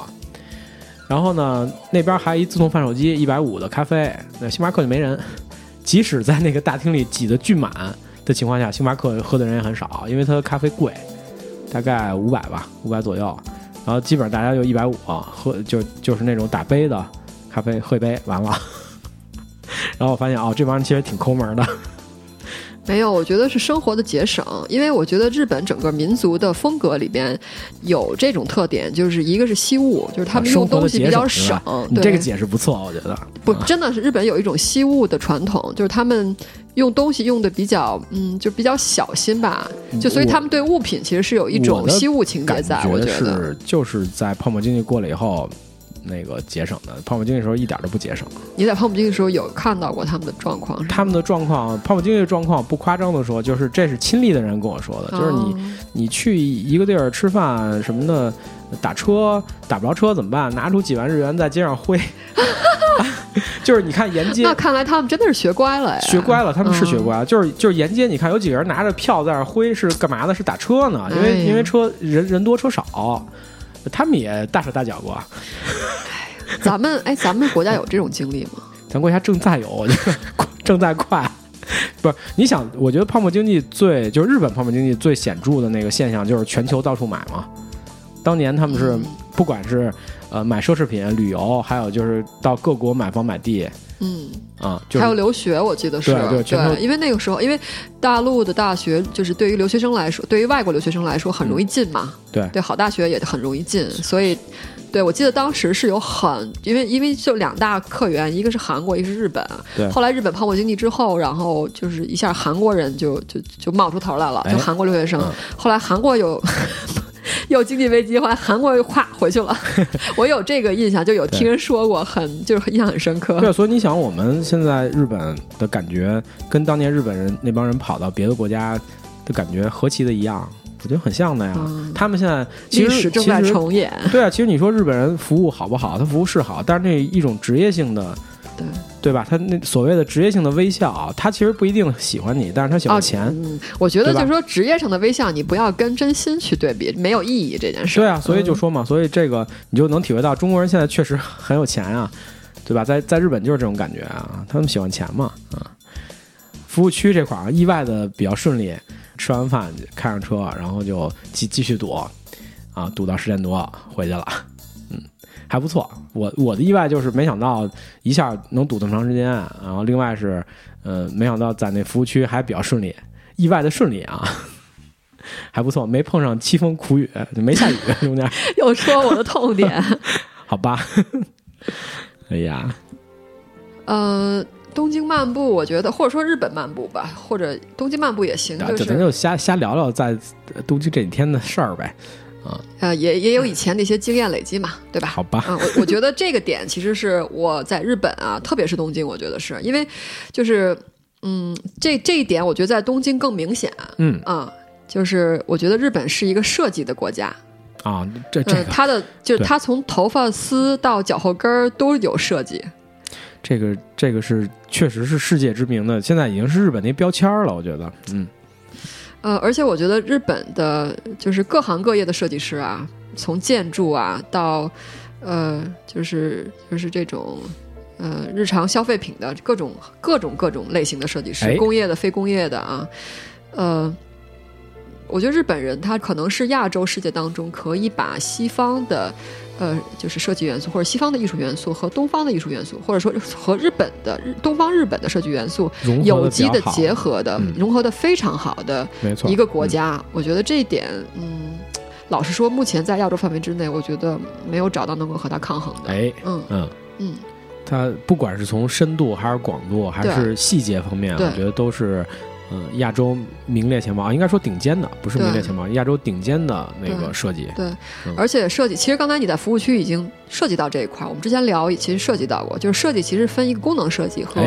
Speaker 1: 然后呢那边还有一自动贩售机，一百五的咖啡，那星巴克就没人。即使在那个大厅里挤得巨满的情况下，星巴克喝的人也很少，因为它咖啡贵，大概五百吧，五百左右。然后基本上大家就一百五喝，就就是那种打杯的咖啡，喝一杯完了。 [LAUGHS] 然后我发现哦，这帮人其实挺抠门的。 [LAUGHS]
Speaker 2: 没有，我觉得是生活的节省，因为我觉得日本整个民族的风格里边有这种特点，就是一个是惜物，就是他们用东西比较省
Speaker 1: 啊生活的节省是啊吧，你
Speaker 2: 对，
Speaker 1: 这个解释不错，我觉得。
Speaker 2: 不真的是日本有一种惜物的传统，就是他们用东西用的比较嗯，就比较小心吧，就所以
Speaker 1: 嗯我
Speaker 2: 他们对物品其实是有一
Speaker 1: 我
Speaker 2: 种
Speaker 1: 的
Speaker 2: 惜物情节在，我
Speaker 1: 感
Speaker 2: 觉
Speaker 1: 觉
Speaker 2: 得。
Speaker 1: 是就是在泡沫经济过了以后，那个节省的泡沫经济的时候一点都不节省。
Speaker 2: 你在泡沫经济的时候有看到过他们的状况是吧？
Speaker 1: 他们的状况，泡沫经济的状况不夸张的说，就是这是亲历的人跟我说的，就是你
Speaker 2: 哦
Speaker 1: 你去一个地儿吃饭什么的，打车打不着车怎么办？拿出几万日元在街上挥， [LAUGHS] 就是你看沿街
Speaker 2: 那看来他们真的是学乖了呀，嗯
Speaker 1: 学乖了，他们是学乖了，就是就是沿街，你看有几个人拿着票在那儿挥，是干嘛呢？是打车呢，因为、
Speaker 2: 哎呀
Speaker 1: 因为车人人多车少，他们也大手啊大脚过。
Speaker 2: 嗯。咱们哎，咱们国家有这种经历吗？
Speaker 1: 咱国家正在有， [LAUGHS] 我觉得正在快。不是，你想，我觉得泡沫经济最就是日本泡沫经济最显著的那个现象，就是全球到处买嘛。当年他们是
Speaker 2: 嗯
Speaker 1: 不管是呃买奢侈品、旅游，还有就是到各国买房买地
Speaker 2: 嗯，
Speaker 1: 啊，就
Speaker 2: 还有
Speaker 1: 是
Speaker 2: 留学，我记得是
Speaker 1: 对对全都
Speaker 2: 因为那个时候，因为大陆的大学就是对于留学生来说，对于外国留学生来说很容易进嘛，
Speaker 1: 对
Speaker 2: 对，好大学也很容易进，所以。对，我记得当时是有很，因为因为就两大客源，一个是韩国，一个是日本。
Speaker 1: 对
Speaker 2: 后来日本泡沫经济之后，然后就是一下韩国人就就就冒出头来了，就
Speaker 1: 哎
Speaker 2: 韩国留学生。
Speaker 1: 嗯
Speaker 2: 后来韩国有 [LAUGHS] 有经济危机，后来韩国又咵回去
Speaker 1: [LAUGHS]
Speaker 2: 了。我有这个印象，就有听人说过，很就是印象很深刻。
Speaker 1: 对，所以你想，我们现在日本的感觉跟当年日本人那帮人跑到别的国家的感觉何其的一样，我觉得很像的呀。
Speaker 2: 嗯
Speaker 1: 他们现在其
Speaker 2: 历
Speaker 1: 实
Speaker 2: 史正
Speaker 1: 其
Speaker 2: 在
Speaker 1: 实
Speaker 2: 重演。
Speaker 1: [LAUGHS] 对啊，其实你说日本人服务好不好？他服务是好，但是那一种职业性的，
Speaker 2: 对
Speaker 1: 对吧？他那所谓的职业性的微笑啊，他其实不一定喜欢你，但是他喜欢钱。
Speaker 2: 嗯，我觉得
Speaker 1: 对
Speaker 2: 就
Speaker 1: 吧
Speaker 2: 是说职业上的微笑，你不要跟真心去对比，没有意义这件事。
Speaker 1: 对啊，所以就说嘛，所以这个你就能体会到中国人现在确实很有钱啊，对吧？在在日本就是这种感觉啊，他们喜欢钱嘛啊。服务区这块儿啊意外的比较顺利，吃完饭开上车，然后就继继续堵啊，堵到十点多回去了，嗯，还不错。我我的意外就是没想到一下能堵这么长时间，然后另外是呃，没想到在那服务区还比较顺利，意外的顺利啊。还不错，没碰上凄风苦雨，就没下雨中间，
Speaker 2: [LAUGHS] 又说我的痛点，
Speaker 1: 好吧？哎呀，
Speaker 2: 呃，东京漫步，我觉得或者说日本漫步吧，或者东京漫步也行，
Speaker 1: 啊
Speaker 2: 嗯就
Speaker 1: 就咱
Speaker 2: 是
Speaker 1: 就瞎瞎聊聊在东京这几天的事儿呗。
Speaker 2: 呃也也有以前的一些经验累积嘛，对吧？
Speaker 1: 好吧
Speaker 2: 嗯，我我觉得这个点其实是我在日本啊，特别是东京，我觉得是因为就是嗯，这这一点我觉得在东京更明显
Speaker 1: 嗯
Speaker 2: 啊、就是我觉得日本是一个设计的国家，
Speaker 1: 啊，这这
Speaker 2: 嗯，
Speaker 1: 个
Speaker 2: 它的就是
Speaker 1: 对
Speaker 2: 它从头发丝到脚后跟儿都有设计，
Speaker 1: 这个这个是确实是世界知名的，现在已经是日本的一标签儿了，我觉得。嗯
Speaker 2: 呃，而且我觉得日本的就是各行各业的设计师啊，从建筑啊到呃，就是就是这种。呃，日常消费品的各种各种各种类型的设计师，
Speaker 1: 哎
Speaker 2: 工业的、非工业的啊，呃，我觉得日本人他可能是亚洲世界当中可以把西方的，呃，就是设计元素或者西方的艺术元素和东方的艺术元素，或者说和日本的日东方日本的设计元素
Speaker 1: 融合得
Speaker 2: 有
Speaker 1: 比
Speaker 2: 机
Speaker 1: 较
Speaker 2: 的
Speaker 1: 好
Speaker 2: 结合的，
Speaker 1: 嗯
Speaker 2: 融合的非常好的
Speaker 1: 没错，嗯
Speaker 2: 一个国家，我觉得这一点，嗯，老实说，目前在亚洲范围之内，我觉得没有找到能够和它抗衡的。
Speaker 1: 哎
Speaker 2: 嗯
Speaker 1: 嗯，
Speaker 2: 嗯，
Speaker 1: 它不管是从深度还是广度还
Speaker 2: 对
Speaker 1: 是细节方面，
Speaker 2: 对
Speaker 1: 我觉得都是。嗯，亚洲名列前茅，啊应该说顶尖的，不是名列
Speaker 2: 对
Speaker 1: 前茅，亚洲顶尖的那个
Speaker 2: 对
Speaker 1: 设计。
Speaker 2: 对
Speaker 1: 嗯，
Speaker 2: 而且设计，其实刚才你在服务区已经涉及到这一块儿，我们之前聊其实涉及到过，就是设计其实分一个功能设计和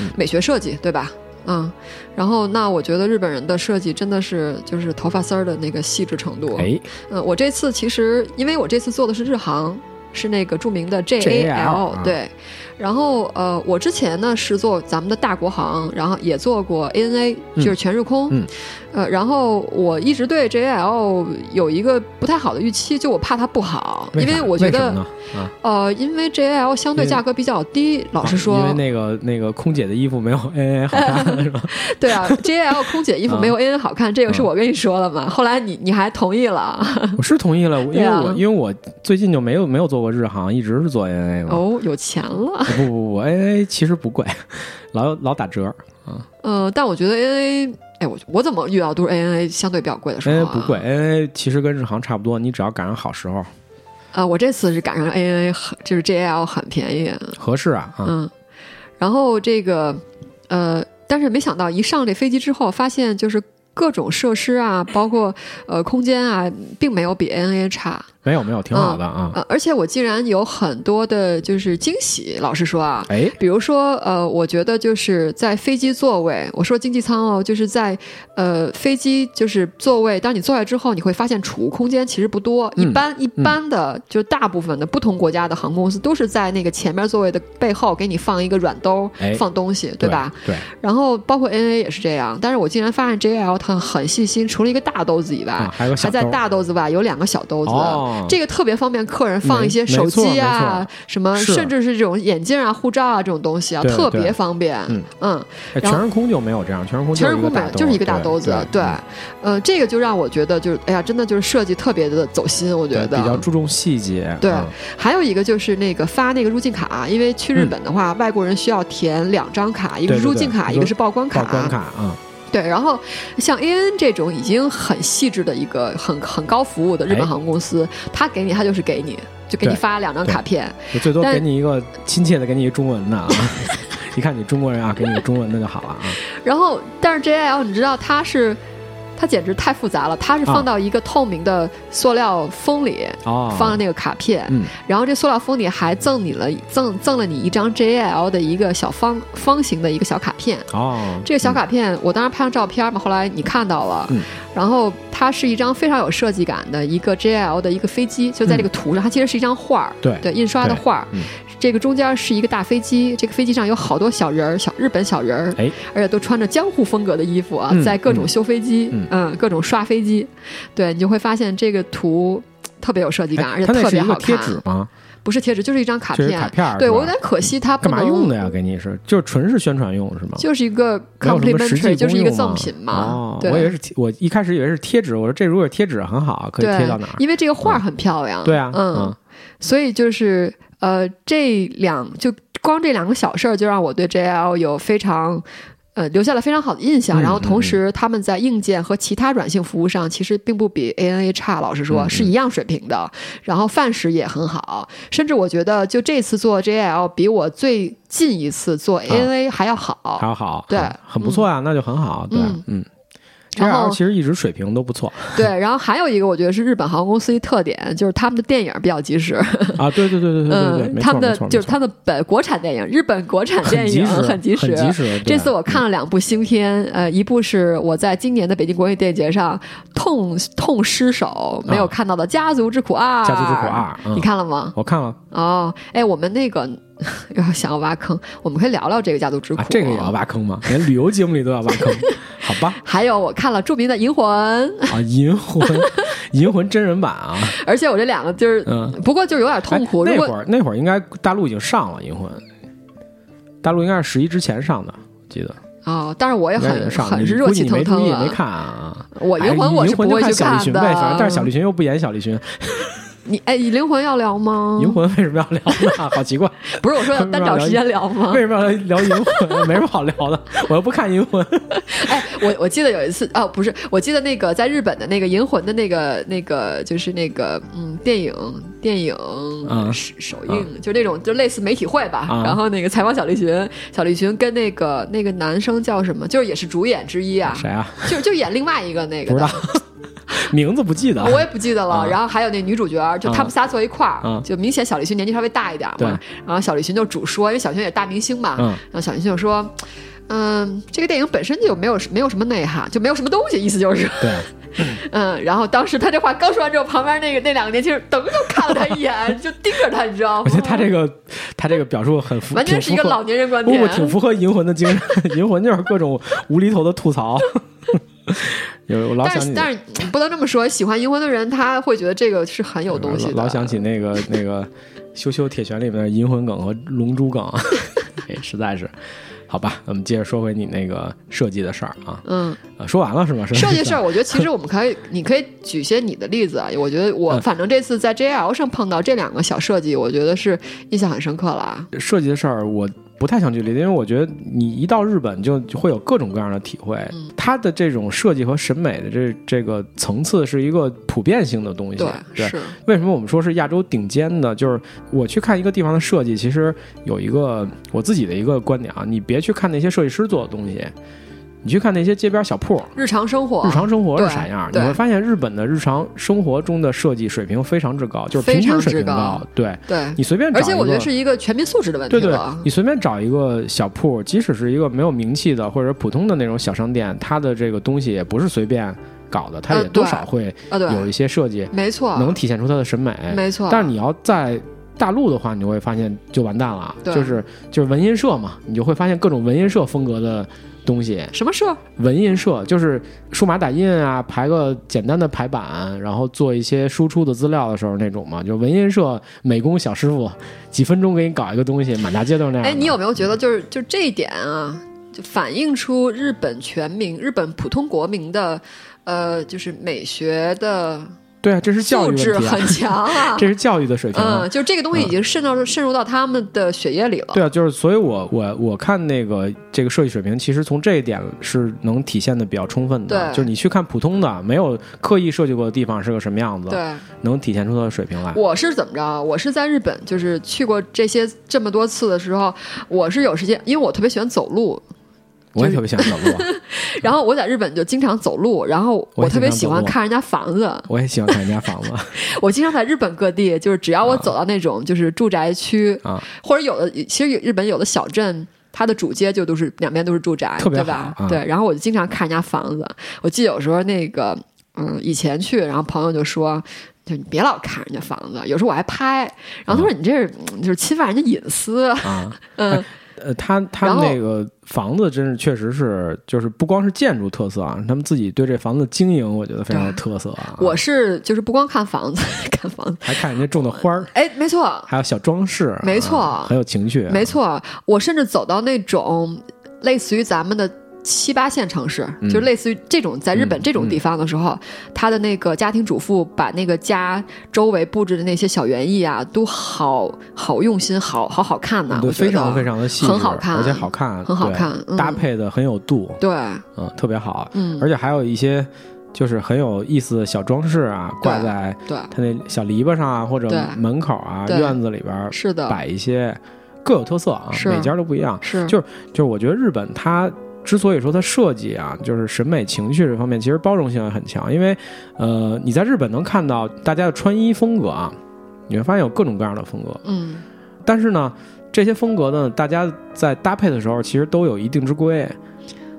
Speaker 1: 嗯
Speaker 2: 美学设计，对吧？嗯，然后那我觉得日本人的设计真的是就是头发丝儿的那个细致程度。
Speaker 1: 哎，
Speaker 2: 嗯，我这次其实因为我这次做的是日航，是那个著名的 JAL，、
Speaker 1: 啊
Speaker 2: 对。然后呃，我之前呢是做咱们的大国航，然后也做过 ANA，
Speaker 1: 嗯
Speaker 2: 就是全日空。
Speaker 1: 嗯
Speaker 2: 呃，然后我一直对 JAL 有一个不太好的预期，就我怕它不好，因
Speaker 1: 为
Speaker 2: 为
Speaker 1: 啥
Speaker 2: 我觉
Speaker 1: 为什么
Speaker 2: 得
Speaker 1: 呢啊，
Speaker 2: 呃，因为 JAL 相对
Speaker 1: 因为
Speaker 2: 价格比较低，老实
Speaker 1: 啊
Speaker 2: 说，
Speaker 1: 因为那个那个空姐的衣服没有 [LAUGHS] A A 好
Speaker 2: [LAUGHS]
Speaker 1: 看，是吧？ [LAUGHS]
Speaker 2: 对啊，JAL 空姐衣服没
Speaker 1: 啊
Speaker 2: 有 AN 好看，这个是我跟你说的嘛。后来你你还同意了
Speaker 1: 我是同意了，我因
Speaker 2: 对
Speaker 1: 为
Speaker 2: 啊
Speaker 1: 我、因为我最近就没有没有做过日航，一直是做 ANA 嘛。
Speaker 2: 哦，有钱了。
Speaker 1: 不不不，ANA 其实不贵， [LAUGHS] 老老打折
Speaker 2: 呃，但我觉得 ANA，哎，我我怎么遇到都是 ANA 相对比较贵的时候、
Speaker 1: ，ANA
Speaker 2: 啊？
Speaker 1: 不贵，ANA 其实跟日航差不多，你只要赶上好时候，
Speaker 2: 呃，我这次是赶上 ANA 很，就是 JAL 很便宜，
Speaker 1: 合适啊啊！
Speaker 2: 嗯。然后这个，呃，但是没想到一上这飞机之后，发现就是各种设施啊，包括呃空间啊，并没有比 ANA 差。
Speaker 1: 没有没有，挺好的啊。
Speaker 2: 呃，而且我竟然有很多的就是惊喜，老实说啊，
Speaker 1: 哎，
Speaker 2: 比如说，呃，我觉得就是在飞机座位，我说经济舱哦，就是在呃飞机就是座位，当你坐下之后，你会发现储物空间其实不多。一
Speaker 1: 嗯
Speaker 2: 般一般的，就是大部分的不同国家的航空公司都是在那个前面座位的背后给你放一个软兜，
Speaker 1: 哎
Speaker 2: 放东西，对吧？？
Speaker 1: 对，
Speaker 2: 然后包括 NA 也是这样，但是我竟然发现 JL 它很细心，除了一个大兜子以外，
Speaker 1: 啊还有个小
Speaker 2: 还在
Speaker 1: 兜儿
Speaker 2: 大兜子外有两个小兜子。
Speaker 1: 哦
Speaker 2: 这个特别方便客人放一些
Speaker 1: 没
Speaker 2: 手
Speaker 1: 没
Speaker 2: 机
Speaker 1: 错
Speaker 2: 啊
Speaker 1: 没，
Speaker 2: 什么
Speaker 1: 是
Speaker 2: 甚至是这种眼镜啊、护照啊这种东西啊，
Speaker 1: 对
Speaker 2: 特
Speaker 1: 对
Speaker 2: 别方便。
Speaker 1: 嗯
Speaker 2: 嗯，
Speaker 1: 哎
Speaker 2: 然后
Speaker 1: 全日空就没有这样，全日空
Speaker 2: 全日
Speaker 1: 就
Speaker 2: 空本来就是一个大兜子，对，
Speaker 1: 嗯
Speaker 2: 呃，这个就让我觉得就是，哎呀，真的就是设计特别的走心，我觉
Speaker 1: 对
Speaker 2: 得
Speaker 1: 对，比较注重细节。
Speaker 2: 对
Speaker 1: 嗯
Speaker 2: 还有一个就是那个发那个入境卡，因为去日本的话，外国人需要填两张卡，一个
Speaker 1: 对
Speaker 2: 是
Speaker 1: 对
Speaker 2: 入
Speaker 1: 对
Speaker 2: 境卡，
Speaker 1: 一
Speaker 2: 一个
Speaker 1: 个
Speaker 2: 是报关
Speaker 1: 报关卡啊，
Speaker 2: 对，然后像 AN 这种已经很细致的一个很很高服务的日本
Speaker 1: 哎
Speaker 2: 航空公司，它给你它就是给你，就给你
Speaker 1: 对
Speaker 2: 发两张卡片。
Speaker 1: 就最多
Speaker 2: 但
Speaker 1: 给你一个亲切的，给你一中文
Speaker 2: [LAUGHS]
Speaker 1: 的啊。一看你中国人啊，给你个中文的就好了啊。
Speaker 2: 然后，但是 JAL 你知道它是，它简直太复杂了，它是
Speaker 1: 啊
Speaker 2: 放到一个透明的塑料封里。
Speaker 1: 哦，
Speaker 2: 放那个卡片，
Speaker 1: 嗯
Speaker 2: 然后这塑料封里还赠你了赠赠了你一张 JAL 的一个小方方形的一个小卡片，
Speaker 1: 哦，
Speaker 2: 这个小卡片，我当时拍上照片嘛，后来你看到了，
Speaker 1: 嗯
Speaker 2: 然后它是一张非常有设计感的一个 JL 的一个飞机，就在这个图上，它其实是一张画儿，
Speaker 1: 嗯对
Speaker 2: 对，印刷的
Speaker 1: 对
Speaker 2: 画儿
Speaker 1: 嗯。
Speaker 2: 这个中间是一个大飞机，这个飞机上有好多小人儿，小日本小人儿，
Speaker 1: 哎
Speaker 2: 而且都穿着江户风格的衣服啊
Speaker 1: 嗯，
Speaker 2: 在各种修飞机，
Speaker 1: 嗯
Speaker 2: 嗯，各种刷飞机，对你就会发现这个图。特别有设计感，而
Speaker 1: 哎
Speaker 2: 且
Speaker 1: 它那
Speaker 2: 特
Speaker 1: 是
Speaker 2: 别
Speaker 1: 一
Speaker 2: 好
Speaker 1: 个贴
Speaker 2: 看。
Speaker 1: 纸吗？
Speaker 2: 不是贴纸，就是一张卡
Speaker 1: 就是
Speaker 2: 片。
Speaker 1: 卡片儿
Speaker 2: 对
Speaker 1: 是吧
Speaker 2: 我有点可惜，它不
Speaker 1: 干嘛
Speaker 2: 能
Speaker 1: 用的呀？给你是就是纯是宣传用是吗？
Speaker 2: 就是一个
Speaker 1: 没有什么实
Speaker 2: complimentary，
Speaker 1: 际
Speaker 2: 就是一
Speaker 1: 功
Speaker 2: 个
Speaker 1: 用
Speaker 2: 赠
Speaker 1: 吗
Speaker 2: 品嘛。
Speaker 1: 哦，
Speaker 2: 对，
Speaker 1: 我以为是贴我一开始以为是贴纸，我说这如果是贴纸很好，可以
Speaker 2: 对，
Speaker 1: 贴到哪儿？
Speaker 2: 因为这个画儿很漂亮。
Speaker 1: 对啊，
Speaker 2: 嗯，
Speaker 1: 嗯，
Speaker 2: 所以就是呃，这两就光这两个小事儿，就让我对 JL 有非常呃留下了非常好的印象。
Speaker 1: 嗯
Speaker 2: 然后同时他们在硬件和其他软性服务上其实并不比 ANA 差，老实说是一样水平的。然后范式也很好，甚至我觉得就这次做 JL 比我最近一次做 ANA 还要好。
Speaker 1: 还要啊好，
Speaker 2: 嗯对
Speaker 1: 很很不错呀，那就很好，对，
Speaker 2: 嗯
Speaker 1: 嗯。G
Speaker 2: 然后
Speaker 1: L 其实一直水平都不错
Speaker 2: 对，然后还有一个我觉得是日本航空公司一特点，就是他们的电影比较及时。
Speaker 1: 啊，对对对对对对对，
Speaker 2: 嗯，
Speaker 1: 没
Speaker 2: 他
Speaker 1: 错没
Speaker 2: 们的
Speaker 1: 错，
Speaker 2: 就
Speaker 1: 没
Speaker 2: 是
Speaker 1: 错
Speaker 2: 他们的本国产电影，日本国产电
Speaker 1: 很及
Speaker 2: 影
Speaker 1: 时，很
Speaker 2: 及时。
Speaker 1: 及时。
Speaker 2: 这
Speaker 1: 对啊
Speaker 2: 次我看了两部新片，呃，一部是我在今年的北京国际电影节上痛痛失手没有看到的《家族之苦二》。
Speaker 1: 《啊家族之苦二》，嗯
Speaker 2: 啊你看了吗？
Speaker 1: 我看了
Speaker 2: 哦，哎，我们那个 [LAUGHS] 又想要挖坑，我们可以聊聊这个《家族之苦》
Speaker 1: 啊，这个也要。挖坑吗？连旅游节目里都要挖坑，好吧？
Speaker 2: 还有，我看了著名的《银魂》，
Speaker 1: 啊，银魂，银魂真人版啊，
Speaker 2: 而且我这两个就是，
Speaker 1: 嗯
Speaker 2: 不过就是有点痛苦。
Speaker 1: 哎
Speaker 2: 如
Speaker 1: 那
Speaker 2: 果
Speaker 1: 会儿那会儿应该大陆已经上了银魂，大陆应该是十一之前上的，我记得。
Speaker 2: 哦，但是我也
Speaker 1: 应该已
Speaker 2: 很
Speaker 1: 经上了，
Speaker 2: 很
Speaker 1: 你
Speaker 2: 是热
Speaker 1: 估计你
Speaker 2: 气腾
Speaker 1: 没
Speaker 2: 腾
Speaker 1: 注意也
Speaker 2: 啊
Speaker 1: 没。看啊。
Speaker 2: 我
Speaker 1: 哎
Speaker 2: 银魂我是
Speaker 1: 银魂
Speaker 2: 不
Speaker 1: 就
Speaker 2: 会去
Speaker 1: 看小栗旬
Speaker 2: 的，
Speaker 1: 呗，反正但是小栗旬又不演小栗旬，
Speaker 2: 你哎，灵魂要聊吗？
Speaker 1: 银魂为什么要聊呢？ [LAUGHS] 好
Speaker 2: [LAUGHS]
Speaker 1: 奇怪，
Speaker 2: 不是我说要单找时间聊吗
Speaker 1: 为？什么要聊银魂？ [LAUGHS] 没什么好聊的，我又不看银魂。
Speaker 2: 哎，我我记得有一次哦，不是，我记得那个在日本的那个银魂的那个那个就是那个嗯电影电影
Speaker 1: 嗯
Speaker 2: 首首映，就那种就类似媒体会吧。
Speaker 1: 啊
Speaker 2: 然后那个采访小栗旬，小栗旬跟那个那个男生叫什么，就是也是主演之一啊，
Speaker 1: 谁啊？
Speaker 2: 就就演另外一个那
Speaker 1: 不
Speaker 2: 个
Speaker 1: 知
Speaker 2: 的
Speaker 1: 道， [LAUGHS] 名字不记得。
Speaker 2: 我也不记得了。
Speaker 1: 啊
Speaker 2: 然后还有那女主角儿，就他们仨坐一块儿，
Speaker 1: 啊
Speaker 2: 就明显小栗旬年纪稍微大一点儿
Speaker 1: 对
Speaker 2: 嘛。然后小栗旬就主说，因为小栗旬也大明星嘛。
Speaker 1: 嗯
Speaker 2: 然后小栗旬就说：“嗯，这个电影本身就没有没有什么内涵，就没有什么东西，意思就是，
Speaker 1: 对，啊
Speaker 2: 嗯。”然后当时他这话刚说完之后，旁边那个那两个年轻人噔就看了他一眼，就盯着他，你知道
Speaker 1: 我
Speaker 2: 吗
Speaker 1: 觉？得他这个他这个表述很符，
Speaker 2: 哦完全是一个
Speaker 1: 挺符合
Speaker 2: 老年人观
Speaker 1: 不
Speaker 2: 点
Speaker 1: 不，。挺符合银魂的精神。 [LAUGHS] 银魂就是各种无厘头的吐槽。 [LAUGHS] 有我老
Speaker 2: 但
Speaker 1: 想
Speaker 2: 是
Speaker 1: 起，
Speaker 2: 但是你不能这么说，喜欢银魂的人他会觉得这个是很有东西的。
Speaker 1: 老老想起那个那个《羞羞铁拳》里面的银魂梗和龙珠梗， [LAUGHS] 哎，实在是。好吧，我们接着说回你那个设计的事儿啊。
Speaker 2: 嗯。
Speaker 1: 呃说完了是吗？
Speaker 2: 设计事
Speaker 1: 事
Speaker 2: 儿，我觉得其实我们可以，你可以举一些你的例子啊。我觉得我
Speaker 1: 嗯
Speaker 2: 反正这次在 JL 上碰到这两个小设计，我觉得是印象很深刻了啊。
Speaker 1: 设计的事儿，我不太想去理解，因为我觉得你一到日本就就会有各种各样的体会。
Speaker 2: 嗯
Speaker 1: 它的这种设计和审美的这这个层次是一个普遍性的东西。
Speaker 2: 对，
Speaker 1: 对，
Speaker 2: 是，
Speaker 1: 为什么我们说是亚洲顶尖的？就是我去看一个地方的设计，其实有一个我自己的一个观点啊，你别去看那些设计师做的东西，你去看那些街边小铺。
Speaker 2: 日常生活，
Speaker 1: 日常生活是啥样？你
Speaker 2: 对
Speaker 1: 会发现日本的日常生活中的设计水平非常之高，就是平均水
Speaker 2: 非常之
Speaker 1: 平
Speaker 2: 高
Speaker 1: 对
Speaker 2: 对，
Speaker 1: 你随便找
Speaker 2: 而
Speaker 1: 一个，
Speaker 2: 且我觉得是一个全民素质的问题
Speaker 1: 对对
Speaker 2: 了，。啊
Speaker 1: 你随便找一个小铺，即使是一个没有名气的或者普通的那种小商店，它的这个东西也不是随便搞的，它
Speaker 2: 呃
Speaker 1: 也多
Speaker 2: 对
Speaker 1: 少会
Speaker 2: 啊，
Speaker 1: 有
Speaker 2: 对，
Speaker 1: 一些设计，
Speaker 2: 没错，
Speaker 1: 能体现出它的审美。
Speaker 2: 没错，
Speaker 1: 但是你要在大陆的话，你就会发现就完蛋了，
Speaker 2: 对
Speaker 1: 就是就是文印社嘛，你就会发现各种文印社风格的东西。
Speaker 2: 什么社？
Speaker 1: 文印社就是数码打印啊，排个简单的排版，然后做一些输出的资料的时候那种嘛，就文印社美工小师傅，几分钟给你搞一个东西，满大街都是那样的。嗯
Speaker 2: 哎，你有没有觉得就是就这一点啊，就反映出日本全民、日本普通国民的呃，就是美学的
Speaker 1: 对啊，这是教育
Speaker 2: 素
Speaker 1: 问
Speaker 2: 质
Speaker 1: 题啊，
Speaker 2: 很强
Speaker 1: [LAUGHS]
Speaker 2: 啊。
Speaker 1: 这是教育的水平、啊。
Speaker 2: 嗯，就这个东西已经渗到渗入到他们的血液里了。
Speaker 1: 对啊，就是所以我，我我看那个这个设计水平，其实从这一点是能体现的比较充分的。
Speaker 2: 对
Speaker 1: 就是你去看普通的，没有刻意设计过的地方是个什么样子，
Speaker 2: 对
Speaker 1: 能体现出它的水平来。
Speaker 2: 我是怎么着啊？我是在日本，就是去过这些这么多次的时候，我是有时间，因为我特别喜欢走路，
Speaker 1: 我也特别喜欢走路啊， [LAUGHS]
Speaker 2: 然后我在日本就经常走路，然后
Speaker 1: 我也
Speaker 2: 我特
Speaker 1: 经
Speaker 2: 别
Speaker 1: 常
Speaker 2: 喜
Speaker 1: 走路
Speaker 2: 欢看人家房子。 [LAUGHS]
Speaker 1: 我也喜欢看人家房子
Speaker 2: 我经常在日本各地，就是只要我走到那种就是住宅区，
Speaker 1: 啊，
Speaker 2: 或者有的其实日本有的小镇。它的主街就都是两边都是住宅，
Speaker 1: 特别
Speaker 2: 对吧？
Speaker 1: 好啊
Speaker 2: 对，然后我就经常看人家房子。我记得有时候那个，嗯，以前去，然后朋友就说，就你别老看人家房子，有时候我还拍。然后他说你这是、嗯就是侵犯人家隐私。
Speaker 1: 啊。
Speaker 2: [LAUGHS] 嗯，
Speaker 1: 呃，他他
Speaker 2: 然
Speaker 1: 们
Speaker 2: 后
Speaker 1: 那个房子真是确实是，就是不光是建筑特色啊，他们自己对这房子经营，我觉得非常有特色啊。
Speaker 2: 我是就是不光看房子， [LAUGHS] 看房子。
Speaker 1: 还看人家种的花儿，
Speaker 2: 哎，没错，
Speaker 1: 还有小装饰，
Speaker 2: 没错
Speaker 1: 啊很有情趣啊。
Speaker 2: 没错，我甚至走到那种类似于咱们的七八线城市，
Speaker 1: 嗯
Speaker 2: 就类似于这种在日本这种地方的时候，他的那个家庭主妇把那个家周围布置的那些小园艺啊，都好好用心，好好好看呐、我
Speaker 1: 嗯对，
Speaker 2: 觉得
Speaker 1: 非常非常的细致，
Speaker 2: 很好看，
Speaker 1: 而且好看，
Speaker 2: 很好
Speaker 1: 对
Speaker 2: 看嗯
Speaker 1: 搭配的很有度，
Speaker 2: 对，
Speaker 1: 嗯，特别好，
Speaker 2: 嗯，
Speaker 1: 而且还有一些就是很有意思的小装饰啊，挂
Speaker 2: 对
Speaker 1: 在
Speaker 2: 对，
Speaker 1: 它那小篱笆上啊，或者
Speaker 2: 对
Speaker 1: 门口啊、
Speaker 2: 对
Speaker 1: 院子里边儿
Speaker 2: 是的，
Speaker 1: 摆一些，各有特色啊，
Speaker 2: 是
Speaker 1: 每家都不一样。
Speaker 2: 是
Speaker 1: 就就是我觉得日本它之所以说它设计啊，就是审美情趣这方面，其实包容性也很强。因为呃，你在日本能看到大家的穿衣风格啊，你会发现有各种各样的风格，
Speaker 2: 嗯，
Speaker 1: 但是呢，这些风格呢，大家在搭配的时候其实都有一定之规，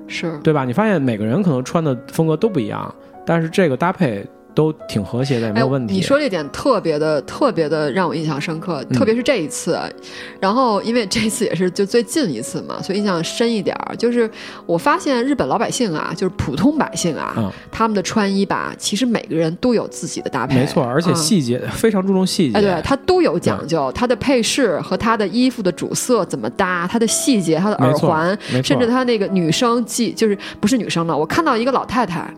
Speaker 2: 是
Speaker 1: 对吧？你发现每个人可能穿的风格都不一样，但是这个搭配都挺和谐的，也没有问题。
Speaker 2: 哎。你说这点特别的、特别的让我印象深刻，
Speaker 1: 嗯
Speaker 2: 特别是这一次。然后因为这一次也是就最近一次嘛，所以印象深一点儿。就是我发现日本老百姓啊，就是普通百姓啊，
Speaker 1: 嗯
Speaker 2: 他们的穿衣吧，其实每个人都有自己的搭配，
Speaker 1: 没错，而且
Speaker 2: 嗯
Speaker 1: 细节、非常注重细节。嗯
Speaker 2: 哎，对，它都有讲究，它的配饰和它的衣服的主色怎么搭，它的细节，它的耳
Speaker 1: 没错
Speaker 2: 环，
Speaker 1: 没错
Speaker 2: 甚至它那个女生系，就是不是女生了，我看到一个老太太。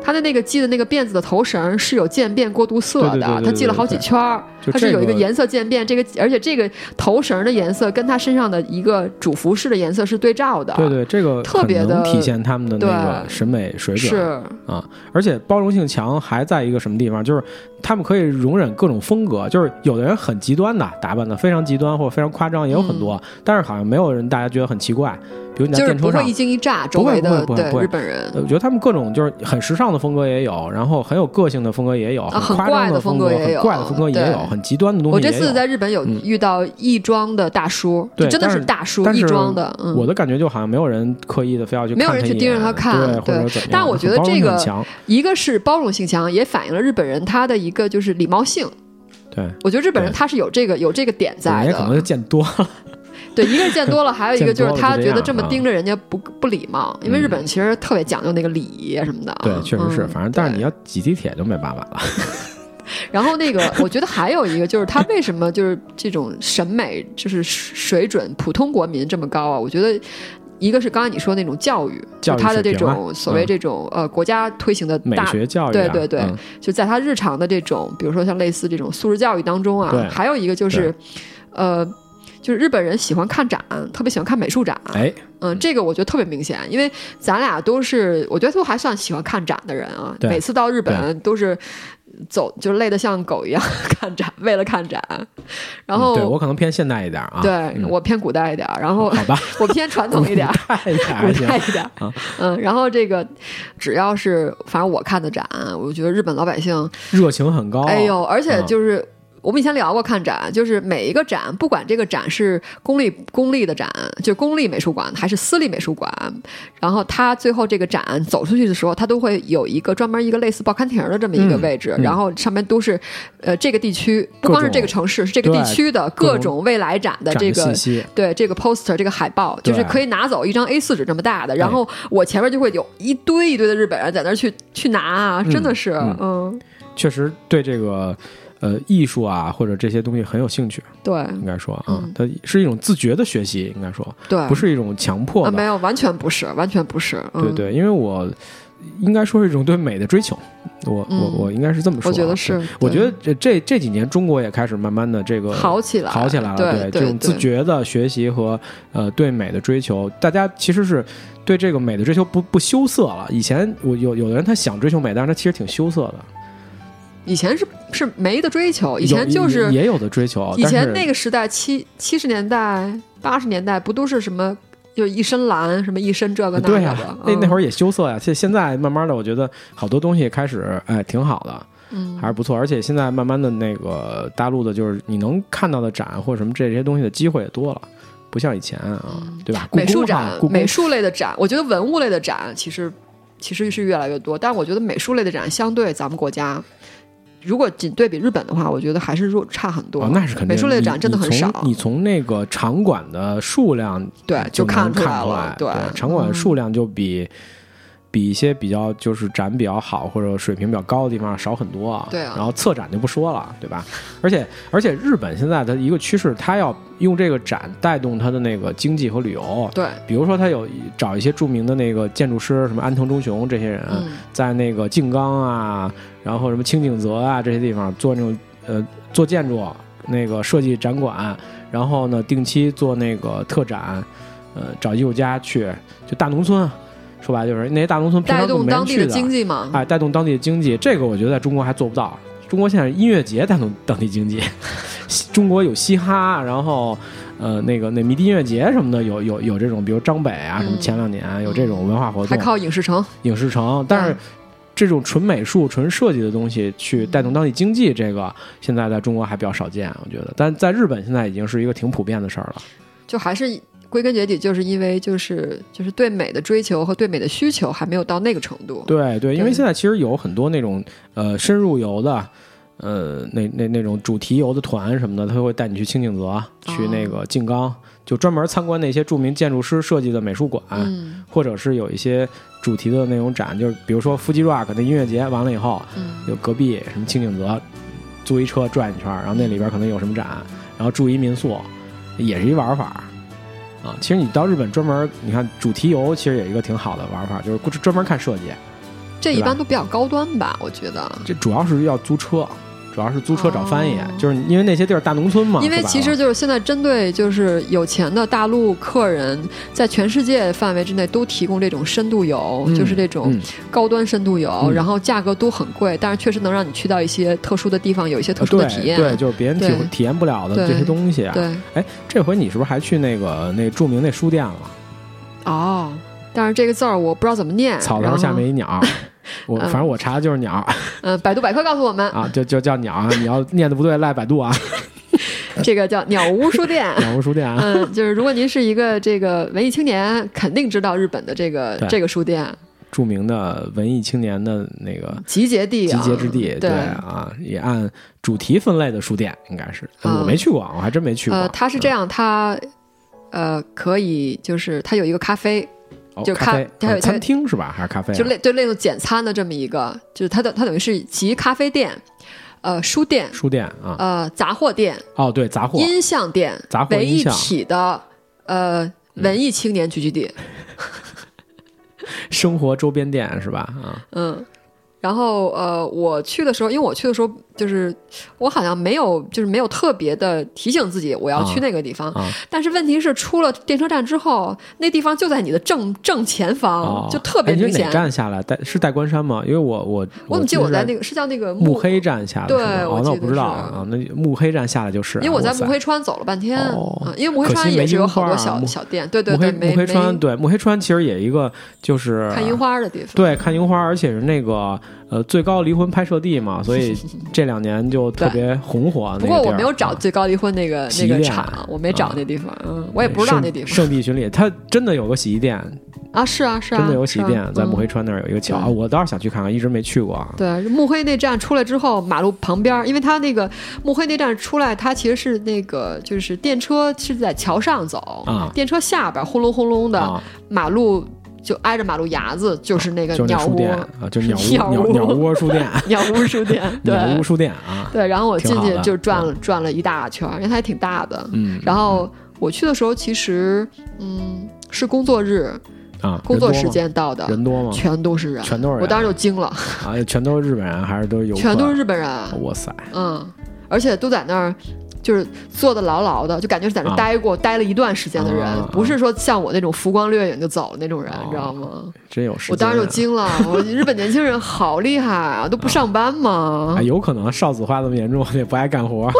Speaker 2: 她的那个系的那个辫子的头绳是有渐变过渡色的，
Speaker 1: 对对对对对
Speaker 2: 她系了好几圈儿，
Speaker 1: 对对
Speaker 2: 它
Speaker 1: 就是
Speaker 2: 有一
Speaker 1: 这
Speaker 2: 个
Speaker 1: 个
Speaker 2: 颜色渐变，这个而且这个头绳的颜色跟她身上的一个主服饰的颜色是对照的，
Speaker 1: 对对，这个
Speaker 2: 特别
Speaker 1: 很能
Speaker 2: 地
Speaker 1: 体现他们的那
Speaker 2: 对
Speaker 1: 个审美水准。
Speaker 2: 是
Speaker 1: 啊，而且包容性强还在一个什么地方？就是他们可以容忍各种风格，就是有的人很极端的打扮的非常极端或者非常夸张，也有很多，但是好像没有人大家觉得很奇怪。比如你在
Speaker 2: 嗯就是
Speaker 1: 电
Speaker 2: 不
Speaker 1: 车
Speaker 2: 会
Speaker 1: 上
Speaker 2: 一，惊一乍，周
Speaker 1: 不会
Speaker 2: 围的
Speaker 1: 不会不会不
Speaker 2: 对
Speaker 1: 会
Speaker 2: 日本人
Speaker 1: 呃我觉得他们各种就是很时尚的风格也有，然后很有个性的风格也有，
Speaker 2: 啊
Speaker 1: 很
Speaker 2: 很
Speaker 1: 夸
Speaker 2: 怪
Speaker 1: 张
Speaker 2: 的
Speaker 1: 风
Speaker 2: 风格也有
Speaker 1: 很怪的风格也有，
Speaker 2: 对
Speaker 1: 很极端的东西
Speaker 2: 我
Speaker 1: 也有。
Speaker 2: 这次在日本有遇到亦庄的大叔，
Speaker 1: 嗯对
Speaker 2: 就真的
Speaker 1: 但
Speaker 2: 是
Speaker 1: 是
Speaker 2: 大叔
Speaker 1: 但
Speaker 2: 亦
Speaker 1: 是
Speaker 2: 庄的。嗯、
Speaker 1: 我的感觉就好像没有人刻意的非要去
Speaker 2: 没有
Speaker 1: 看
Speaker 2: 人
Speaker 1: 他
Speaker 2: 去
Speaker 1: 一
Speaker 2: 盯着
Speaker 1: 眼
Speaker 2: 他看
Speaker 1: 对，或者
Speaker 2: 对
Speaker 1: 怎么样
Speaker 2: 但我觉得
Speaker 1: 包容
Speaker 2: 这
Speaker 1: 性
Speaker 2: 个
Speaker 1: 很强，
Speaker 2: 一个是包容性强，也反映了日本人他的一个就是礼貌性。
Speaker 1: 对，
Speaker 2: 我觉得日本人
Speaker 1: 对
Speaker 2: 他是有这个有这个点在
Speaker 1: 人家可能
Speaker 2: 的
Speaker 1: 就。见多了，
Speaker 2: [LAUGHS] 对，一个是见多
Speaker 1: [LAUGHS]
Speaker 2: 了，还有一个就是
Speaker 1: 见多了
Speaker 2: 他
Speaker 1: 就
Speaker 2: 觉得这
Speaker 1: 这样
Speaker 2: 么
Speaker 1: 啊
Speaker 2: 盯着人家不不礼貌，因为
Speaker 1: 嗯
Speaker 2: 日本人其实特别讲究那个礼仪啊什么的啊。
Speaker 1: 对，确实是，
Speaker 2: 嗯
Speaker 1: 反正但是
Speaker 2: 对
Speaker 1: 你要挤地铁就没办法了。
Speaker 2: 然后那个，我觉得还有一个就是他为什么就是这种审美就是水准普通国民这么高啊？我觉得。一个是刚才你说那种教育，
Speaker 1: 教育
Speaker 2: 就他的
Speaker 1: 水
Speaker 2: 这
Speaker 1: 平啊
Speaker 2: 种所谓
Speaker 1: 嗯
Speaker 2: 这种、呃国家推行的
Speaker 1: 美
Speaker 2: 大，
Speaker 1: 学教育、啊，
Speaker 2: 对对对
Speaker 1: 嗯
Speaker 2: 就在他日常的这种，比如说像类似这种素质教育当中啊
Speaker 1: 对，
Speaker 2: 还有一个就是，呃，就是日本人喜欢看展，特别喜欢看美术展，
Speaker 1: 哎，
Speaker 2: 嗯，这个我觉得特别明显，因为咱俩都是，我觉得都还算喜欢看展的人啊。
Speaker 1: 对
Speaker 2: 每次到日本都是走，就累得像狗一样 [LAUGHS] 看展，为了看展。然后，
Speaker 1: 嗯对我可能偏现代一点啊，
Speaker 2: 对
Speaker 1: 嗯
Speaker 2: 我偏古代一点儿，然后
Speaker 1: 好吧，
Speaker 2: 我偏传统
Speaker 1: [LAUGHS]
Speaker 2: 一点儿， [LAUGHS]
Speaker 1: 太
Speaker 2: 古
Speaker 1: 还行
Speaker 2: 代，一点儿。嗯，然后这个只要是反正我看的展，我觉得日本老百姓，
Speaker 1: 热情很高，
Speaker 2: 哎，呦，而且
Speaker 1: 嗯
Speaker 2: 就是。我们以前聊过看展，就是每一个展，不管这个展是公立公立的展，就公立美术馆还是私立美术馆，然后它最后这个展走出去的时候，它都会有一个专门一个类似报刊亭的这么一个
Speaker 1: 嗯
Speaker 2: 位置，
Speaker 1: 嗯
Speaker 2: 然后上面都是呃这个地区，不
Speaker 1: 各
Speaker 2: 光是
Speaker 1: 种
Speaker 2: 这个城市，是这个地
Speaker 1: 对
Speaker 2: 区的
Speaker 1: 各
Speaker 2: 各
Speaker 1: 种
Speaker 2: 种未来展的
Speaker 1: 展
Speaker 2: 这
Speaker 1: 示
Speaker 2: 个
Speaker 1: 信息，
Speaker 2: 对这个 poster 这个海报，就是
Speaker 1: 对
Speaker 2: 可以拿走一张 A 4纸这么大的，然后我前面就会有一堆一堆的日本人在那儿去去拿啊，真的是，嗯
Speaker 1: 嗯，确实对这个呃艺术啊或者这些东西很有兴趣，
Speaker 2: 对
Speaker 1: 应该说啊，
Speaker 2: 嗯
Speaker 1: 它是一种自觉的学习，应该说
Speaker 2: 对，
Speaker 1: 不是一种强迫
Speaker 2: 嗯啊，
Speaker 1: 的，
Speaker 2: 没有，完全不是，完全不是，嗯、
Speaker 1: 对。对，因为我应该说是一种对美的追求，我我
Speaker 2: 嗯
Speaker 1: 我应该是这么说啊，
Speaker 2: 我觉得是
Speaker 1: 对，我
Speaker 2: 对
Speaker 1: 觉得这这这几年中国也开始慢慢的这个
Speaker 2: 好起来，
Speaker 1: 好起来了，
Speaker 2: 对
Speaker 1: 这种自觉的学习和呃对美的追求，大家其实是对这个美的追求不不羞涩了。以前我有有的人他想追求美，但是他其实挺羞涩的。
Speaker 2: 以前是是没得追哦求，以
Speaker 1: 有
Speaker 2: 前就
Speaker 1: 也
Speaker 2: 是
Speaker 1: 也有的追求，
Speaker 2: 以前那
Speaker 1: 个
Speaker 2: 个时代七七十年代八十年代不都是什么就是一身蓝，什么一身这个那个
Speaker 1: 对呀、
Speaker 2: 的，嗯
Speaker 1: 那那会
Speaker 2: 儿
Speaker 1: 儿也羞涩呀、现现在慢慢的，我觉得好多东西开始哎挺好的，
Speaker 2: 嗯
Speaker 1: 还是不错。而且现在慢慢的那个大陆的，就是你能看到的展或者什么这些东西的机会也多了。不像以前啊，对吧？故
Speaker 2: 嗯美术
Speaker 1: 宫
Speaker 2: 展
Speaker 1: 哈故、宫
Speaker 2: 美术类的展，我觉得文物类的展其实其实是越来越多，但我觉得美术类的展相对咱们国家，如果仅对比日本的话，我觉得还是弱差很多。
Speaker 1: 啊，那是肯定。
Speaker 2: 美术类的展真的很
Speaker 1: 你
Speaker 2: 少哎
Speaker 1: 你从。你从那个场馆的数量
Speaker 2: 对，就
Speaker 1: 能
Speaker 2: 看
Speaker 1: 看
Speaker 2: 来
Speaker 1: 出
Speaker 2: 了。
Speaker 1: 对，场
Speaker 2: 嗯
Speaker 1: 馆数量就比比一些比较就是展比较好或者水平比较高的地方少很多啊。
Speaker 2: 对啊
Speaker 1: 然后策展就不说了，对吧？而且而且日本现在的一个趋势，它要用这个展带动它的那个经济和旅游。
Speaker 2: 对，
Speaker 1: 比如说，它有找一些著名的那个建筑师，什么安藤忠雄这些人，
Speaker 2: 嗯，
Speaker 1: 在那个静冈啊，然后什么清景泽啊这些地方做那种呃做建筑，那个设计展馆，然后呢定期做那个特展，呃找艺术家去，就大农村，说白了就是那些大农村平
Speaker 2: 带
Speaker 1: 常根
Speaker 2: 动
Speaker 1: 本没人
Speaker 2: 当地
Speaker 1: 去
Speaker 2: 的经济嘛。
Speaker 1: 哎，带动当地的经济，这个我觉得在中国还做不到。中国现在音乐节带动当地经济， [LAUGHS] 西中国有嘻哈，然后呃那个那迷笛音乐节什么的，有有有这种，比如张北啊什么，
Speaker 2: 嗯
Speaker 1: 前两年、有这种文化活
Speaker 2: 还
Speaker 1: 动，
Speaker 2: 靠影视城，
Speaker 1: 影视城，但是
Speaker 2: 嗯。
Speaker 1: 这种纯美术、纯设计的东西去带动当地经济，这个现在在中国还比较少见，我觉得。但在日本现在已经是一个挺普遍的事儿了。
Speaker 2: 就还是归根结底，就是因为就是就是对美的追求和对美的需求还没有到那个程度。
Speaker 1: 对对，因为
Speaker 2: 对
Speaker 1: 现在其实有很多那种呃深入游的，呃那那那种主题游的团什么的，他会带你去清景泽、去那
Speaker 2: 哦
Speaker 1: 个静冈，就专门参观那些著名建筑师设计的美术馆，
Speaker 2: 嗯
Speaker 1: 或者是有一些主题的那种展，就是比如说 Fuji Rock 的音乐节完了以后，
Speaker 2: 嗯，
Speaker 1: 就隔壁什么清景泽，租一车转一圈儿，然后那里边可能有什么展，然后住一民宿，也是一玩法儿啊。其实你到日本专门，你看主题游其实有一个挺好的玩法，就是专门看设计，
Speaker 2: 这一
Speaker 1: 对吧
Speaker 2: 般都比较高端吧，我觉得。
Speaker 1: 这主要是要租车，主要是租车找翻译，
Speaker 2: 哦
Speaker 1: 就是因为那些地儿大农村嘛。
Speaker 2: 因为
Speaker 1: 说白了
Speaker 2: 其实就是现在针对就是有钱的大陆客人，在全世界范围之内都提供这种深度游，
Speaker 1: 嗯
Speaker 2: 就是这种
Speaker 1: 嗯
Speaker 2: 高端深度游，
Speaker 1: 嗯
Speaker 2: 然后价格都很贵，但是确实能让你去到一些特殊的地方，有一些特殊的体验。
Speaker 1: 对，对就是别人体
Speaker 2: 对
Speaker 1: 体验不了的
Speaker 2: 对
Speaker 1: 这些东西啊。
Speaker 2: 对
Speaker 1: 哎，这回你是不是还去那个那著名那书店了？
Speaker 2: 哦，但是这个字儿我不知道怎么念。
Speaker 1: 草
Speaker 2: 然
Speaker 1: 头
Speaker 2: 后
Speaker 1: 下面一鸟，我
Speaker 2: 嗯
Speaker 1: 反正我查的就是鸟
Speaker 2: [LAUGHS] 嗯，百度百科告诉我们，
Speaker 1: 啊，就就叫鸟啊。你要念的不对，赖百度啊，
Speaker 2: 这个叫鸟屋
Speaker 1: [LAUGHS]
Speaker 2: 书店。
Speaker 1: 鸟屋书店啊。
Speaker 2: 嗯，就是如果您是一个这个文艺青年，肯定知道日本的这个
Speaker 1: 对
Speaker 2: 这个书店
Speaker 1: 著名的文艺青年的那个
Speaker 2: 集结地、
Speaker 1: 集
Speaker 2: 啊，
Speaker 1: 结之地，
Speaker 2: 对
Speaker 1: 啊，也按主题分类的书店应该是，
Speaker 2: 嗯
Speaker 1: 我没去过，我还真没去过。嗯
Speaker 2: 呃，它是这样，它呃可以就是它有一个咖啡，
Speaker 1: 哦
Speaker 2: 就
Speaker 1: 咖
Speaker 2: 咖
Speaker 1: 啡
Speaker 2: 它有
Speaker 1: 呃餐厅是吧？还是咖啡啊？
Speaker 2: 就类就类似简餐的这么一个，就是它的它等于是集咖啡店、呃书店、
Speaker 1: 书店啊，
Speaker 2: 呃杂货店、
Speaker 1: 哦对，杂货
Speaker 2: 音像店
Speaker 1: 杂货
Speaker 2: 为
Speaker 1: 音
Speaker 2: 一
Speaker 1: 像嗯
Speaker 2: 体的呃文艺青年聚集地，
Speaker 1: 生活周边店是吧？啊，
Speaker 2: 嗯。然后呃，我去的时候，因为我去的时候就是我好像没有，就是没有特别的提醒自己我要去
Speaker 1: 啊
Speaker 2: 那个地方，
Speaker 1: 啊
Speaker 2: 但是问题是出了电车站之后，那地方就在你的正正前方，
Speaker 1: 哦，
Speaker 2: 就特别
Speaker 1: 哎你
Speaker 2: 明
Speaker 1: 是
Speaker 2: 显
Speaker 1: 哪。站下来？带是带关山吗？因为我我
Speaker 2: 我怎么记得我在那
Speaker 1: 个
Speaker 2: 个是叫那个
Speaker 1: 慕黑，站下的是
Speaker 2: 对
Speaker 1: 吗，哦
Speaker 2: 我
Speaker 1: 那我
Speaker 2: 记
Speaker 1: 不
Speaker 2: 得
Speaker 1: 知道
Speaker 2: 是
Speaker 1: 啊，那慕黑站下来就是啊，
Speaker 2: 因为我在慕
Speaker 1: 哇
Speaker 2: 黑川走了半天，
Speaker 1: 哦
Speaker 2: 嗯，因为慕黑
Speaker 1: 可惜
Speaker 2: 川
Speaker 1: 没
Speaker 2: 也是有好
Speaker 1: 樱花
Speaker 2: 多
Speaker 1: 啊
Speaker 2: 小
Speaker 1: 慕
Speaker 2: 小店，对
Speaker 1: 塞，
Speaker 2: 对
Speaker 1: 慕
Speaker 2: 对，
Speaker 1: 黑
Speaker 2: 没
Speaker 1: 慕黑
Speaker 2: 没
Speaker 1: 川对慕黑川其实也一个就是
Speaker 2: 看樱花的地方，
Speaker 1: 对，啊看樱花，而且是那个呃最高离婚拍摄地嘛，所
Speaker 2: [LAUGHS]
Speaker 1: 以这两年就特别红火。
Speaker 2: 不
Speaker 1: 那个
Speaker 2: 过
Speaker 1: 地
Speaker 2: 我
Speaker 1: 儿嗯
Speaker 2: 没有找最高离婚那个
Speaker 1: 洗
Speaker 2: 那
Speaker 1: 衣
Speaker 2: 个
Speaker 1: 店
Speaker 2: 厂，我没找
Speaker 1: 啊
Speaker 2: 那地方，嗯，我也不知道那地方
Speaker 1: 圣圣地巡礼，它真的有个洗衣店，
Speaker 2: 啊，是啊是啊，
Speaker 1: 真的有洗衣店，
Speaker 2: 是啊
Speaker 1: 在慕。黑
Speaker 2: 嗯
Speaker 1: 川那儿有一个桥，
Speaker 2: 对
Speaker 1: 啊我倒是想去看看，一直没去过啊。
Speaker 2: 对，慕黑那站出来之后，马路旁边，因为它那个慕黑那站出来，它其实是那个就是电车是在桥上走，
Speaker 1: 啊
Speaker 2: 电车下边轰隆轰隆的、
Speaker 1: 啊，
Speaker 2: 马路就挨着马路牙子，就是那个
Speaker 1: 就是那
Speaker 2: 鸟
Speaker 1: 书
Speaker 2: 屋、 [LAUGHS]
Speaker 1: 店啊，就是鸟
Speaker 2: 鸟
Speaker 1: 屋鸟
Speaker 2: 屋
Speaker 1: 鸟窝书店，
Speaker 2: 鸟屋
Speaker 1: [LAUGHS]
Speaker 2: 书店，
Speaker 1: 鸟
Speaker 2: [LAUGHS] 对
Speaker 1: 屋书店
Speaker 2: [LAUGHS]
Speaker 1: 啊，
Speaker 2: 对。然后我
Speaker 1: 挺
Speaker 2: 进
Speaker 1: 好
Speaker 2: 去
Speaker 1: 的
Speaker 2: 就转了转了一大圈儿，因为它还挺大的。
Speaker 1: 嗯
Speaker 2: 然后我去的时候，其实嗯是工作日，
Speaker 1: 啊，
Speaker 2: 工作
Speaker 1: 人
Speaker 2: 时
Speaker 1: 多吗
Speaker 2: 间到的，
Speaker 1: 人多吗？
Speaker 2: 全都是人，
Speaker 1: 全都是人
Speaker 2: 我当时就惊了，
Speaker 1: 啊，全都是日本人还是都是游客？哦
Speaker 2: 全都是日本人，
Speaker 1: 哇塞，
Speaker 2: 嗯，而且都在那儿。就是坐的牢牢的，就感觉是在那
Speaker 1: 啊
Speaker 2: 儿待过、待了一段时间的人，
Speaker 1: 啊啊
Speaker 2: 不是说像我那种浮光掠影就走了那种人，
Speaker 1: 哦
Speaker 2: 你知道吗？
Speaker 1: 真有时间啊。
Speaker 2: 我当时就惊了，
Speaker 1: [LAUGHS]
Speaker 2: 我日本年轻人好厉害啊，都不上班吗？
Speaker 1: 啊，有可能少子化这么严重， [LAUGHS] 也不爱干活，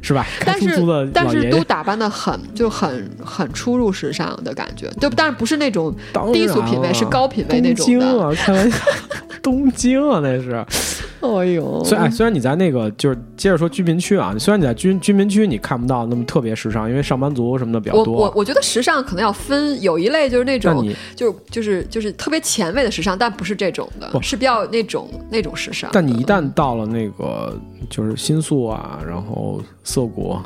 Speaker 1: 是
Speaker 2: [LAUGHS]
Speaker 1: 吧？
Speaker 2: 但
Speaker 1: 看
Speaker 2: 是
Speaker 1: 出租的
Speaker 2: 但
Speaker 1: 老
Speaker 2: 是
Speaker 1: 爷
Speaker 2: 都
Speaker 1: 爷，
Speaker 2: 打扮的很就很很出入时尚的感觉，对，但是不是那种
Speaker 1: 当
Speaker 2: 低俗
Speaker 1: 然
Speaker 2: 品味，
Speaker 1: 了
Speaker 2: 是高品味
Speaker 1: 东
Speaker 2: 那种
Speaker 1: 京
Speaker 2: 的。
Speaker 1: 啊，开玩笑，东京啊，那是。
Speaker 2: 哎呦，
Speaker 1: [LAUGHS] 虽然、哎、虽然你在那个就是接着说居民区啊，虽然你在居居民区你看不到那么特别时尚，因为上班族什么的比较
Speaker 2: 我
Speaker 1: 多。啊
Speaker 2: 我我觉得时尚可能要分，有一类就是那
Speaker 1: 那
Speaker 2: 种
Speaker 1: 你
Speaker 2: 就是就是就是特别前卫的时尚，但不是这种的，
Speaker 1: 不
Speaker 2: 是比较那种那种时尚的。
Speaker 1: 但你一旦到了那个就是新宿啊，然后涩谷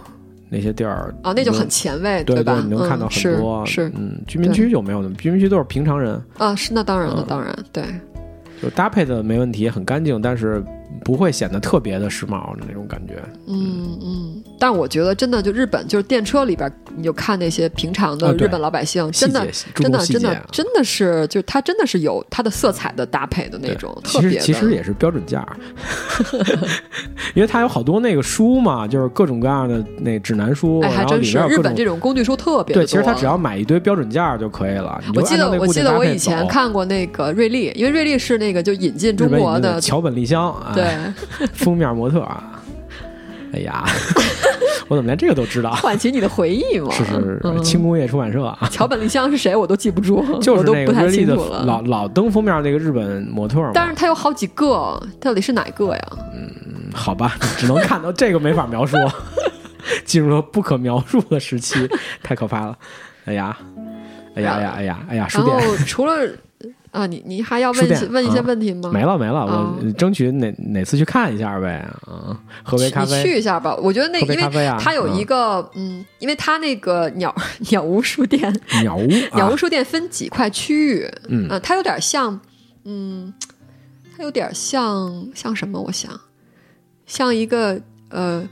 Speaker 1: 那些地儿
Speaker 2: 哦，那就很前卫，
Speaker 1: 对
Speaker 2: 吧？
Speaker 1: 你能看到很多
Speaker 2: 嗯、是
Speaker 1: 嗯，居民区就没有那么，居民区都是平常人，
Speaker 2: 啊，是那当然，那
Speaker 1: 嗯
Speaker 2: 当然，对，
Speaker 1: 就搭配的没问题，很干净，但是不会显得特别的时髦的那种感觉。
Speaker 2: 嗯嗯。但我觉得真的就日本就是电车里边，你就看那些平常的
Speaker 1: 啊对
Speaker 2: 日本老百姓，真的
Speaker 1: 细节注
Speaker 2: 真
Speaker 1: 重
Speaker 2: 的
Speaker 1: 细
Speaker 2: 真
Speaker 1: 节
Speaker 2: 的
Speaker 1: 啊。
Speaker 2: 真的是，就是它真的是有它的色彩的搭配的那
Speaker 1: 对
Speaker 2: 种，特
Speaker 1: 其
Speaker 2: 别
Speaker 1: 实
Speaker 2: 的。
Speaker 1: 其实也是标准价，
Speaker 2: [LAUGHS]
Speaker 1: 因为它有好多那个书嘛，就是各种各样的那指南书，
Speaker 2: 哎，还
Speaker 1: 然后
Speaker 2: 真
Speaker 1: 里
Speaker 2: 是
Speaker 1: 边有
Speaker 2: 日
Speaker 1: 各
Speaker 2: 本
Speaker 1: 种
Speaker 2: 这种工具书特别多。
Speaker 1: 对，其实它只要买一堆标准价就可以了。你就
Speaker 2: 啊我记
Speaker 1: 按
Speaker 2: 得
Speaker 1: 照那
Speaker 2: 我
Speaker 1: 固
Speaker 2: 记
Speaker 1: 定
Speaker 2: 得
Speaker 1: 搭
Speaker 2: 我
Speaker 1: 配
Speaker 2: 以前
Speaker 1: 走
Speaker 2: 看过那个瑞丽，因为瑞丽是那个就引进中
Speaker 1: 日本
Speaker 2: 国
Speaker 1: 有那个
Speaker 2: 的，
Speaker 1: 桥本丽香啊，
Speaker 2: 对，
Speaker 1: [LAUGHS] 封面模特啊。哎呀， [LAUGHS] 我怎么连这个都
Speaker 2: [LAUGHS]
Speaker 1: 知道？
Speaker 2: 唤起你的回忆嘛。
Speaker 1: 是是
Speaker 2: 嗯
Speaker 1: 轻工业出版社啊，
Speaker 2: 桥本丽香是谁我都记不住，
Speaker 1: 就是
Speaker 2: 我都
Speaker 1: 那
Speaker 2: 不
Speaker 1: 个
Speaker 2: 太
Speaker 1: 瑞丽
Speaker 2: 清
Speaker 1: 的
Speaker 2: 楚了。
Speaker 1: 老老登封面那个日本模特嘛。
Speaker 2: 但是它有好几个，到底是哪个呀？
Speaker 1: 嗯好吧，只能看到这个没法描
Speaker 2: [LAUGHS]
Speaker 1: 述，进入了不可描述的时期，太可怕了。哎呀，哎呀哎呀哎呀哎呀，书
Speaker 2: 然后
Speaker 1: 店
Speaker 2: 除了啊，你你还要
Speaker 1: 书
Speaker 2: 问一
Speaker 1: 店
Speaker 2: 些问一些
Speaker 1: 嗯
Speaker 2: 问题吗？
Speaker 1: 没了没了，我
Speaker 2: 哦
Speaker 1: 争取哪哪次去看一下呗啊，喝杯咖
Speaker 2: 你
Speaker 1: 啡，
Speaker 2: 去一下吧，我觉得那
Speaker 1: 喝
Speaker 2: 个，
Speaker 1: 杯
Speaker 2: 因
Speaker 1: 咖啡
Speaker 2: 为
Speaker 1: 啊
Speaker 2: 它有一个，嗯，因为它那个鸟 [LAUGHS] 鸟屋书店，
Speaker 1: 鸟屋
Speaker 2: 鸟
Speaker 1: 啊
Speaker 2: 屋，书店分几块区域，
Speaker 1: 嗯
Speaker 2: 呃它有点像，嗯，它有点像像什么？我想，像一个呃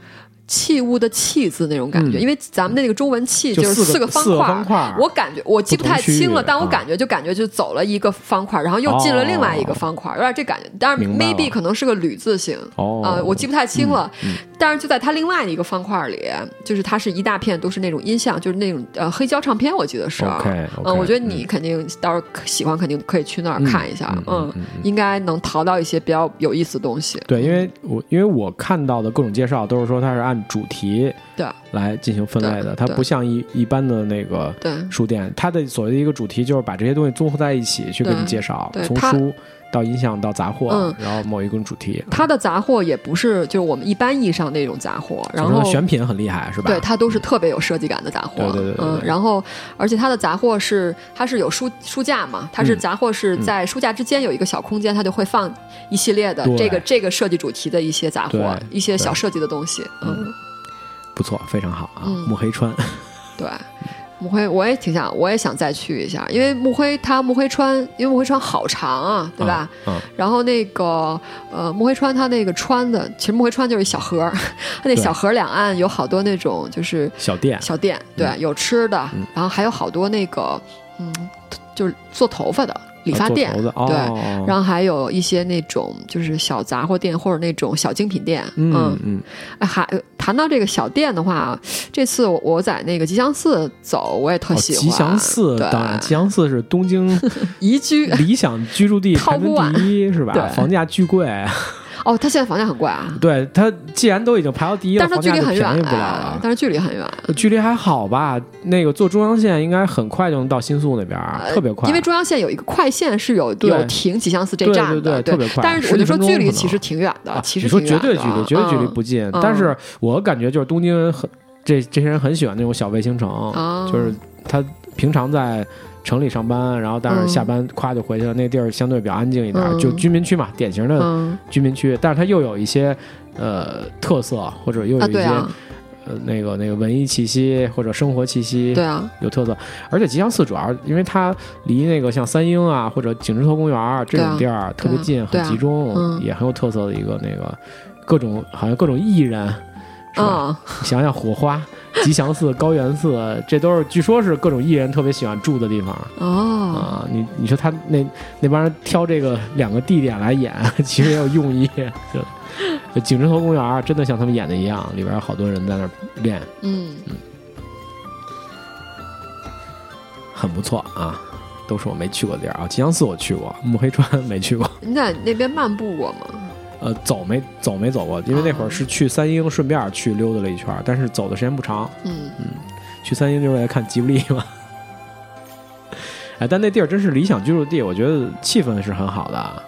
Speaker 2: 器物的器字那种感觉，
Speaker 1: 嗯
Speaker 2: 因为咱们那个中文器
Speaker 1: 就是四
Speaker 2: 四
Speaker 1: 个
Speaker 2: 方
Speaker 1: 四个
Speaker 2: 块儿，
Speaker 1: 方块儿
Speaker 2: 我感觉我记不
Speaker 1: 不同
Speaker 2: 太
Speaker 1: 区域
Speaker 2: 清了，但我
Speaker 1: 啊
Speaker 2: 感觉就感觉就走了一个方块儿，然后又进了另外一个
Speaker 1: 哦
Speaker 2: 方块儿，有点这感觉，但是
Speaker 1: 明白了
Speaker 2: maybe 可能是个吕字形。
Speaker 1: 哦
Speaker 2: 啊、我记不太清了，
Speaker 1: 嗯
Speaker 2: 但是就在它另外一个方块里，就是它是一大片都是那种音像，就是那种呃黑胶唱片，我记得是。
Speaker 1: OK，OK，
Speaker 2: 嗯，我觉得你肯定到时候喜欢，肯定可以去那儿看一下，
Speaker 1: 嗯嗯嗯
Speaker 2: 应该能淘到一些比较有意思的东西。
Speaker 1: 对，因为我因为我看到的各种介绍都是说它是按主题
Speaker 2: 对
Speaker 1: 来进行分类的，
Speaker 2: 对
Speaker 1: 它
Speaker 2: 对
Speaker 1: 不像一一般的那个
Speaker 2: 对
Speaker 1: 书店，它的所谓的一个主题就是把这些东西综合在一起去给你
Speaker 2: 对
Speaker 1: 介绍，
Speaker 2: 对
Speaker 1: 从
Speaker 2: 它
Speaker 1: 书到音像到杂货，
Speaker 2: 嗯
Speaker 1: 然后某一种主题。
Speaker 2: 它的杂货也不是就是我们一般意义上那种杂货，然
Speaker 1: 总之
Speaker 2: 后
Speaker 1: 它选品很厉害是吧？嗯
Speaker 2: 对，它都是特别有设计感的杂货。
Speaker 1: 对对对对对
Speaker 2: 嗯，然后而且它的杂货是它是有书书架嘛，它是
Speaker 1: 嗯
Speaker 2: 杂货是在书架之间有一个小空间，它就会放一系列的
Speaker 1: 对
Speaker 2: 这个这个设计主题的一些杂货
Speaker 1: 对，
Speaker 2: 一些小设计的东西。嗯，
Speaker 1: 不错，非常好啊！
Speaker 2: 嗯
Speaker 1: 木黑川
Speaker 2: 对。木灰，我也挺想，我也想再去一下，因为木灰它木灰川，因为木灰川好长啊，对吧？
Speaker 1: 嗯嗯
Speaker 2: 然后那个呃，木灰川它那个川的，其实木灰川就是一小河儿， [LAUGHS] 它
Speaker 1: 对
Speaker 2: 那小河两岸有好多那种就是
Speaker 1: 小店，
Speaker 2: 小店，
Speaker 1: 嗯
Speaker 2: 对，有吃的，然后还有好多那个，嗯，就是做头发的理发店，
Speaker 1: 啊做头的哦、
Speaker 2: 对，
Speaker 1: 哦
Speaker 2: 然后还有一些那种就是小杂货店或者那种小精品店，
Speaker 1: 嗯嗯，
Speaker 2: 哎还谈到这个小店的话，啊这次我我在那个吉祥寺走，我也特
Speaker 1: 哦
Speaker 2: 喜欢，
Speaker 1: 吉祥寺
Speaker 2: 对，
Speaker 1: 当然，吉嗯祥寺是东京
Speaker 2: [LAUGHS] 宜居，
Speaker 1: 理想居住地
Speaker 2: 套
Speaker 1: 排名
Speaker 2: 不完
Speaker 1: 第一，是吧
Speaker 2: 对？
Speaker 1: 房价巨贵，
Speaker 2: 哦，它现在房价很贵啊，
Speaker 1: 对它既然都已经排到第一了，
Speaker 2: 但是它
Speaker 1: 房
Speaker 2: 距
Speaker 1: 价
Speaker 2: 离
Speaker 1: 就
Speaker 2: 很远
Speaker 1: 便宜不了
Speaker 2: 哎
Speaker 1: 了，。
Speaker 2: 但是距离很远。
Speaker 1: 距离还好吧，那个坐中央线应该很快就能到新宿那边儿，特别快。
Speaker 2: 呃因为中央线有一个快线是有
Speaker 1: 对
Speaker 2: 有停吉祥寺这站
Speaker 1: 对
Speaker 2: 的，
Speaker 1: 对对特别快
Speaker 2: 但是我就说
Speaker 1: 10分钟
Speaker 2: 距离
Speaker 1: 可能
Speaker 2: 其实挺远的，
Speaker 1: 啊，
Speaker 2: 其
Speaker 1: 你
Speaker 2: 实
Speaker 1: 说
Speaker 2: 挺远
Speaker 1: 绝
Speaker 2: 的
Speaker 1: 对距离，绝对距离
Speaker 2: 嗯
Speaker 1: 不近。
Speaker 2: 嗯
Speaker 1: 但是我感觉就是东京很这这些人很喜欢那种小卫星城，
Speaker 2: 哦
Speaker 1: 就是他平常在城里上班，然后但是
Speaker 2: 嗯
Speaker 1: 下班夸就回去了，那地儿相对比较安静一点儿，
Speaker 2: 嗯
Speaker 1: 就居民区嘛，典型的
Speaker 2: 嗯
Speaker 1: 居民区。但是它又有一些呃特色，或者又嗯
Speaker 2: 啊，
Speaker 1: 有一些、
Speaker 2: 对啊，
Speaker 1: 呃那个那个文艺气息或者生活气息，
Speaker 2: 对啊，
Speaker 1: 有特色。而且吉祥寺主要因为它离那个像三鹰啊或者景芝头公园儿这
Speaker 2: 对
Speaker 1: 种
Speaker 2: 啊
Speaker 1: 地儿特别近，很
Speaker 2: 对啊
Speaker 1: 集中，
Speaker 2: 嗯
Speaker 1: 也很有特色的一个那个各种好像各种艺人是吧？
Speaker 2: 嗯，
Speaker 1: 你想想火花、吉祥寺、高原寺，这都是据说是各种艺人特别喜欢住的地方。
Speaker 2: 哦，
Speaker 1: 啊，你你说他那那帮人挑这个两个地点来演， [LAUGHS] 其实也有用意。就就景芝头公园儿真的像他们演的一样，里边有好多人在那儿练，
Speaker 2: 嗯，
Speaker 1: 很不错啊。都是我没去过的地儿啊，吉祥寺我去过，慕黑川没去过， [LAUGHS]
Speaker 2: 你在那边漫步过吗？
Speaker 1: 呃，走没走没走过，因为那会儿
Speaker 2: 啊
Speaker 1: 是去三鹰，顺便去溜达了一圈儿，但是走的时间不长。
Speaker 2: 嗯，
Speaker 1: 去三鹰就是为了看吉卜力嘛。 [LAUGHS] 哎，但那地儿真是理想居住地，我觉得气氛是很好的。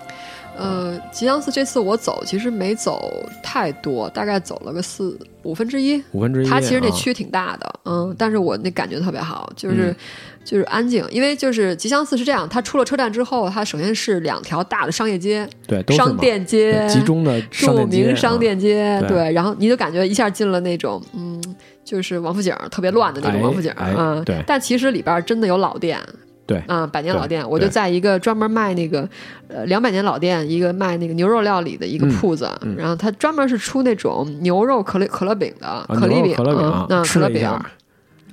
Speaker 2: 呃，吉祥寺这次我走其实没走太多，大概走了个四五分之一。
Speaker 1: 五分之一。
Speaker 2: 它其实那
Speaker 1: 啊
Speaker 2: 区挺大的，嗯，但是我那感觉特别好，
Speaker 1: 嗯
Speaker 2: 就是、就是安静，因为就是吉祥寺是这样，它出了车站之后，它首先是两条大的商业街，
Speaker 1: 对都是
Speaker 2: 商
Speaker 1: 嘛
Speaker 2: 店街
Speaker 1: 集中的商
Speaker 2: 著
Speaker 1: 店街
Speaker 2: 名商
Speaker 1: 啊
Speaker 2: 店街，
Speaker 1: 对
Speaker 2: 对然后你就感觉一下进了那种，嗯，就是王府井特别乱的那种
Speaker 1: 哎
Speaker 2: 王府井，
Speaker 1: 哎
Speaker 2: 嗯，
Speaker 1: 对
Speaker 2: 但其实里边真的有老店，
Speaker 1: 对
Speaker 2: 啊、百年
Speaker 1: 对
Speaker 2: 老店，我就
Speaker 1: 对
Speaker 2: 在一个专门卖那个，呃，两百年老店，一个卖那个牛肉料理的一个
Speaker 1: 嗯
Speaker 2: 铺子，然后他专门是出那种牛肉可乐可乐饼的，
Speaker 1: 啊
Speaker 2: 可丽
Speaker 1: 牛肉
Speaker 2: 饼，
Speaker 1: 可乐饼啊
Speaker 2: 嗯，嗯，
Speaker 1: 吃
Speaker 2: 可乐
Speaker 1: 了一
Speaker 2: 饼。
Speaker 1: 下，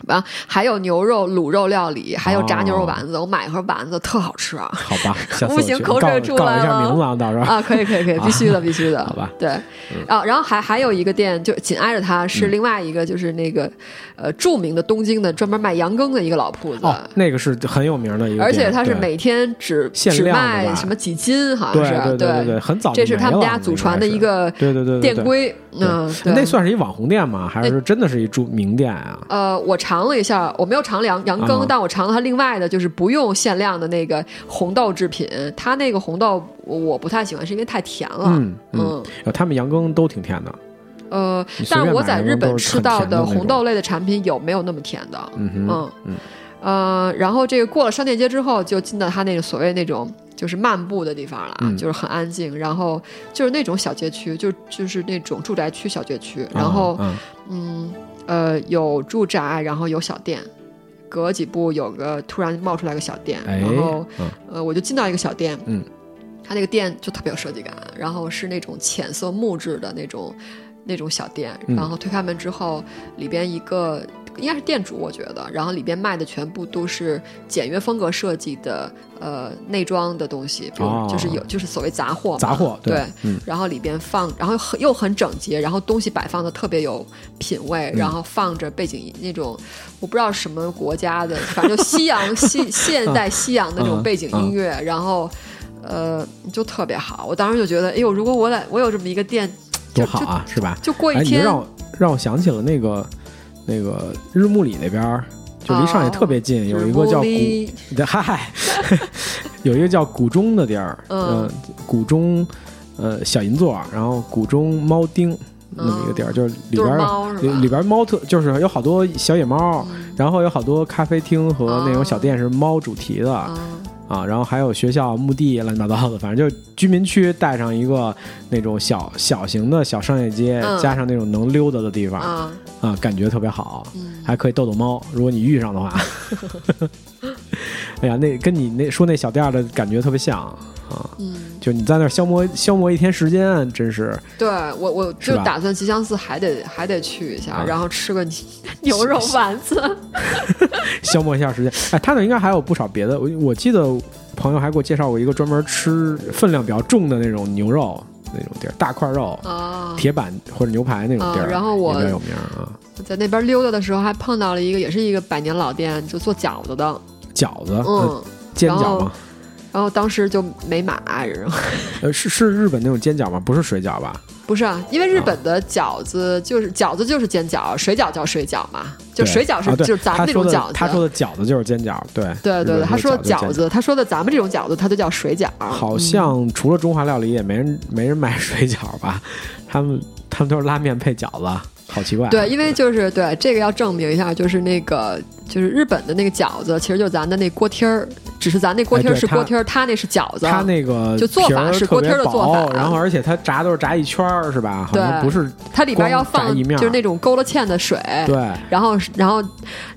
Speaker 2: 完，还有牛肉卤肉料理，还有炸牛肉
Speaker 1: 哦
Speaker 2: 丸子，我买一盒丸子，特好吃啊！
Speaker 1: 好吧，下次
Speaker 2: 无
Speaker 1: 我
Speaker 2: 形
Speaker 1: 去
Speaker 2: 口
Speaker 1: 告
Speaker 2: 水出
Speaker 1: 告
Speaker 2: 来
Speaker 1: 一下
Speaker 2: 了
Speaker 1: 名字啊，到时候
Speaker 2: 啊，可以可以可以，必须的必须
Speaker 1: [LAUGHS]
Speaker 2: 的，
Speaker 1: 好吧？嗯
Speaker 2: 对，啊，然后还还有一个店，就紧挨着它是另外一个，就是那个呃著名的东京的专门卖羊羹的一个老铺子，
Speaker 1: 哦，那个是很有名的一个店，
Speaker 2: 而且它是
Speaker 1: 对
Speaker 2: 每天只
Speaker 1: 限
Speaker 2: 只
Speaker 1: 量的吧
Speaker 2: 卖什么几斤，好像
Speaker 1: 对
Speaker 2: 啊是
Speaker 1: 对对对，很早就
Speaker 2: 这是他们
Speaker 1: 没了
Speaker 2: 家祖传的一
Speaker 1: 应
Speaker 2: 个
Speaker 1: 该是对对对对
Speaker 2: 店
Speaker 1: 对
Speaker 2: 规，嗯，对哎
Speaker 1: 那算是一网红店吗？还是真的是一著名店啊？
Speaker 2: 呃，我尝了一下，我没有尝羊羊羹，
Speaker 1: 啊
Speaker 2: 但我尝了它另外的，就是不用限量的那个红豆制品。它那个红豆我我不太喜欢，是因为太甜了。
Speaker 1: 嗯嗯呃他们羊羹都挺甜的，
Speaker 2: 呃
Speaker 1: 你，随
Speaker 2: 但
Speaker 1: 便
Speaker 2: 是我
Speaker 1: 买
Speaker 2: 在
Speaker 1: 的
Speaker 2: 日
Speaker 1: 都
Speaker 2: 本
Speaker 1: 是
Speaker 2: 吃
Speaker 1: 很
Speaker 2: 到
Speaker 1: 甜的
Speaker 2: 的
Speaker 1: 那
Speaker 2: 红
Speaker 1: 种
Speaker 2: 豆类的产品有没有那么甜的？
Speaker 1: 嗯哼
Speaker 2: 嗯
Speaker 1: 嗯
Speaker 2: 呃，然后这个过了商店街之后，就进到他那个所谓那种就是漫步的地方了啊，
Speaker 1: 嗯
Speaker 2: 就是很安静，然后就是那种小街区，就就是那种住宅区小街区，然后、
Speaker 1: 啊啊
Speaker 2: 嗯呃有住宅，然后有小店。隔几步有个突然冒出来个小店，
Speaker 1: 哎
Speaker 2: 然后
Speaker 1: 嗯
Speaker 2: 呃我就进到一个小店，
Speaker 1: 嗯，
Speaker 2: 它那个店就特别有设计感，然后是那种浅色木质的那种那种小店，
Speaker 1: 嗯
Speaker 2: 然后推开门之后，里边一个应该是店主我觉得，然后里边卖的全部都是简约风格设计的呃内装的东西，比
Speaker 1: 哦
Speaker 2: 如就是有、就是所谓杂货嘛
Speaker 1: 杂货
Speaker 2: 哦对。
Speaker 1: 嗯
Speaker 2: 然后里边放，然后很又很整洁，然后东西摆放的特别有品味，
Speaker 1: 嗯
Speaker 2: 然后放着背景音那种，我不知道什么国家的，反正就
Speaker 1: [LAUGHS]
Speaker 2: 西洋西现代西洋的那种背景音
Speaker 1: 嗯
Speaker 2: 乐，然后呃就特别好。我当时就觉得，哎呦，如果我在我有这么一个店，就
Speaker 1: 多好啊，是吧？
Speaker 2: 就就过
Speaker 1: 哎，
Speaker 2: 一
Speaker 1: 你就
Speaker 2: 天，
Speaker 1: 让我让我想起了那个那个日暮里那边儿，就离上海特别
Speaker 2: 啊
Speaker 1: 近，有一个叫古，
Speaker 2: Rivoli
Speaker 1: [LAUGHS] 嗨，有一个叫古钟的地儿，
Speaker 2: 嗯
Speaker 1: 呃，古钟呃小银座，然后古钟猫町那么一个地儿，就是里
Speaker 2: 嗯都
Speaker 1: 边
Speaker 2: 是
Speaker 1: 儿
Speaker 2: 猫是
Speaker 1: 里
Speaker 2: 吧？嗯
Speaker 1: 里边猫特就是有好多小野猫，然后有好多咖啡厅和
Speaker 2: 哦
Speaker 1: 那种小店是猫主题的啊
Speaker 2: 啊，
Speaker 1: 然后还有学校、墓地乱七八糟的，反正就居民区带上一个那种小小型的小商业街，
Speaker 2: 嗯
Speaker 1: 加上那种能溜达的地方啊、
Speaker 2: 啊，
Speaker 1: 感觉特别好，
Speaker 2: 嗯
Speaker 1: 还可以逗逗猫，如果你遇上的话。 [LAUGHS] 哎呀，那跟你那说那小店儿的感觉特别像啊，
Speaker 2: 嗯，
Speaker 1: 就你在那儿消磨消磨一天时间，真是
Speaker 2: 对我我
Speaker 1: 是
Speaker 2: 就
Speaker 1: 吧
Speaker 2: 打算吉祥寺还得还得去一下
Speaker 1: 啊，
Speaker 2: 然后吃个牛肉丸子。
Speaker 1: 消磨一下时间。哎，他那应该还有不少别的，我我记得朋友还给我介绍过一个专门吃分量比较重的那种牛肉那种地儿，大块肉、
Speaker 2: 啊，
Speaker 1: 铁板或者牛排那种地儿，
Speaker 2: 啊然后我
Speaker 1: 也比较有名儿啊。
Speaker 2: 在那边溜达的时候，还碰到了一个也是一个百年老店，就做饺子的，
Speaker 1: 饺子，呃
Speaker 2: 嗯，
Speaker 1: 煎饺吗？
Speaker 2: 然后当时就没买，然后
Speaker 1: 呃，是是日本那种煎饺吗？不是水饺吧？
Speaker 2: 不是啊，因为日本的饺子就是饺子就是煎饺，水饺叫水饺嘛，就
Speaker 1: 对
Speaker 2: 水饺是
Speaker 1: 啊、对
Speaker 2: 就是咱们
Speaker 1: 他
Speaker 2: 那
Speaker 1: 说
Speaker 2: 种
Speaker 1: 的
Speaker 2: 饺子，
Speaker 1: 他说的饺子就是煎饺，对
Speaker 2: 对对
Speaker 1: 日
Speaker 2: 对，
Speaker 1: 本
Speaker 2: 他说的
Speaker 1: 就是
Speaker 2: 饺
Speaker 1: 煎。
Speaker 2: 子，他嗯说的咱们这种饺子，它就叫水饺，嗯
Speaker 1: 好像除了中华料理，也没人没人卖 [LAUGHS] 水饺吧？他们他们都是拉面配饺子，好奇怪啊、
Speaker 2: 对，因为就是对这个要证明一下，就是那个就是日本的那个饺子，其实就是咱的那锅贴儿，只是咱那锅贴儿
Speaker 1: 哎对
Speaker 2: 是锅
Speaker 1: 它
Speaker 2: 贴儿，他那是饺子，
Speaker 1: 它那个
Speaker 2: 就做法
Speaker 1: 皮
Speaker 2: 是
Speaker 1: 儿特
Speaker 2: 锅
Speaker 1: 别
Speaker 2: 贴儿的做法啊
Speaker 1: 薄然后而且它炸都是炸一圈儿是吧？好像
Speaker 2: 对
Speaker 1: 不是
Speaker 2: 它里边要放
Speaker 1: 光炸一面儿
Speaker 2: 就是那种勾了芡的水，
Speaker 1: 对。
Speaker 2: 然后是然后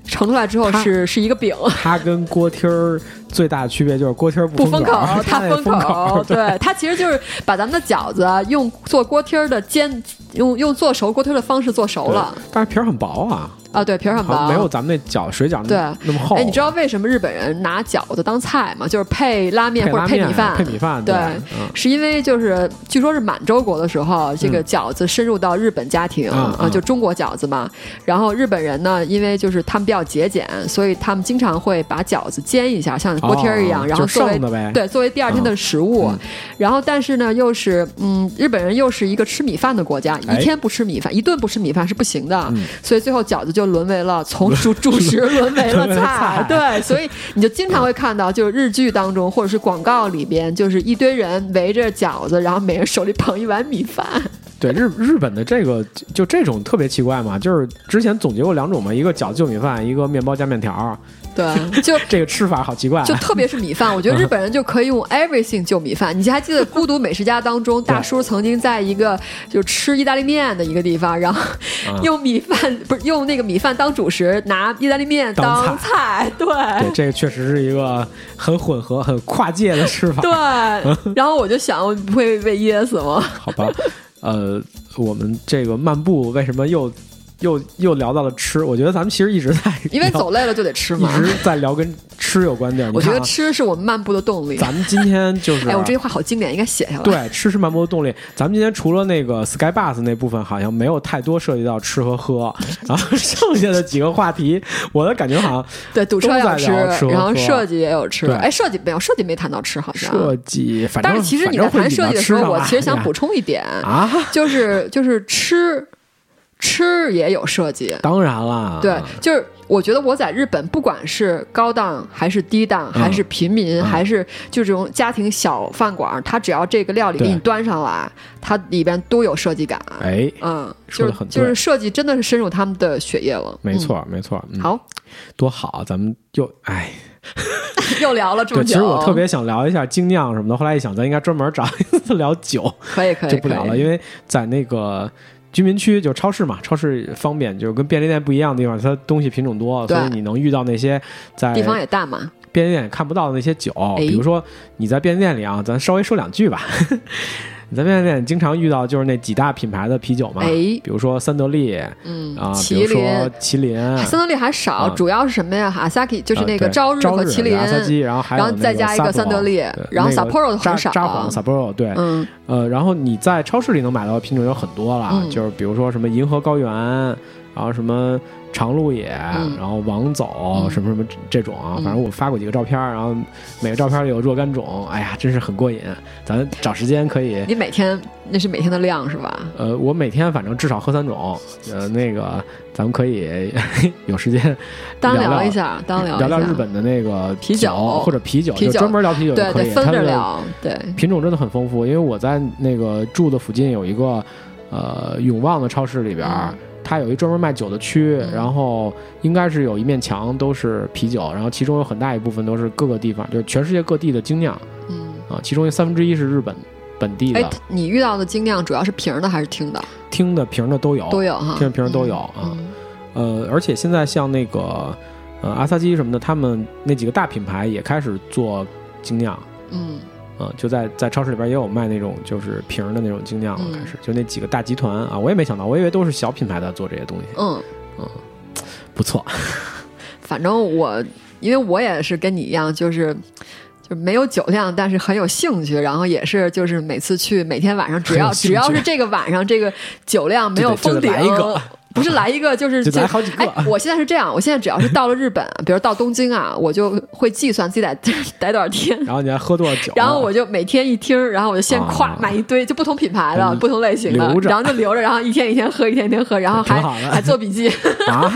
Speaker 2: 盛出来之后
Speaker 1: 它
Speaker 2: 是是一个饼，
Speaker 1: 它跟锅贴儿最大的区别就是锅贴儿
Speaker 2: 不
Speaker 1: 封
Speaker 2: 封
Speaker 1: 口 [LAUGHS]
Speaker 2: 口
Speaker 1: 儿，，它
Speaker 2: 它
Speaker 1: 那
Speaker 2: 封
Speaker 1: 封
Speaker 2: [LAUGHS] 口，对，它其实就是把咱们的饺子啊用做锅贴儿的煎，用用做熟锅贴儿的方式做熟
Speaker 1: 对
Speaker 2: 了
Speaker 1: 但是皮儿很薄啊，
Speaker 2: 啊，对，皮儿很
Speaker 1: 好像
Speaker 2: 薄，
Speaker 1: 没有。啊咱们那饺水饺
Speaker 2: 对
Speaker 1: 那那么厚。
Speaker 2: 哎，你知道为什么日本人拿饺子当菜吗？就是配拉面或者
Speaker 1: 拉
Speaker 2: 配
Speaker 1: 面
Speaker 2: 米饭，
Speaker 1: 配米饭
Speaker 2: 对
Speaker 1: 嗯
Speaker 2: 是因为就是据说是满洲国的时候，这个饺子深入到日本家庭
Speaker 1: 嗯
Speaker 2: 啊、
Speaker 1: 嗯
Speaker 2: 就中国饺子嘛。然后日本人呢，因为就是他们比较节俭，所以他们经常会把饺子煎一下，像锅贴儿一样，
Speaker 1: 哦
Speaker 2: 然后
Speaker 1: 就是
Speaker 2: 作为
Speaker 1: 剩的呗
Speaker 2: 对作为第二天的食物，然后但是呢又是嗯，日本人又是一个吃米饭的国家，
Speaker 1: 哎
Speaker 2: 一天不吃米饭，一顿不吃米饭是不行的，所以最后饺子就沦为了从主主食嗯沦为了
Speaker 1: 沦为了菜
Speaker 2: 菜，对，所以你就经常会看到，就是日剧当中或者是广告里边，就是一堆人围着饺子，然后每人手里捧一碗米饭，
Speaker 1: 对日日本的这个就就这种特别奇怪嘛，就是之前总结过两种嘛，一个饺子就米饭，一个面包加面条儿，
Speaker 2: 对， [LAUGHS] 就
Speaker 1: 这个吃法好奇怪。啊
Speaker 2: 就特别是米饭，我觉得日本人就可以用 everything 救米饭。你还记得《孤独美食家》当中，大叔曾经在一个就吃意大利面的一个地方，然后
Speaker 1: 嗯
Speaker 2: 用米饭不是用那个米饭当主食，拿意大利面
Speaker 1: 当
Speaker 2: 当菜，对。
Speaker 1: 对，这个确实是一个很混合、 [LAUGHS] 很跨界的吃法。
Speaker 2: 对，然后我就想，我不会被噎死吗？
Speaker 1: 好吧，呃，我们这个漫步为什么又又又聊到了吃？我觉得咱们其实一直在
Speaker 2: 因为
Speaker 1: 聊
Speaker 2: 走累了就得吃
Speaker 1: 一
Speaker 2: 嘛。
Speaker 1: 直在聊跟吃有关的地儿。你
Speaker 2: 我觉
Speaker 1: 看
Speaker 2: 得
Speaker 1: 啊
Speaker 2: 吃是我们漫步的动力。
Speaker 1: 咱们今天就是、
Speaker 2: 哎，我这句话好经典，应该写 [LAUGHS] 下来。
Speaker 1: 对吃是漫步的动力。咱们今天除了那个 Sky Bus 那部分，好像没有太多涉及到吃和喝，
Speaker 2: 哎
Speaker 1: 然后剩下的几个话题，我的感觉好像
Speaker 2: 对，堵车也有吃
Speaker 1: 都在聊吃，和
Speaker 2: 然后
Speaker 1: 喝
Speaker 2: 设计也有吃。
Speaker 1: 对
Speaker 2: 哎，设计没有，设计没谈到吃，好像。
Speaker 1: 设计，反正
Speaker 2: 但是其实你在
Speaker 1: 反正会
Speaker 2: 谈
Speaker 1: 引到
Speaker 2: 设计的
Speaker 1: 吃
Speaker 2: 时候，
Speaker 1: 上啊
Speaker 2: 我
Speaker 1: 来
Speaker 2: 其实想
Speaker 1: 呀
Speaker 2: 补充一点，
Speaker 1: 啊，
Speaker 2: 就是就是吃吃也有设计，
Speaker 1: 当然啦，
Speaker 2: 对，就是我觉得我在日本，不管是高档还是低档，
Speaker 1: 嗯
Speaker 2: 还是平民，还是就这种家庭小饭馆儿，它只要这个料理给
Speaker 1: 对
Speaker 2: 你端上来，它里边都有设计感。
Speaker 1: 哎，
Speaker 2: 嗯，
Speaker 1: 说
Speaker 2: 就
Speaker 1: 得
Speaker 2: 是
Speaker 1: 很对
Speaker 2: 就是设计真的是深入他们的血液了。
Speaker 1: 没错，没错，嗯，
Speaker 2: 好，
Speaker 1: 多好，咱们又哎，
Speaker 2: 又聊了这么
Speaker 1: 对，
Speaker 2: 久，
Speaker 1: 其实我特别想聊一下精酿什么的，后来一想，咱应该专门找一次聊酒，
Speaker 2: 可以可以
Speaker 1: 就不聊
Speaker 2: 可
Speaker 1: 了，
Speaker 2: 以
Speaker 1: 因为在那个。居民区就超市嘛，超市方便，就是跟便利店不一样的地方，它东西品种多，
Speaker 2: 对
Speaker 1: 所以你能遇到那些在
Speaker 2: 地方也哎大嘛。
Speaker 1: 便利店也看不到的那些酒，比如说你在便利店里啊，咱稍微说两句吧。 [LAUGHS] 你在便利店经常遇到就是那几大品牌的啤酒嘛，
Speaker 2: 哎
Speaker 1: 比如说三得利啊、
Speaker 2: 嗯，
Speaker 1: 比
Speaker 2: 麒
Speaker 1: 如说
Speaker 2: 麟。
Speaker 1: 麒麟，
Speaker 2: 三得利还少，
Speaker 1: 啊
Speaker 2: 主要是什么呀？阿萨克就是那
Speaker 1: 嗯
Speaker 2: 个
Speaker 1: 呃对朝
Speaker 2: 日和麒麟，
Speaker 1: 阿萨基，然后还有
Speaker 2: 然后再加一个三得利然后 Sapporo 很少
Speaker 1: 札幌 Sapporo 对，
Speaker 2: 嗯，
Speaker 1: 呃，然后你在超市里能买到的品种有很多了，
Speaker 2: 嗯
Speaker 1: 就是比如说什么银河高原，然后什么长鹿野，
Speaker 2: 嗯
Speaker 1: 然后王走、
Speaker 2: 嗯
Speaker 1: 什么什么这这种啊，
Speaker 2: 嗯
Speaker 1: 反正我发过几个照片，然后每个照片里有若干种，哎呀，真是很过瘾。咱找时间可以，
Speaker 2: 你每天那是每天的量是吧？
Speaker 1: 呃，我每天反正至少喝三种，呃，那个咱们可以 [LAUGHS] 有时间
Speaker 2: 单
Speaker 1: 聊
Speaker 2: 聊
Speaker 1: 聊
Speaker 2: 一下，单
Speaker 1: 聊
Speaker 2: 一下。
Speaker 1: 日本的那个
Speaker 2: 啤酒
Speaker 1: 或者啤酒，
Speaker 2: 啤
Speaker 1: 就
Speaker 2: 酒
Speaker 1: 专门聊啤酒就
Speaker 2: 对
Speaker 1: 可以
Speaker 2: 对，，分
Speaker 1: 它
Speaker 2: 着
Speaker 1: 的
Speaker 2: 聊，对，
Speaker 1: 品种真的很丰富，因为我在那个住的附近有一个呃永旺的超市里边儿。
Speaker 2: 嗯
Speaker 1: 它有一专门卖酒的区，
Speaker 2: 嗯
Speaker 1: 然后应该是有一面墙都是啤酒，然后其中有很大一部分都是各个地方，就是全世界各地的精酿
Speaker 2: 嗯。
Speaker 1: 啊，其中有三分之一是日本本地的
Speaker 2: 哎，，你遇到的精酿主要是瓶儿的还是听的？
Speaker 1: 听的瓶的都有，
Speaker 2: 都有哈，
Speaker 1: 哦听的瓶的都有啊。
Speaker 2: 嗯。
Speaker 1: 呃，而且现在像那个呃阿萨基什么的，他们那几个大品牌也开始做精酿，
Speaker 2: 嗯，
Speaker 1: 嗯，就在在超市里边也有卖那种就是瓶儿的那种精酿了，
Speaker 2: 嗯
Speaker 1: 开始就那几个大集团啊，我也没想到，我以为都是小品牌在做这些东西，
Speaker 2: 嗯，
Speaker 1: 不错，
Speaker 2: 反正我因为我也是跟你一样，就是。就没有酒量，但是很有兴趣，然后也是就是每次去，每天晚上只
Speaker 1: 很有
Speaker 2: 要
Speaker 1: 兴趣
Speaker 2: 只要是这个晚上这个酒量没
Speaker 1: [LAUGHS]
Speaker 2: 有
Speaker 1: 就
Speaker 2: 封
Speaker 1: 得就
Speaker 2: 顶
Speaker 1: 得来一个，
Speaker 2: 不是来一个就是
Speaker 1: [LAUGHS] 就来好几个
Speaker 2: 哎，我现在是这样，我现在只要是到了日本，比如到东京啊，我就会计算自己得 [LAUGHS] 待多少天，
Speaker 1: 然后你还喝多少酒，
Speaker 2: [LAUGHS] 然后我就每天一听儿，然后我就先
Speaker 1: 啊
Speaker 2: 咵买一堆，就不同品牌的、
Speaker 1: 嗯
Speaker 2: 不同类型的
Speaker 1: 留，着
Speaker 2: 然后就留着，然后一天一天喝，一天一天喝，然后还
Speaker 1: 挺好的
Speaker 2: 还做笔记。
Speaker 1: 啊，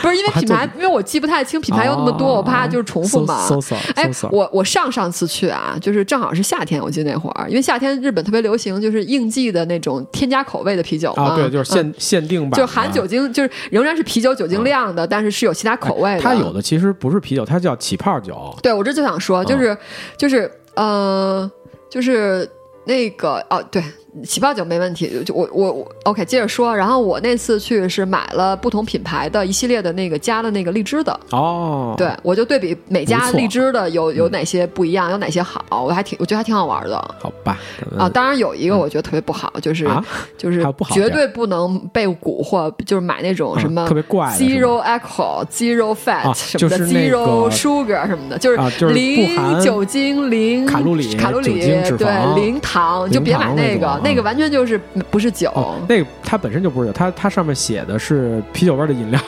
Speaker 2: 不是因为
Speaker 1: 还
Speaker 2: 品
Speaker 1: 做
Speaker 2: 牌，因为我记不太清 [LAUGHS] 品牌有那么多，
Speaker 1: 哦
Speaker 2: 我怕就是重复嘛。
Speaker 1: 搜搜搜
Speaker 2: 哎
Speaker 1: 搜搜，
Speaker 2: 我我上上次去啊，就是正好是夏天，我记得那会儿，因为夏天日本特别流行就是应季的那种添加口味的啤酒嘛，
Speaker 1: 啊，对，就是
Speaker 2: 嗯
Speaker 1: 限、限定啊版
Speaker 2: 就
Speaker 1: 的，
Speaker 2: 是含酒精，就是仍然是啤酒酒精量的，但是是有其他口味的。哦
Speaker 1: 它有的其实不是啤酒，它叫起泡酒，
Speaker 2: 对，我这就想说，就是、
Speaker 1: 啊
Speaker 2: 就是呃，就是那个哦，对，起泡酒没问题。就我我我 OK，接着说。然后我那次去是买了不同品牌的一系列的那个加的那个荔枝的，
Speaker 1: 哦，
Speaker 2: 对我就对比每家
Speaker 1: 不错嗯
Speaker 2: 荔枝的有有哪些不一样，有哪些好，我还挺我觉得还挺好玩的。
Speaker 1: 好吧，咱
Speaker 2: 啊，
Speaker 1: 们
Speaker 2: 当然有一个我觉得特别不好，就是、
Speaker 1: 嗯啊
Speaker 2: 就是
Speaker 1: 还有不好的呀
Speaker 2: 绝对不能被蛊惑，就是买那种什么、
Speaker 1: 啊特别怪的是
Speaker 2: zero alcohol、zero fat、
Speaker 1: 啊
Speaker 2: 什
Speaker 1: 就
Speaker 2: 么的、
Speaker 1: 是那个
Speaker 2: zero sugar 什么的，就是
Speaker 1: 啊就是不含
Speaker 2: 零酒精、零
Speaker 1: 卡路里
Speaker 2: 卡路
Speaker 1: 酒精脂肪
Speaker 2: 对，零糖，就别买那
Speaker 1: 零糖那
Speaker 2: 个，
Speaker 1: 种啊啊
Speaker 2: 那个完全就是不是酒。
Speaker 1: 哦，那个它本身就不是酒，它它上面写的是啤酒味儿的饮料，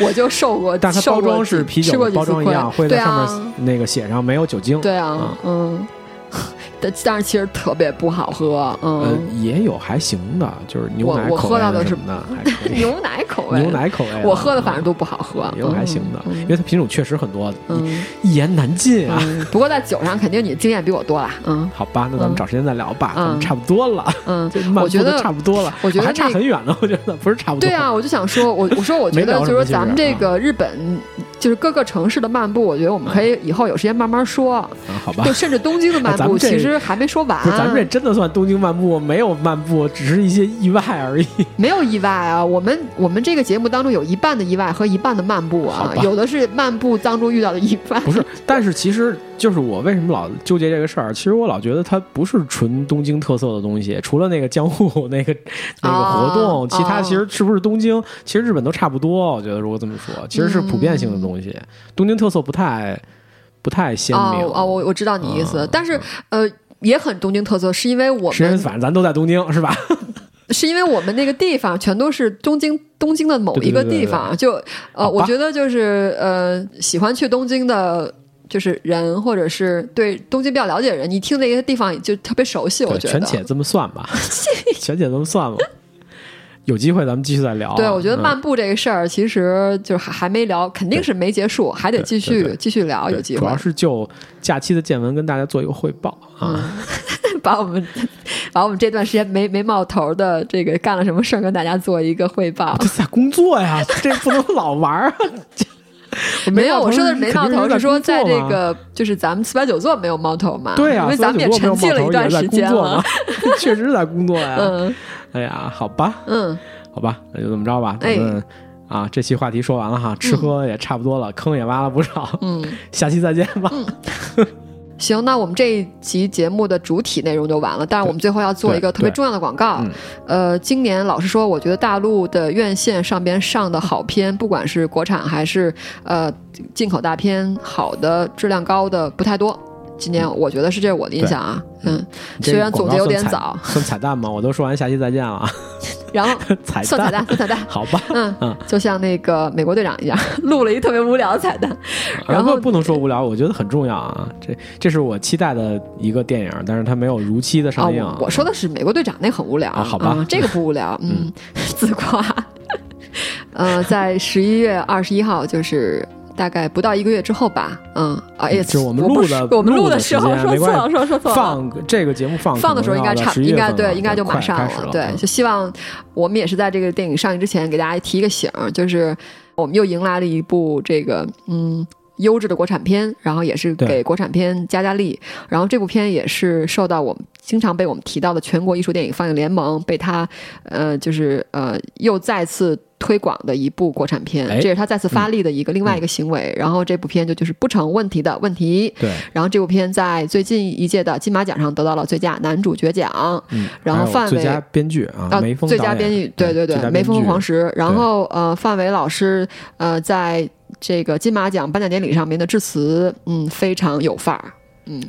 Speaker 2: 我就受过，
Speaker 1: 但它包装是啤
Speaker 2: 吃
Speaker 1: 酒
Speaker 2: 过
Speaker 1: 的
Speaker 2: 几次
Speaker 1: 包装一
Speaker 2: 亏
Speaker 1: 样，会在
Speaker 2: 对啊
Speaker 1: 上面那个写上没有酒精。
Speaker 2: 对啊，嗯， [LAUGHS] 但但是其实特别不好喝，
Speaker 1: 呃
Speaker 2: 嗯，，
Speaker 1: 也有还行的，就是牛奶
Speaker 2: 我我
Speaker 1: 口
Speaker 2: 喝
Speaker 1: 味
Speaker 2: 到
Speaker 1: 的
Speaker 2: 的是
Speaker 1: 什么的，还可以。
Speaker 2: [LAUGHS] [LAUGHS] 牛奶口味，
Speaker 1: 牛奶口味的，
Speaker 2: [LAUGHS] 我喝的反
Speaker 1: 嗯
Speaker 2: 正都不好喝，
Speaker 1: 也有还行的，
Speaker 2: 嗯
Speaker 1: 因为它品种确实很多， [LAUGHS]
Speaker 2: 嗯
Speaker 1: 一言难尽啊。
Speaker 2: 嗯，不过在酒上肯定你经验比我多啦，嗯
Speaker 1: 好吧，那咱们找时间再聊吧，
Speaker 2: 嗯
Speaker 1: 咱们差不多了，
Speaker 2: 嗯
Speaker 1: [LAUGHS] 这，漫
Speaker 2: 我
Speaker 1: 步
Speaker 2: 觉
Speaker 1: 都
Speaker 2: 得
Speaker 1: 差不多了，
Speaker 2: 我觉得
Speaker 1: 还差
Speaker 2: 那个
Speaker 1: 很远呢，我觉得不是差不多。
Speaker 2: 对啊，我就想说，我我说我觉
Speaker 1: 没
Speaker 2: 得
Speaker 1: 聊
Speaker 2: 就是
Speaker 1: 什么
Speaker 2: 说
Speaker 1: 其实啊
Speaker 2: 咱们这个日本就是各个城市的漫步，我觉得我们可以以后有时间慢慢
Speaker 1: [LAUGHS]
Speaker 2: 说，
Speaker 1: 嗯，好吧
Speaker 2: 就。甚至东京的漫
Speaker 1: 咱
Speaker 2: 步
Speaker 1: 们这
Speaker 2: 其实还没说完
Speaker 1: 不，是，咱们这真的算东京漫步，没有漫步，只是一些意外而已。
Speaker 2: 没有意外啊。我们我们这个节目当中有一半的意外和一半的漫步啊
Speaker 1: 好，吧
Speaker 2: 有的是漫步当中遇到的意外，
Speaker 1: 不是，但是其实就是我为什么老纠结这个事儿，其实我老觉得它不是纯东京特色的东西，除了那个江户 [LAUGHS] 那个那个活动，
Speaker 2: 哦
Speaker 1: 其他其实是不是东京，其实日本都差不多。我觉得如果这么说，
Speaker 2: 嗯
Speaker 1: 其实是普遍性的东西，东京特色不太不太鲜明。
Speaker 2: 哦哦，我我知道你意思，
Speaker 1: 嗯
Speaker 2: 但是呃。也很东京特色，是因为我
Speaker 1: 是因为
Speaker 2: 们
Speaker 1: 反正咱都在东京，是吧？
Speaker 2: 是因为我们那个地方全都是东京东京的某一个地方，就
Speaker 1: 好
Speaker 2: 呃，
Speaker 1: 吧
Speaker 2: 我觉得就是呃，喜欢去东京的。就是人，或者是对东京比较了解的人，你听那个地方就特别熟悉，我
Speaker 1: 对，
Speaker 2: 觉得
Speaker 1: 全。且这么算
Speaker 2: [LAUGHS]
Speaker 1: 吧，全且这么算吧。有机会咱们继续再聊啊。
Speaker 2: 对，我觉得
Speaker 1: 嗯
Speaker 2: 漫步这个事儿，其实就是还还没聊，肯定是没结束，还得继
Speaker 1: 对
Speaker 2: 续
Speaker 1: 对对
Speaker 2: 继续聊，有
Speaker 1: 对
Speaker 2: 机
Speaker 1: 主
Speaker 2: 会
Speaker 1: 要是就假期的见闻跟大家做一个汇报
Speaker 2: 嗯
Speaker 1: 啊。
Speaker 2: [LAUGHS] 把我们把我们这段时间没没冒头的这个干了什么事儿，跟大家做一个汇报
Speaker 1: 我。这在工作呀，这不能老玩儿啊。这
Speaker 2: 没有，我说的是没冒头，是说在这。
Speaker 1: 肯定工作嘛
Speaker 2: 个就是咱们四百九座没有冒头嘛？
Speaker 1: 对呀、啊
Speaker 2: 因为咱们也
Speaker 1: 所以
Speaker 2: 沉
Speaker 1: 我
Speaker 2: 寂
Speaker 1: 没有
Speaker 2: 了一
Speaker 1: 冒头
Speaker 2: 段
Speaker 1: 也在
Speaker 2: 时
Speaker 1: 工
Speaker 2: 间
Speaker 1: 作
Speaker 2: 了 [LAUGHS]
Speaker 1: 嘛。确实是在工作呀。
Speaker 2: 嗯
Speaker 1: 哎呀，好吧，
Speaker 2: 嗯，
Speaker 1: 好吧，那就这么着吧。
Speaker 2: 哎
Speaker 1: 咱们、啊，这期话题说完了哈，吃喝也差不多了，坑也挖了不少。
Speaker 2: 嗯，
Speaker 1: 下期再见吧。
Speaker 2: 行，那我们这一集节目的主体内容就完了，但是我们最后要做一个特别重要的广告
Speaker 1: 对对。嗯
Speaker 2: 呃，今年老实说，我觉得大陆的院线上边上的好片，不管是国产还是呃进口大片，好的质量高的不太多。今年
Speaker 1: 嗯
Speaker 2: 我觉得是这是我的印象啊，嗯，虽然总结有点
Speaker 1: 这个广
Speaker 2: 早
Speaker 1: 告，算彩，算彩蛋吗？我都说完下期再见了啊，
Speaker 2: 然后
Speaker 1: 彩
Speaker 2: 算彩蛋，算彩蛋。
Speaker 1: 好
Speaker 2: [LAUGHS]
Speaker 1: 吧。
Speaker 2: 嗯，就像那个美国队长一样， [LAUGHS] 录了一特别无聊的彩蛋。然
Speaker 1: 然
Speaker 2: 后
Speaker 1: 后呃不能说无聊，我觉得很重要啊。这这是我期待的一个电影，但是它没有如期的
Speaker 2: 啊，
Speaker 1: 上映。
Speaker 2: 我我说的是美国队长，那很无聊。
Speaker 1: 啊好吧
Speaker 2: 嗯这个不无聊。嗯，自夸。呃，在十一月二十一号，就是大概不到一个月之后吧。嗯，啊，也
Speaker 1: 就是我们
Speaker 2: 不
Speaker 1: 录
Speaker 2: 是
Speaker 1: 的
Speaker 2: 我们
Speaker 1: 录
Speaker 2: 录
Speaker 1: 的
Speaker 2: 时
Speaker 1: 时
Speaker 2: 候
Speaker 1: 间
Speaker 2: 说
Speaker 1: 没
Speaker 2: 错
Speaker 1: 关
Speaker 2: 了，
Speaker 1: 系
Speaker 2: 说说错了。
Speaker 1: 放这个节目放
Speaker 2: 放的时候应该差，应该对，应该就马
Speaker 1: 马
Speaker 2: 上
Speaker 1: 了。嗯
Speaker 2: 对，就希望我们也是在这个电影上映之前给大家提一个醒儿，就是我们又迎来了一部这个嗯优质的国产片，然后也是
Speaker 1: 对
Speaker 2: 给国产片加加力。然后这部片也是受到我们经常被我们提到的全国艺术电影放映联盟被它呃就是呃又再次。推广的一部国产片，
Speaker 1: 哎嗯
Speaker 2: 这是他再次发力的一个、另外一个行为。然后这部片就就是不成问题的问题，
Speaker 1: 对，
Speaker 2: 然后这部片在最近一届的金马奖上得到了最佳男主角奖，
Speaker 1: 嗯，
Speaker 2: 然后
Speaker 1: 还有
Speaker 2: 范围
Speaker 1: 最佳编剧啊，
Speaker 2: 啊
Speaker 1: 梅峰
Speaker 2: 最
Speaker 1: 导
Speaker 2: 佳
Speaker 1: 演
Speaker 2: 编剧，对对
Speaker 1: 最
Speaker 2: 对，
Speaker 1: 佳
Speaker 2: 梅
Speaker 1: 编
Speaker 2: 峰
Speaker 1: 剧
Speaker 2: 黄石。然后呃，范伟老师呃在这个金马奖颁奖典礼上面的致辞，嗯，非常有范儿。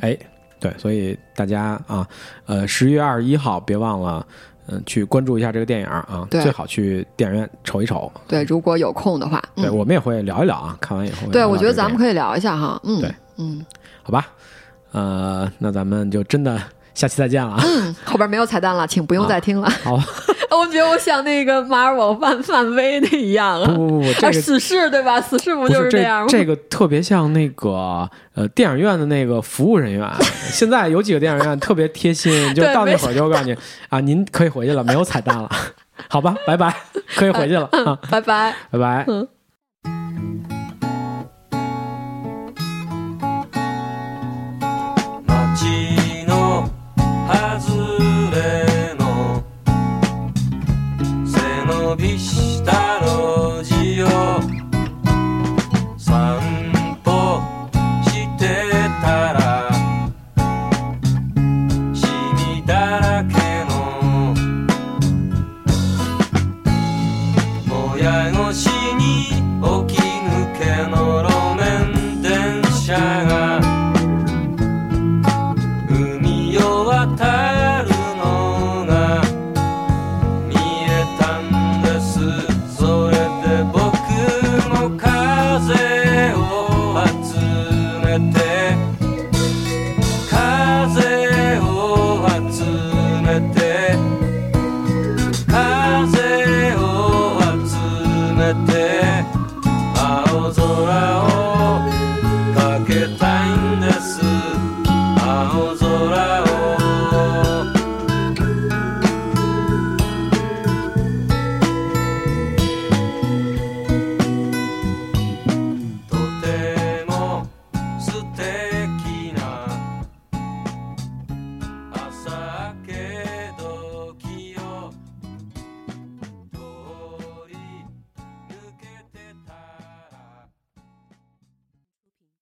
Speaker 1: 哎，对，所以大家啊，呃，十月二十一号别忘了，嗯、去关注一下这个电影啊，
Speaker 2: 对
Speaker 1: 最好去电影院瞅一瞅。
Speaker 2: 对，如果有空的话，
Speaker 1: 对，
Speaker 2: 嗯，
Speaker 1: 我们也会聊一聊啊，看完以后。
Speaker 2: 对，我觉得咱们可以聊一下哈，嗯，
Speaker 1: 对
Speaker 2: 嗯
Speaker 1: 好吧，呃，那咱们就真的下期再见了啊。
Speaker 2: 嗯，后边没有彩蛋了，请不用
Speaker 1: 啊
Speaker 2: 再听了。
Speaker 1: 好，
Speaker 2: [LAUGHS] 我觉得我像那个马尔我漫漫威那一样
Speaker 1: [LAUGHS] 不
Speaker 2: 啊，
Speaker 1: 不不不，
Speaker 2: 啊，
Speaker 1: 这个
Speaker 2: 死侍对吧？死侍不
Speaker 1: 不
Speaker 2: 就是
Speaker 1: 这
Speaker 2: 样吗？
Speaker 1: 这个特别像那个呃电影院的那个服务人员， [LAUGHS] 现在有几个电影院特别贴心，就
Speaker 2: 对
Speaker 1: 到
Speaker 2: 没
Speaker 1: 那会儿就告诉你啊，您 [LAUGHS]
Speaker 2: 嗯
Speaker 1: 可以回去了，没有彩蛋了，好吧，拜拜，可以回去了啊，
Speaker 2: 拜拜。
Speaker 1: 拜拜。
Speaker 2: 嗯